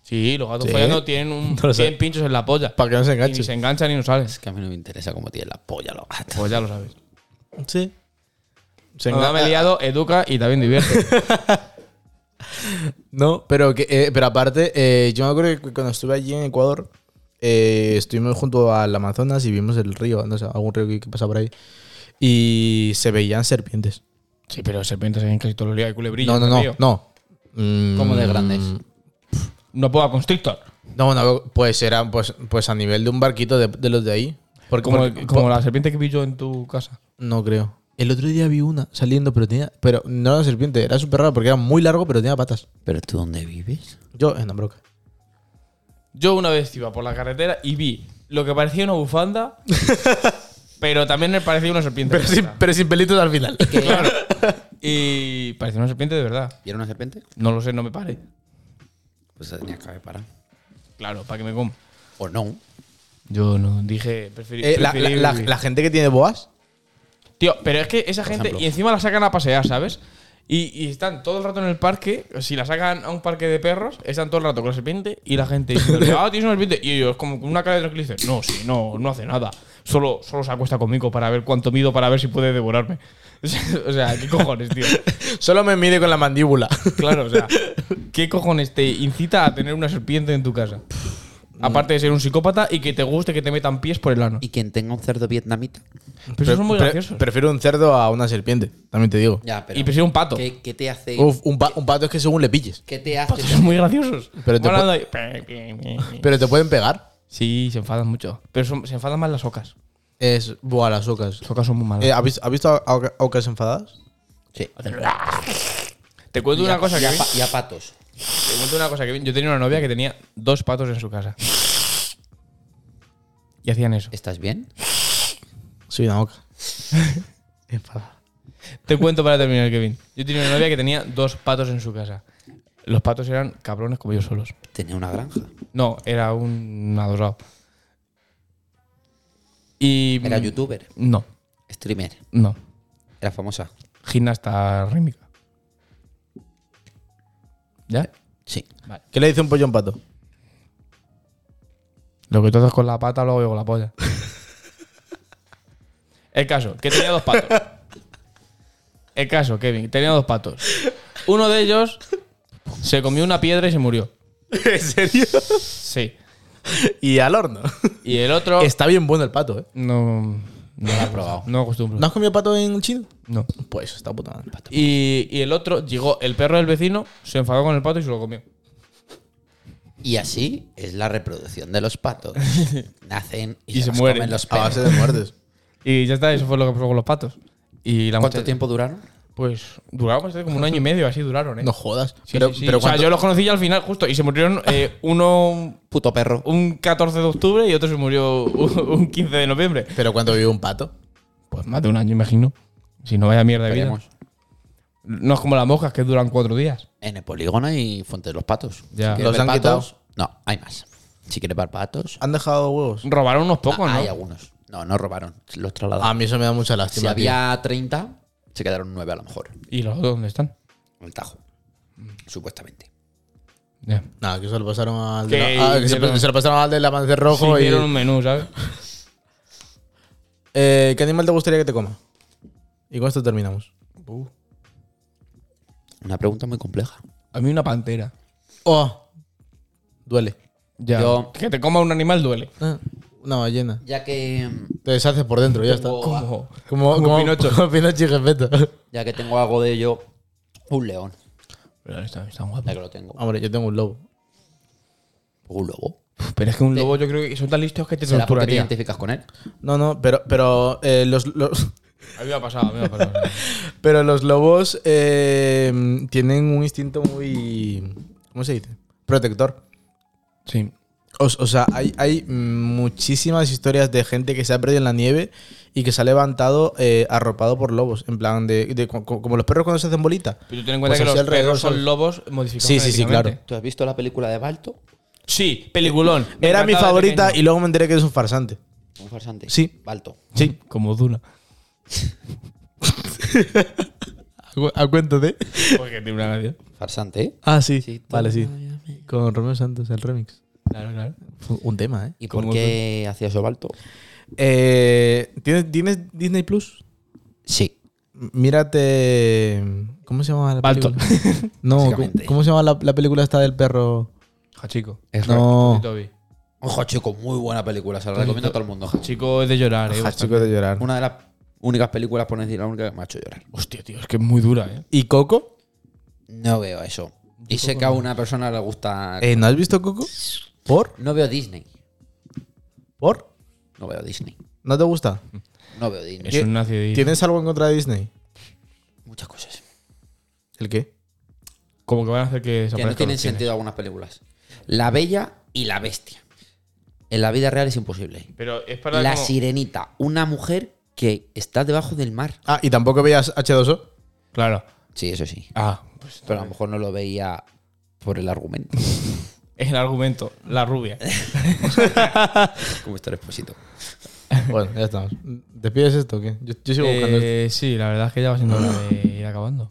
Speaker 1: Sí, los gatos
Speaker 2: Sí.
Speaker 1: follando tienen, un,
Speaker 2: No lo sé.
Speaker 1: tienen pinchos en la polla.
Speaker 2: Para que no se
Speaker 1: Y ni
Speaker 2: enganche.
Speaker 1: se enganchan y no sales.
Speaker 3: Es que a mí no me interesa cómo tiene la polla los gatos.
Speaker 1: Pues ya lo sabes.
Speaker 2: Sí. Ah, Se
Speaker 1: Cuando me he
Speaker 2: engancha.
Speaker 1: liado, educa y también divierte.
Speaker 2: No, pero, que, eh, pero aparte, eh, yo me acuerdo que cuando estuve allí en Ecuador, eh, estuvimos junto al Amazonas y vimos el río, no sé, algún río que, que pasa por ahí. Y se veían serpientes.
Speaker 1: sí, pero serpientes en casi todos los días hay
Speaker 2: No,
Speaker 1: culebrillas.
Speaker 2: no,
Speaker 1: en el
Speaker 2: no,
Speaker 1: río.
Speaker 2: no. Mm,
Speaker 3: Como de grandes.
Speaker 1: No puedo a constrictor.
Speaker 2: No, no, pues eran pues, pues a nivel de un barquito de, de los de ahí. Porque,
Speaker 1: Como,
Speaker 2: porque-
Speaker 1: como
Speaker 2: po-
Speaker 1: la serpiente que vi yo en tu casa.
Speaker 2: No creo. El otro día vi una saliendo, pero tenía. Pero no era una serpiente, era súper raro porque era muy largo, pero tenía patas.
Speaker 3: ¿Pero tú dónde vives?
Speaker 2: Yo en Ambroca.
Speaker 1: Yo una vez iba por la carretera y vi lo que parecía una bufanda, pero también me parecía una serpiente. de verdad.
Speaker 2: pero sin pelitos al final.
Speaker 1: Claro. Y parecía una serpiente de verdad.
Speaker 3: ¿Y era una serpiente?
Speaker 1: No lo sé, no me pare.
Speaker 3: Pues se tenía que haber parado.
Speaker 1: Claro, para que me coma.
Speaker 3: O no.
Speaker 1: Yo no dije preferir.
Speaker 2: Eh, la, la- la- la gente que tiene boas.
Speaker 1: Tío, pero es que esa
Speaker 3: Por
Speaker 1: gente.
Speaker 3: ejemplo.
Speaker 1: Y encima la sacan a pasear, ¿sabes? Y, y están todo el rato en el parque. Si la sacan a un parque de perros, están todo el rato con la serpiente. Y la gente diciéndole, ah, tienes una serpiente. Y ellos, como con una cara de tranquilidad, dicen, no, sí, no, no hace nada. Solo, solo se acuesta conmigo para ver cuánto mido, para ver si puede devorarme. o sea, ¿qué cojones, tío?
Speaker 2: Solo me mide con la mandíbula.
Speaker 1: Claro, o sea, ¿qué cojones te incita a tener una serpiente en tu casa? Aparte de ser un psicópata y que te guste que te metan pies por el ano.
Speaker 3: Y quien tenga un cerdo vietnamita.
Speaker 1: Pero eso es muy
Speaker 2: Pre-
Speaker 1: gracioso.
Speaker 2: Prefiero un cerdo a una serpiente, también te digo.
Speaker 3: Ya, pero.
Speaker 1: y prefiero un pato.
Speaker 3: ¿Qué, qué te hace?
Speaker 2: Uf, un, pa- un pato es que según le pilles.
Speaker 3: ¿Qué te
Speaker 1: Patos
Speaker 3: hace?
Speaker 1: son muy graciosos.
Speaker 2: Pero te
Speaker 1: Van
Speaker 2: pu-
Speaker 1: andando ahí.
Speaker 2: Pero te pueden pegar.
Speaker 1: Sí, se enfadan mucho. Pero son- se enfadan más las ocas.
Speaker 2: Es. Buah, las ocas.
Speaker 1: Las ocas son muy malas.
Speaker 2: Eh, ¿Has visto, has visto a- a oca- ocas enfadadas?
Speaker 3: Sí.
Speaker 1: te cuento
Speaker 3: Y a-
Speaker 1: una cosa
Speaker 3: y
Speaker 1: que
Speaker 3: a
Speaker 1: vi.
Speaker 3: pa- y a patos.
Speaker 1: Te cuento una cosa que vi. Yo tenía una novia que tenía dos patos en su casa. Y hacían eso.
Speaker 3: ¿Estás bien?
Speaker 2: Soy una oca. Enfadada.
Speaker 1: Te cuento para terminar, Kevin. Yo tenía una novia que tenía dos patos en su casa. Los patos eran cabrones como yo solos.
Speaker 3: Tenía una granja.
Speaker 1: No, era un adosado. Y. mm,
Speaker 3: Era youtuber,
Speaker 1: No,
Speaker 3: streamer,
Speaker 1: no.
Speaker 3: era famosa.
Speaker 1: Gimnasta rítmica. ¿Ya?
Speaker 3: Sí.
Speaker 2: ¿Qué le dice un pollo a un pato?
Speaker 1: Lo que tú haces con la pata, lo hago yo con la polla. El caso, que tenía dos patos. El caso, Kevin, tenía dos patos. Uno de ellos se comió una piedra y se murió.
Speaker 2: ¿En serio?
Speaker 1: Sí.
Speaker 2: y al horno.
Speaker 1: Y el otro.
Speaker 2: Está bien bueno el pato, ¿eh?
Speaker 1: No. No
Speaker 3: lo he probado.
Speaker 1: No acostumbro.
Speaker 2: ¿No has comido pato en chino?
Speaker 1: No.
Speaker 2: Pues está puta madre. Pato.
Speaker 1: Y, y el otro llegó, el perro del vecino se enfadó con el pato y se lo comió.
Speaker 3: Y así es la reproducción de los patos. Nacen y,
Speaker 1: Y se
Speaker 3: se, los
Speaker 1: mueren.
Speaker 3: comen los
Speaker 2: A base
Speaker 3: perros.
Speaker 2: de muertes.
Speaker 1: Y ya está, eso fue lo que pasó con los patos. Y la
Speaker 3: ¿Cuánto
Speaker 1: muchacha-
Speaker 3: tiempo duraron?
Speaker 1: Pues duraron bastante, como un año y medio, así duraron, ¿eh?
Speaker 2: No jodas.
Speaker 1: Sí,
Speaker 2: pero
Speaker 1: sí, sí.
Speaker 2: pero
Speaker 1: o sea,
Speaker 2: cuánto-
Speaker 1: yo los conocí ya al final, justo, y se murieron eh, uno
Speaker 3: Puto perro.
Speaker 1: un 14 de octubre y otro se murió un un 15 de noviembre.
Speaker 2: ¿Pero cuánto vive un pato?
Speaker 1: Pues más de un año, imagino. Si no vaya mierda de vida.
Speaker 3: Veremos.
Speaker 1: No es como las moscas que duran cuatro días.
Speaker 3: En el polígono y Fuente de los Patos.
Speaker 1: Ya.
Speaker 3: quieres
Speaker 2: Los
Speaker 3: ver
Speaker 2: han
Speaker 3: patos- No, hay más. Si quieres ver patos,
Speaker 2: ¿Han dejado huevos?
Speaker 1: Robaron unos pocos,
Speaker 3: ah,
Speaker 1: ¿no?
Speaker 3: hay algunos. No, no robaron. Los
Speaker 2: A
Speaker 3: trasladaron.
Speaker 2: mí eso me da mucha lástima.
Speaker 3: si
Speaker 2: tío.
Speaker 3: había 30, se quedaron 9 a lo mejor.
Speaker 1: ¿Y los otros dónde están?
Speaker 3: En el Tajo. Supuestamente.
Speaker 1: Ya.
Speaker 2: Nada, que se lo pasaron al.
Speaker 1: Que
Speaker 2: De la- ah, que se,
Speaker 1: hicieron-
Speaker 2: que se lo pasaron al del avance
Speaker 1: Sí,
Speaker 2: rojo. y,
Speaker 1: hicieron un menú, ¿sabes?
Speaker 2: Eh, ¿Qué animal te gustaría que te coma? Y con esto terminamos.
Speaker 3: Una pregunta muy compleja.
Speaker 1: A mí una pantera.
Speaker 2: Oh, duele.
Speaker 1: Ya.
Speaker 3: Yo-
Speaker 1: Que te coma un animal duele.
Speaker 2: Ah, Una llena.
Speaker 3: Ya que, mm,
Speaker 2: Te deshaces por dentro, ya está.
Speaker 3: Como-
Speaker 1: Como-
Speaker 2: Como, como
Speaker 1: Pinocho.
Speaker 2: como Pinocho y Gepetto.
Speaker 3: ya que tengo algo de ello, un león.
Speaker 1: Pero está, está guapo.
Speaker 3: Ya que lo tengo.
Speaker 2: Hombre, yo tengo un lobo.
Speaker 3: Un lobo.
Speaker 1: Pero es que un lobo yo creo que son tan listos que te
Speaker 3: ¿Será porque te
Speaker 1: torturaría.
Speaker 3: identificas con él?
Speaker 2: No, no, pero, pero, eh, los, los-
Speaker 1: A mí me ha pasado, a mí me ha pasado.
Speaker 2: pero los lobos eh, tienen un instinto muy. ¿Cómo se dice? Protector.
Speaker 1: sí.
Speaker 2: O, o sea, hay, hay muchísimas historias de gente que se ha perdido en la nieve y que se ha levantado eh, arropado por lobos. En plan, de, de- co- como los perros cuando se hacen bolita.
Speaker 1: Pero ten en cuenta
Speaker 2: Pues así
Speaker 1: que los
Speaker 2: alrededor
Speaker 1: perros
Speaker 2: son-
Speaker 1: son lobos modificados.
Speaker 2: Sí, sí, sí,
Speaker 1: genéticamente.
Speaker 2: claro.
Speaker 3: ¿Tú has visto la película de Balto?
Speaker 1: Sí, peliculón. Me
Speaker 2: Era mi
Speaker 1: encantaba de
Speaker 2: favorita
Speaker 1: pequeño.
Speaker 2: y luego me enteré que es un farsante.
Speaker 3: Un farsante.
Speaker 2: Sí.
Speaker 3: Balto.
Speaker 2: Sí.
Speaker 1: Como Duna.
Speaker 2: ¿A cuento de?
Speaker 1: Porque tiene una gracia.
Speaker 3: Farsante, ¿eh?
Speaker 2: Ah, sí.
Speaker 3: Sí,
Speaker 2: vale, sí.
Speaker 3: todavía me-
Speaker 2: Con Romeo Santos, el remix.
Speaker 1: Claro, claro.
Speaker 2: Fue Un tema, ¿eh?
Speaker 3: ¿Y por
Speaker 1: ¿Cómo
Speaker 3: qué hacía eso Balto?
Speaker 2: Eh, ¿tienes, tienes Disney Plus?
Speaker 3: Sí.
Speaker 2: M- Mírate. ¿Cómo se llama la
Speaker 1: Balto.
Speaker 2: película? No, ¿cómo,
Speaker 3: Básicamente.
Speaker 2: cómo se llama la, la película esta del perro?
Speaker 1: Hachico.
Speaker 2: No.
Speaker 1: Toby.
Speaker 3: Ojo, chico, muy buena película. Se la recomiendo a todo el mundo.
Speaker 1: Hachico es de llorar, eh. bastante.
Speaker 2: Chico de llorar.
Speaker 3: Una de las únicas películas, por no decir la única, que me ha hecho llorar.
Speaker 1: Hostia, tío, es que es muy dura, eh.
Speaker 2: ¿Y Coco?
Speaker 3: No veo eso. Y sé que a una persona le gusta.
Speaker 2: Eh, ¿No has visto Coco? ¿Por?
Speaker 3: No veo Disney.
Speaker 2: ¿Por?
Speaker 3: No veo Disney.
Speaker 2: ¿No te gusta?
Speaker 3: No veo Disney.
Speaker 1: Es un nazi de
Speaker 2: ¿Tienes algo en contra de Disney?
Speaker 3: Muchas cosas.
Speaker 2: ¿El qué?
Speaker 1: Como que van a hacer que
Speaker 3: Que
Speaker 1: desaparezca.
Speaker 3: no tienen sentido algunas películas. La Bella y la Bestia. En la vida real es imposible.
Speaker 1: Pero es para.
Speaker 3: La
Speaker 1: como-
Speaker 3: Sirenita, una mujer que está debajo del mar.
Speaker 2: Ah, y tampoco veías H2O.
Speaker 1: Claro.
Speaker 3: Sí, eso sí.
Speaker 1: Ah, pues.
Speaker 3: Pero a lo mejor no lo veía por el argumento.
Speaker 1: Es el argumento. La rubia.
Speaker 3: Como está el expósito.
Speaker 2: Bueno, ya estamos. ¿Despides esto o qué? Yo, yo sigo buscando esto.
Speaker 1: Eh, sí, la verdad es que ya va siendo hora de ir acabando.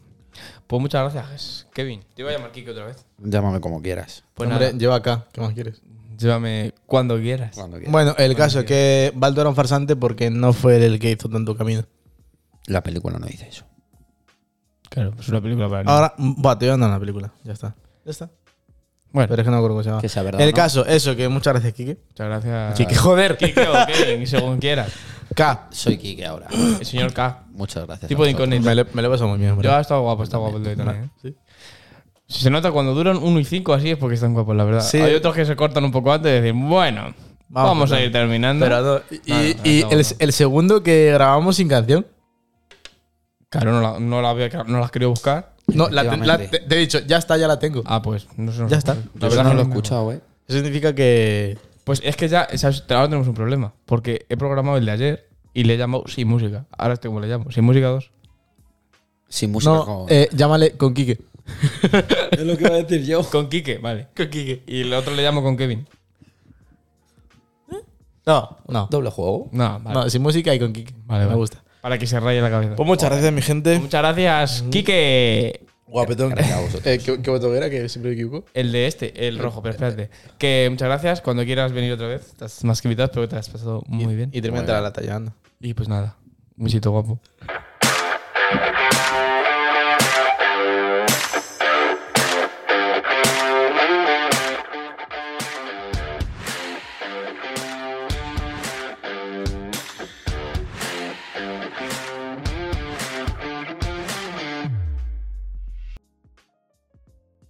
Speaker 1: Pues muchas gracias, Kevin. Te iba a llamar Kike otra vez.
Speaker 3: Llámame como quieras.
Speaker 1: Pues
Speaker 2: Hombre,
Speaker 1: nada,
Speaker 2: lleva acá. ¿Qué más quieres?
Speaker 1: llévame cuando quieras.
Speaker 3: Cuando quieras.
Speaker 2: Bueno, el caso es que Baldo era un farsante porque no fue el que hizo tanto camino.
Speaker 3: La película no dice eso.
Speaker 1: Claro, es una película para niños.
Speaker 2: Ahora, mm, buah, te voy a andar una película. Ya está. Ya está.
Speaker 1: Bueno,
Speaker 2: Pero es que no me acuerdo cómo se llama.
Speaker 3: Que sea verdad,
Speaker 2: El
Speaker 3: ¿no?
Speaker 2: caso, eso, que muchas gracias, Kike.
Speaker 1: muchas gracias.
Speaker 2: Kike, joder.
Speaker 1: Kike o Kevin, según quieras.
Speaker 2: K.
Speaker 3: Soy Kike ahora.
Speaker 1: El señor K.
Speaker 3: Muchas gracias.
Speaker 1: Tipo
Speaker 3: a
Speaker 1: de
Speaker 3: vosotros.
Speaker 1: incógnito.
Speaker 2: Me lo, me lo he pasado muy bien,
Speaker 1: Yo ha
Speaker 2: ¿verdad?
Speaker 1: estado guapo, está guapo el de hoy también. ¿eh? Si se nota cuando duran 1 y 5, así es porque están guapos, la verdad.
Speaker 2: Sí.
Speaker 1: Hay otros que se cortan un poco antes y dicen, bueno, vamos, a
Speaker 2: pero-
Speaker 1: ir terminando.
Speaker 2: Pero no, y
Speaker 1: No, no,
Speaker 2: y- y
Speaker 1: no,
Speaker 2: el,
Speaker 1: no.
Speaker 2: el segundo que grabamos sin canción.
Speaker 1: claro, no la, no, la había, no las quería buscar.
Speaker 2: No, la- la-
Speaker 3: Efectivamente.
Speaker 2: te, te he dicho, ya está, ya la tengo.
Speaker 1: Ah, pues no sé.
Speaker 2: Ya está.
Speaker 1: La
Speaker 3: Yo
Speaker 1: verdad
Speaker 3: no lo he
Speaker 1: me
Speaker 3: escuchado, eh.
Speaker 2: Eso significa que.
Speaker 1: acuerdo. Pues es que ya, ¿sabes? ahora tenemos un problema. Porque he programado el de ayer y le he llamado sin música. Ahora este como le llamo, sin música 2.
Speaker 3: Sin música.
Speaker 2: No,
Speaker 3: como-
Speaker 2: eh, llámale con Kike.
Speaker 3: es lo que iba a decir yo.
Speaker 1: Con Quique, vale. Con Quique. Y el otro le llamo con Kevin.
Speaker 2: No, no.
Speaker 3: Doble juego.
Speaker 1: No, vale.
Speaker 2: No, sin música y con Kike.
Speaker 1: Vale,
Speaker 2: Me
Speaker 1: vale.
Speaker 2: gusta.
Speaker 1: Para que se raye la cabeza.
Speaker 2: Pues muchas gracias, mi gente.
Speaker 1: Muchas gracias, Quique.
Speaker 2: Guapetón.
Speaker 3: Gracias a vosotros.
Speaker 2: Eh, qué, qué botonera que siempre me equivoco.
Speaker 1: El de este, el rojo, pero espérate. Que muchas gracias. Cuando quieras venir otra vez, estás más que invitado. Espero que te has pasado muy bien.
Speaker 2: Y termina la talla, anda.
Speaker 1: Y pues nada, un besito guapo.